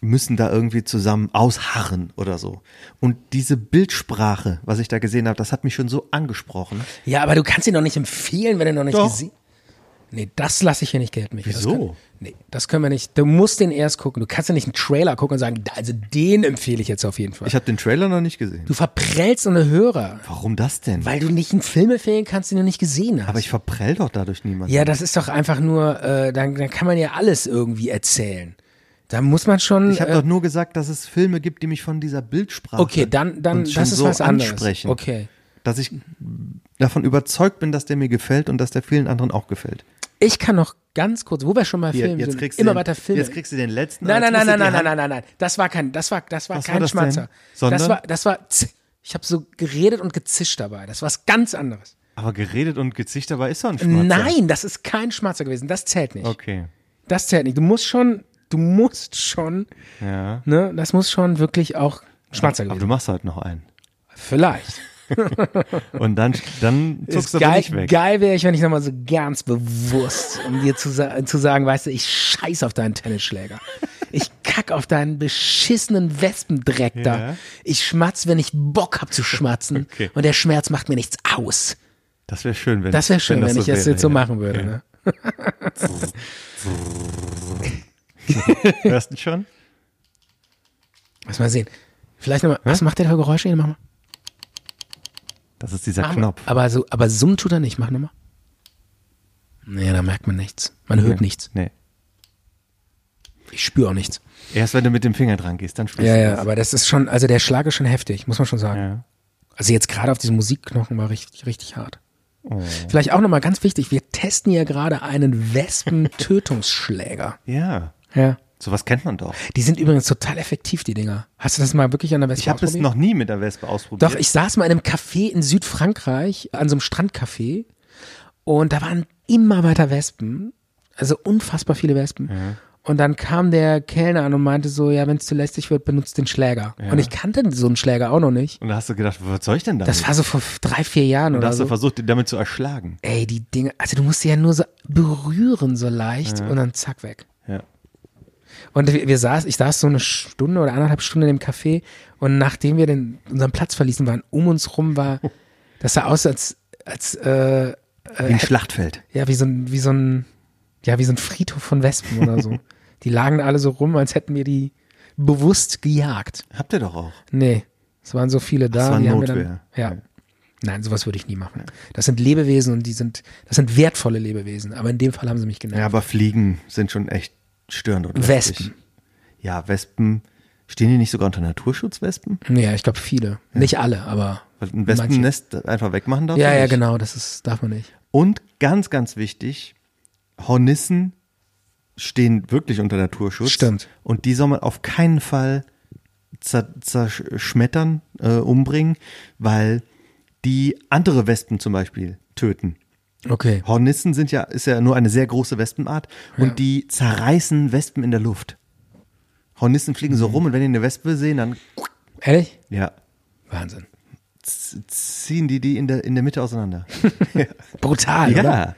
Speaker 4: müssen da irgendwie zusammen ausharren oder so. Und diese Bildsprache, was ich da gesehen habe, das hat mich schon so angesprochen.
Speaker 3: Ja, aber du kannst ihn noch nicht empfehlen, wenn du ihn noch nicht
Speaker 4: Doch.
Speaker 3: gesehen Nee, das lasse ich hier nicht gelten. Michi. Das
Speaker 4: Wieso?
Speaker 3: Kann, nee, das können wir nicht. Du musst den erst gucken. Du kannst ja nicht einen Trailer gucken und sagen, "Da- also den empfehle ich jetzt auf jeden Fall.
Speaker 4: Ich habe den Trailer noch nicht gesehen.
Speaker 3: du verprellst eine Hörer,
Speaker 4: Warum das denn?
Speaker 3: weil du nicht einen Film empfehlen kannst, den du nicht gesehen hast.
Speaker 4: Aber ich verprell doch dadurch niemanden.
Speaker 3: ja, das ist doch einfach nur, äh, dann, dann kann man ja alles irgendwie erzählen. Da muss man schon.
Speaker 4: ich habe
Speaker 3: äh,
Speaker 4: doch nur gesagt, dass es Filme gibt, die mich von dieser Bildsprache
Speaker 3: Okay, dann, dann,
Speaker 4: und schon
Speaker 3: das ist
Speaker 4: so
Speaker 3: was anderes.
Speaker 4: ansprechen.
Speaker 3: Okay.
Speaker 4: dass ich davon überzeugt bin, dass der mir gefällt und dass der vielen anderen auch gefällt.
Speaker 3: Ich kann noch ganz kurz, wo wir schon mal Filmen sind, immer
Speaker 4: den,
Speaker 3: weiter Filme.
Speaker 4: Jetzt kriegst du den letzten.
Speaker 3: Nein, nein,
Speaker 4: aber
Speaker 3: nein, nein,
Speaker 4: jetzt
Speaker 3: nein,
Speaker 4: kriegst du
Speaker 3: nein,
Speaker 4: die
Speaker 3: nein, nein, nein. Das war kein, das war, das war
Speaker 4: Was
Speaker 3: kein
Speaker 4: war das
Speaker 3: Schmatzer.
Speaker 4: denn? Sondern?
Speaker 3: Das war, das war, z- ich habe so geredet und gezischt dabei. Das war was ganz anderes.
Speaker 4: Hand. Aber geredet und gezicht dabei ist doch ein Schmatzer.
Speaker 3: Nein, das ist kein Schmatzer gewesen. Das zählt nicht.
Speaker 4: Okay.
Speaker 3: Das zählt nicht. Du musst schon, du musst schon,
Speaker 4: Ja.
Speaker 3: ne, das muss schon wirklich auch ein Schmatzer
Speaker 4: Aber
Speaker 3: gewesen.
Speaker 4: du machst halt noch einen.
Speaker 3: Vielleicht. (laughs)
Speaker 4: Und dann, dann
Speaker 3: Ist
Speaker 4: zuckst du aber
Speaker 3: geil
Speaker 4: nicht weg.
Speaker 3: geil wäre ich, wenn ich nochmal so ganz bewusst, um dir zu, sa zu sagen, weißt du, ich scheiß auf deinen Tennisschläger. Ich kack auf deinen beschissenen Wespendreck da.
Speaker 4: Ja.
Speaker 3: Ich schmatz, wenn ich Bock hab zu schmatzen.
Speaker 4: Okay.
Speaker 3: Und der Schmerz macht mir nichts aus.
Speaker 4: Das wäre schön, wenn
Speaker 3: Das wäre schön, wenn,
Speaker 4: so
Speaker 3: ich das
Speaker 4: wäre,
Speaker 3: jetzt so
Speaker 4: ja.
Speaker 3: machen würde. Ne?
Speaker 4: Hörst du schon?
Speaker 3: Lass mal sehen. Vielleicht nochmal, was macht der da für Geräusche? Hier, Mach mal.
Speaker 4: Das ist dieser
Speaker 3: Mach mal.
Speaker 4: Knopf.
Speaker 3: Aber, so, aber summen tut er nicht. Mach nochmal. Nee, da merkt man nichts. Man hört nichts.
Speaker 4: Nee.
Speaker 3: Ich spüre auch nichts.
Speaker 4: Erst wenn du mit dem Finger dran gehst, dann spürst
Speaker 3: Ja,
Speaker 4: du
Speaker 3: ja,
Speaker 4: das.
Speaker 3: aber das ist schon, also der Schlag ist schon heftig, muss man schon sagen.
Speaker 4: Ja.
Speaker 3: Also jetzt gerade auf diesem Musikknochen war richtig, richtig hart. Oh. Vielleicht auch nochmal ganz wichtig, wir testen ja gerade einen Wespentötungsschläger.
Speaker 4: ja.
Speaker 3: (laughs) ja.
Speaker 4: Sowas kennt man doch.
Speaker 3: Die sind übrigens total effektiv, die Dinger. Hast du das mal wirklich an der Wespe
Speaker 4: Ich habe es
Speaker 3: ausprobiert?
Speaker 4: noch nie mit der Wespe ausprobiert.
Speaker 3: Doch, ich saß mal in einem Café in Südfrankreich, an so einem Strandcafé. Und da waren immer weiter Wespen. Also unfassbar viele Wespen. Und dann kam der Kellner an und meinte so, ja, wenn es zu lästig wird, benutzt den Schläger. Und ich kannte so einen Schläger auch noch nicht.
Speaker 4: Und da hast du gedacht, was soll ich denn damit?
Speaker 3: Das war so vor drei, vier Jahren
Speaker 4: da
Speaker 3: oder
Speaker 4: hast
Speaker 3: so.
Speaker 4: du versucht, den damit zu erschlagen.
Speaker 3: Ey, die Dinge, also du musst sie ja nur so berühren, so leicht und dann zack weg.
Speaker 4: Ja.
Speaker 3: Und wir, wir saß, ich saß so eine Stunde oder anderthalb Stunden in dem Café und nachdem wir den, unseren Platz verließen waren, um uns rum war, das sah aus als, als äh,
Speaker 4: Wie ein Schlachtfeld.
Speaker 3: ja, wie so ein, wie so ein, ja, wie so ein Friedhof von Wespen oder so. Die lagen alle so rum, als hätten wir die bewusst gejagt.
Speaker 4: Habt ihr doch auch.
Speaker 3: Nee, es waren so viele da.
Speaker 4: Das war
Speaker 3: die haben wir dann-
Speaker 4: Notwehr.
Speaker 3: ja. Nein, sowas würde ich nie machen. Das sind Lebewesen und die sind, das sind wertvolle Lebewesen. Aber in dem Fall haben sie mich
Speaker 4: Ja,
Speaker 3: genervt.
Speaker 4: aber Fliegen sind schon echt störend und
Speaker 3: Wespen.
Speaker 4: lästig. Ja, Wespen. Stehen die nicht sogar unter Naturschutz, Wespen?
Speaker 3: Ja, ich glaube viele. Nicht alle, aber.
Speaker 4: Weil ne? ein
Speaker 3: manche.
Speaker 4: Wespennest einfach wegmachen darf?
Speaker 3: Ja,
Speaker 4: man
Speaker 3: ja,
Speaker 4: nicht.
Speaker 3: genau, das ist, darf man nicht.
Speaker 4: Und ganz, ganz wichtig, Hornissen stehen wirklich unter Naturschutz.
Speaker 3: Stimmt.
Speaker 4: Und die soll man auf keinen Fall zer zerschmettern, äh, umbringen, weil die andere Wespen zum Beispiel töten.
Speaker 3: Okay.
Speaker 4: Hornissen sind ja, ist ja nur eine sehr große Wespenart und die zerreißen Wespen in der Luft. Hornissen fliegen
Speaker 3: Mhm.
Speaker 4: so rum und wenn die eine Wespe sehen, dann
Speaker 3: Ehrlich?
Speaker 4: ja,
Speaker 3: Wahnsinn.
Speaker 4: z- ziehen die die in der, in der Mitte
Speaker 3: (laughs)
Speaker 4: auseinander.
Speaker 3: Brutal, oder?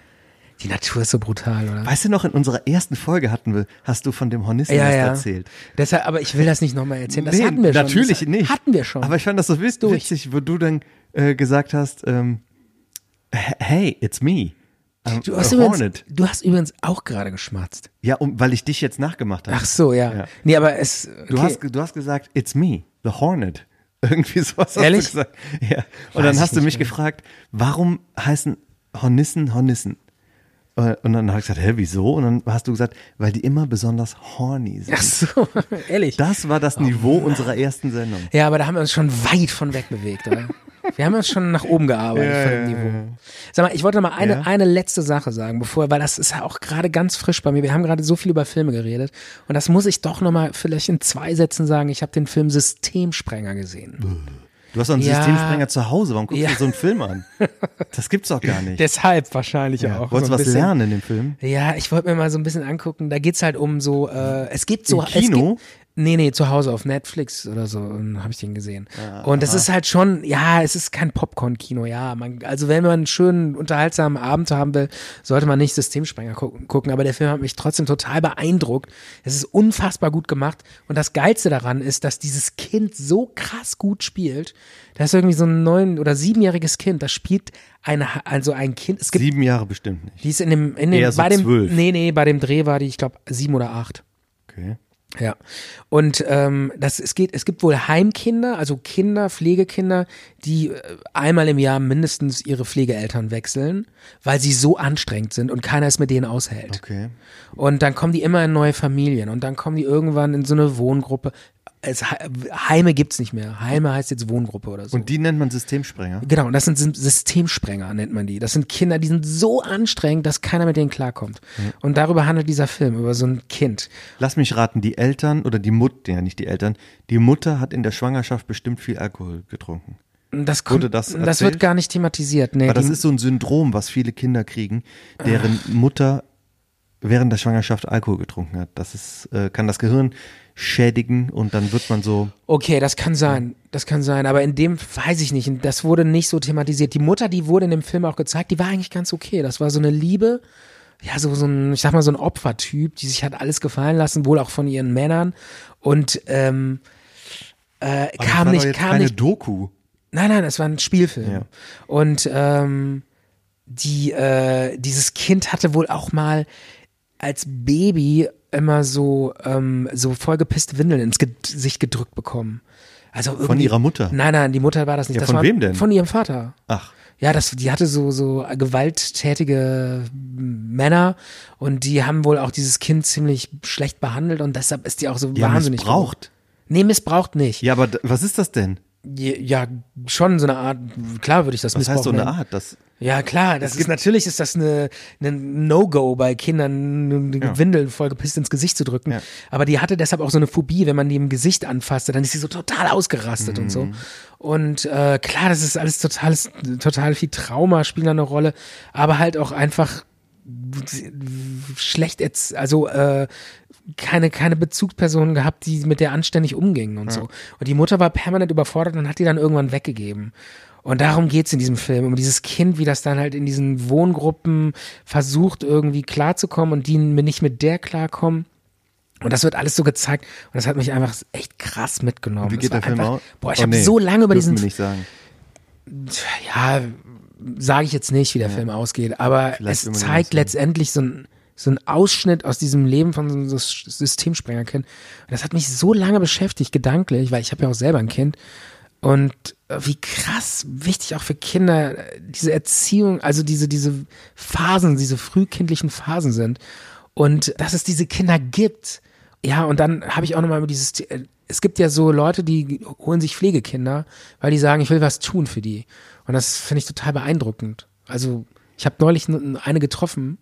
Speaker 3: Die Natur ist so brutal, oder?
Speaker 4: Weißt du noch, in unserer ersten Folge hatten wir, hast du von dem Hornissen
Speaker 3: ja,
Speaker 4: was
Speaker 3: ja.
Speaker 4: erzählt.
Speaker 3: Deshalb, aber ich will das nicht nochmal erzählen. Das
Speaker 4: Nee,
Speaker 3: hatten wir schon.
Speaker 4: natürlich
Speaker 3: das
Speaker 4: nicht.
Speaker 3: Hatten wir schon.
Speaker 4: Aber ich fand das so witz-
Speaker 3: Durch.
Speaker 4: witzig, wo du dann äh, gesagt hast, ähm, "H- hey, it's me. I'm
Speaker 3: du, hast
Speaker 4: a
Speaker 3: übrigens,
Speaker 4: Hornet.
Speaker 3: du hast übrigens auch gerade geschmatzt.
Speaker 4: Ja, um, weil ich dich jetzt nachgemacht habe.
Speaker 3: Ach so, ja.
Speaker 4: Ja.
Speaker 3: Nee, aber es. Okay.
Speaker 4: Du, hast, ge- du hast gesagt, it's me, the Hornet. (laughs) Irgendwie sowas
Speaker 3: Ehrlich?
Speaker 4: hast du gesagt. Ja. Und dann
Speaker 3: ich
Speaker 4: hast du
Speaker 3: nicht
Speaker 4: mich
Speaker 3: mehr.
Speaker 4: gefragt, warum heißen Hornissen Hornissen? Äh, Und dann habe ich gesagt, hä, wieso? Und dann hast du gesagt, weil die immer besonders horny sind.
Speaker 3: Ach so, (laughs) Oh ehrlich.
Speaker 4: Das war das Niveau unserer ersten Sendung.
Speaker 3: Ja, aber da haben wir uns schon weit von weg bewegt,
Speaker 4: (laughs)
Speaker 3: oder? Wir haben uns schon nach oben gearbeitet
Speaker 4: Ja,
Speaker 3: von dem
Speaker 4: ja,
Speaker 3: Niveau. Sag mal, ich wollte noch mal eine,
Speaker 4: Ja?
Speaker 3: eine letzte Sache sagen, bevor, weil das ist ja auch gerade ganz frisch bei mir. Wir haben gerade so viel über Filme geredet und das muss ich doch noch mal vielleicht in zwei Sätzen sagen. Ich habe den Film Systemsprenger gesehen.
Speaker 4: Du hast doch einen
Speaker 3: Ja.
Speaker 4: Systemsprenger zu Hause. Warum guckst
Speaker 3: Ja.
Speaker 4: du dir so einen
Speaker 3: (laughs)
Speaker 4: Film an? Das gibt's doch gar nicht.
Speaker 3: Deshalb wahrscheinlich
Speaker 4: ja,
Speaker 3: auch.
Speaker 4: Wolltest
Speaker 3: so
Speaker 4: du
Speaker 3: ein
Speaker 4: was
Speaker 3: bisschen-
Speaker 4: lernen in dem Film?
Speaker 3: Ja, ich wollte mir mal so ein bisschen angucken. Da geht's halt um so, äh, es gibt so.
Speaker 4: Im Kino?
Speaker 3: Es gibt, nee, nee, zu Hause auf Netflix oder so habe ich den gesehen.
Speaker 4: Ah,
Speaker 3: und das ist halt schon, ja, es ist kein Popcorn-Kino, ja. Man, also wenn man einen schönen, unterhaltsamen Abend haben will, sollte man nicht Systemsprenger gucken, gucken. Aber der Film hat mich trotzdem total beeindruckt. Es ist unfassbar gut gemacht. Und das Geilste daran ist, dass dieses Kind so krass gut spielt. Da ist irgendwie so ein neun- oder siebenjähriges Kind, das spielt eine, also ein Kind, es gibt
Speaker 4: Sieben Jahre bestimmt nicht.
Speaker 3: die ist in dem, in dem
Speaker 4: Eher so
Speaker 3: bei dem,
Speaker 4: zwölf.
Speaker 3: nee, nee, bei dem Dreh war die, ich glaube, sieben oder acht.
Speaker 4: Okay.
Speaker 3: Ja. Und ähm, das, es geht, es gibt wohl Heimkinder, also Kinder, Pflegekinder, die äh, einmal im Jahr mindestens ihre Pflegeeltern wechseln, weil sie so anstrengend sind und keiner es mit denen aushält.
Speaker 4: Okay.
Speaker 3: Und dann kommen die immer in neue Familien und dann kommen die irgendwann in so eine Wohngruppe. Es, Heime gibt's nicht mehr. Heime heißt jetzt Wohngruppe oder so.
Speaker 4: Und die nennt man Systemsprenger.
Speaker 3: Genau, und das sind Sym- Systemsprenger, nennt man die. Das sind Kinder, die sind so anstrengend, dass keiner mit denen klarkommt. Und darüber handelt dieser Film, über so ein Kind.
Speaker 4: Lass mich raten, die Eltern oder die Mutter, ja nicht die Eltern, die Mutter hat in der Schwangerschaft bestimmt viel Alkohol getrunken.
Speaker 3: Und Das, kommt,
Speaker 4: Wurde das
Speaker 3: das
Speaker 4: erzählt?
Speaker 3: wird gar nicht thematisiert. Nee,
Speaker 4: Aber das
Speaker 3: die-
Speaker 4: ist so ein Syndrom, was viele Kinder kriegen, deren Mutter während der Schwangerschaft Alkohol getrunken hat. Das ist, äh, kann das Gehirn schädigen und dann wird man so.
Speaker 3: okay, das kann sein. Das kann sein. Aber in dem weiß ich nicht. Das wurde nicht so thematisiert. Die Mutter, die wurde in dem Film auch gezeigt, die war eigentlich ganz okay. Das war so eine Liebe. Ja, so, so ein, ich sag mal, so ein Opfertyp, die sich hat alles gefallen lassen, wohl auch von ihren Männern. Und ähm, äh,
Speaker 4: Aber also, das
Speaker 3: kam
Speaker 4: war doch
Speaker 3: nicht,
Speaker 4: jetzt
Speaker 3: kam
Speaker 4: keine
Speaker 3: nicht
Speaker 4: Doku.
Speaker 3: Nein, nein, es war ein Spielfilm.
Speaker 4: Ja.
Speaker 3: Und ähm, die, äh, dieses Kind hatte wohl auch mal als Baby immer so, ähm, so vollgepisste Windeln ins Gesicht gedrückt bekommen. Also irgendwie-
Speaker 4: ihrer Mutter?
Speaker 3: Nein, nein, die Mutter war das nicht.
Speaker 4: Ja,
Speaker 3: das
Speaker 4: von
Speaker 3: war
Speaker 4: wem denn?
Speaker 3: Von ihrem Vater.
Speaker 4: Ach,
Speaker 3: Ja, das, die hatte so, so gewalttätige Männer und die haben wohl auch dieses Kind ziemlich schlecht behandelt und deshalb ist die auch so
Speaker 4: die haben
Speaker 3: wahnsinnig.
Speaker 4: missbraucht.
Speaker 3: Nee, missbraucht nicht.
Speaker 4: Ja, aber d- was ist das denn?
Speaker 3: Je- Ja, schon so eine Art, klar würde ich das
Speaker 4: Was heißt so eine
Speaker 3: nennen.
Speaker 4: Art? Das,
Speaker 3: Ja, klar, das ist natürlich ist das eine, eine No-Go bei Kindern, eine
Speaker 4: Ja.
Speaker 3: Windeln vollgepisst ins Gesicht zu drücken.
Speaker 4: Ja.
Speaker 3: Aber die hatte deshalb auch so eine Phobie, wenn man die im Gesicht anfasste, dann ist sie so total ausgerastet und
Speaker 4: Mhm.
Speaker 3: so. Und äh, klar, das ist alles total, total viel Trauma spielt da eine Rolle, aber halt auch einfach schlecht jetzt, also äh, keine, keine Bezugsperson gehabt, die mit der anständig umgingen und so. Und die Mutter war permanent überfordert und hat die dann irgendwann weggegeben. Und darum geht's in diesem Film, um dieses Kind, wie das dann halt in diesen Wohngruppen versucht, irgendwie klarzukommen und die nicht mit der klarkommen. Und das wird alles so gezeigt und das hat mich einfach echt krass mitgenommen.
Speaker 4: wie
Speaker 3: Es
Speaker 4: geht
Speaker 3: war
Speaker 4: der Film
Speaker 3: einfach,
Speaker 4: aus?
Speaker 3: Boah, ich
Speaker 4: Oh,
Speaker 3: habe
Speaker 4: nee,
Speaker 3: so lange über
Speaker 4: dürfen
Speaker 3: diesen,
Speaker 4: wir nicht sagen.
Speaker 3: ja, sage ich jetzt nicht, wie der Film ausgeht, aber
Speaker 4: Vielleicht will
Speaker 3: es
Speaker 4: man ihn
Speaker 3: zeigt
Speaker 4: sehen.
Speaker 3: letztendlich so ein so ein Ausschnitt aus diesem Leben von so einem Sys- Systemsprenger Kind. Und das hat mich so lange beschäftigt, gedanklich, weil ich habe ja auch selber ein Kind. Und äh, wie krass wichtig auch für Kinder äh, diese Erziehung, also diese, diese Phasen, diese frühkindlichen Phasen sind. Und äh, dass es diese Kinder gibt. Ja, und dann habe ich auch nochmal über dieses, äh, es gibt ja so Leute, die holen sich Pflegekinder, weil die sagen, ich will was tun für die. Und das finde ich total beeindruckend. Also ich habe neulich n- eine getroffen,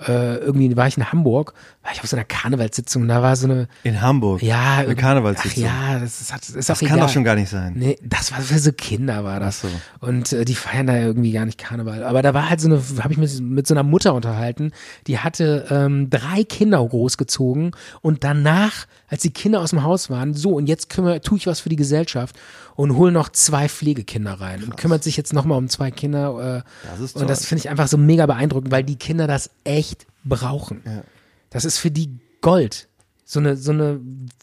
Speaker 3: äh, irgendwie war ich in Hamburg, war ich auf so einer Karnevalssitzung und da war so eine,
Speaker 4: In Hamburg.
Speaker 3: ja,
Speaker 4: Eine
Speaker 3: irgendwie-
Speaker 4: Karnevalssitzung.
Speaker 3: Ach ja, das ist, das ist auch
Speaker 4: Das kann
Speaker 3: egal.
Speaker 4: doch schon gar nicht sein.
Speaker 3: Nee, das war für so Kinder war das.
Speaker 4: Ach so.
Speaker 3: Und äh, die feiern da irgendwie gar nicht Karneval. Aber da war halt so eine, habe ich mich mit so einer Mutter unterhalten, die hatte ähm, drei Kinder großgezogen und danach, als die Kinder aus dem Haus waren, so und jetzt kümmere, tue ich was für die Gesellschaft und hole noch zwei Pflegekinder rein und kümmert sich jetzt nochmal um zwei Kinder. Äh,
Speaker 4: Das ist
Speaker 3: und das
Speaker 4: toll.
Speaker 3: finde ich einfach so mega beeindruckend, weil die Kinder das echt brauchen. Das ist für die Gold. So eine, so eine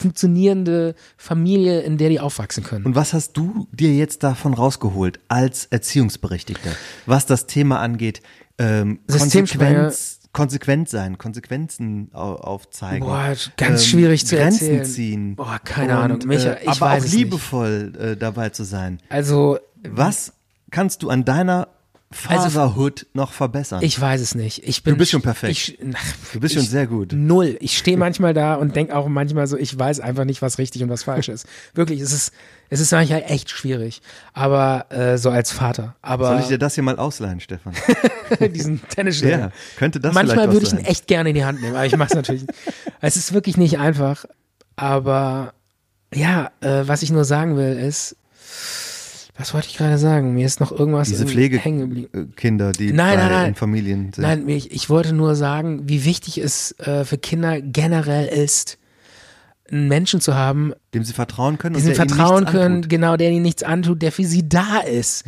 Speaker 3: funktionierende Familie, in der die aufwachsen können.
Speaker 4: Und was hast du dir jetzt davon rausgeholt als Erziehungsberechtigter, was das Thema angeht? Ähm,
Speaker 3: Systemsprenger.
Speaker 4: Konsequenz, konsequent sein, Konsequenzen au aufzeigen. ähm,
Speaker 3: Boah, ganz schwierig zu
Speaker 4: Grenzen
Speaker 3: erzählen.
Speaker 4: ziehen. äh,
Speaker 3: Boah, keine Ahnung. Micha, ich
Speaker 4: aber
Speaker 3: weiß
Speaker 4: auch
Speaker 3: es
Speaker 4: liebevoll äh, dabei zu sein.
Speaker 3: Also,
Speaker 4: Was kannst du an deiner Fatherhood noch verbessern?
Speaker 3: Ich weiß es nicht. Ich bin,
Speaker 4: Du bist schon perfekt.
Speaker 3: Ich, ach,
Speaker 4: Du bist schon
Speaker 3: ich-
Speaker 4: sehr gut.
Speaker 3: Null. Ich stehe manchmal da und denke auch manchmal so, ich weiß einfach nicht, was richtig und was falsch ist. Wirklich, es ist, es ist manchmal echt schwierig. Aber äh, so als Vater.
Speaker 4: Soll
Speaker 3: Aber
Speaker 4: ich dir das hier mal
Speaker 3: (laughs)
Speaker 4: ausleihen, Stefan?
Speaker 3: diesen Tennis
Speaker 4: Ja, könnte das
Speaker 3: Manchmal
Speaker 4: vielleicht
Speaker 3: würde
Speaker 4: was
Speaker 3: ich ihn
Speaker 4: sein.
Speaker 3: echt gerne in die Hand nehmen, aber ich mache es natürlich.
Speaker 4: (laughs)
Speaker 3: nicht. Es ist wirklich nicht einfach. Aber ja, äh, was ich nur sagen will, ist, was wollte ich gerade sagen? Mir ist noch irgendwas
Speaker 4: Diese
Speaker 3: im- hängen geblieben.
Speaker 4: Pflegekinder, die
Speaker 3: Nein,
Speaker 4: bei,
Speaker 3: nein, nein.
Speaker 4: in Familien sind.
Speaker 3: Nein, ich, ich wollte nur sagen, wie wichtig es äh, für Kinder generell ist, einen Menschen zu haben,
Speaker 4: dem sie vertrauen können und
Speaker 3: diesem
Speaker 4: der ihnen
Speaker 3: vertrauen
Speaker 4: nichts
Speaker 3: können,
Speaker 4: antut.
Speaker 3: genau, der ihnen nichts antut, der für sie da ist.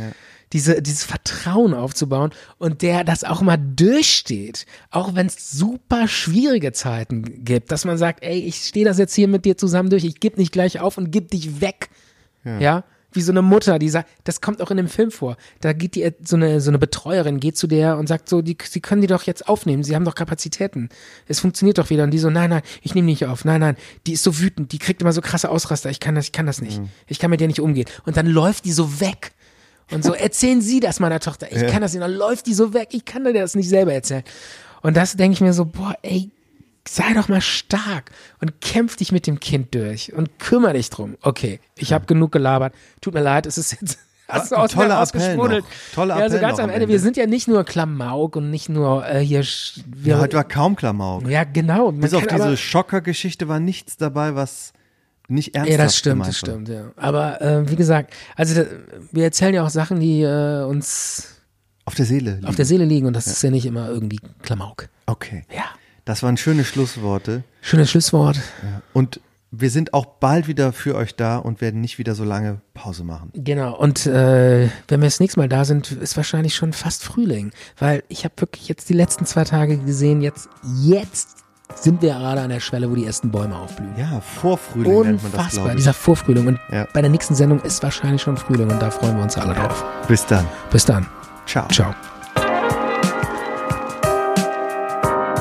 Speaker 3: Diese, dieses Vertrauen aufzubauen und der das auch mal durchsteht, auch wenn es super schwierige Zeiten gibt, dass man sagt, ey, ich stehe das jetzt hier mit dir zusammen durch, ich geb nicht gleich auf und gib dich weg. Ja. Wie so eine Mutter, die sagt, das kommt auch in dem Film vor. Da geht die äh, so eine, so eine Betreuerin, geht zu der und sagt so, die, sie können die doch jetzt aufnehmen, sie haben doch Kapazitäten. Es funktioniert doch wieder. Und die so, nein, nein, ich nehme nicht auf, nein, nein, die ist so wütend, die kriegt immer so krasse Ausraster, ich kann das, ich kann das nicht. Ich kann mit der nicht umgehen. Und dann läuft die so weg. Und so, erzählen Sie das meiner Tochter. Ich kann das nicht. Dann läuft die so weg. Ich kann dir das nicht selber erzählen. Und das denke ich mir so, boah, ey, sei doch mal stark und kämpf dich mit dem Kind durch und kümmere dich drum. Okay, ich habe genug gelabert. Tut mir leid, es ist
Speaker 4: (laughs)
Speaker 3: jetzt. Hast du
Speaker 4: Ein
Speaker 3: aus mir
Speaker 4: toller Appell
Speaker 3: ausgeschmuddelt.
Speaker 4: noch. Toller
Speaker 3: Ja, so
Speaker 4: Appell
Speaker 3: ganz
Speaker 4: noch
Speaker 3: am
Speaker 4: am
Speaker 3: Ende.
Speaker 4: Ende.
Speaker 3: Wir sind ja nicht nur Klamauk und nicht nur äh, hier. sch- Wir,
Speaker 4: Ja, heute war kaum Klamauk.
Speaker 3: ja, genau. Man
Speaker 4: Bis auf
Speaker 3: kann aber-
Speaker 4: diese Schocker-Geschichte war nichts dabei, was nicht ernsthaft
Speaker 3: Ja, das stimmt,
Speaker 4: gemeint
Speaker 3: das
Speaker 4: war.
Speaker 3: stimmt, ja. Aber äh, wie gesagt, also da, wir erzählen ja auch Sachen, die äh, uns
Speaker 4: Auf der Seele.
Speaker 3: auf
Speaker 4: liegen.
Speaker 3: der Seele liegen und das ist ja nicht immer irgendwie Klamauk.
Speaker 4: okay.
Speaker 3: Ja.
Speaker 4: Das waren schöne Schlussworte.
Speaker 3: Schönes Schlusswort.
Speaker 4: Und wir sind auch bald wieder für euch da und werden nicht wieder so lange Pause machen.
Speaker 3: Genau. Und äh, wenn wir das nächste Mal da sind, ist wahrscheinlich schon fast Frühling. Weil ich habe wirklich jetzt die letzten zwei Tage gesehen, jetzt, jetzt sind wir gerade an der Schwelle, wo die ersten Bäume aufblühen.
Speaker 4: Ja, Vorfrühling nennt man das,
Speaker 3: Unfassbar,
Speaker 4: glaube
Speaker 3: dieser Vorfrühling. Und
Speaker 4: Ja.
Speaker 3: bei der nächsten Sendung ist wahrscheinlich schon Frühling und da freuen wir uns alle drauf.
Speaker 4: ich. Bis dann.
Speaker 3: Bis dann.
Speaker 4: Ciao.
Speaker 3: Ciao.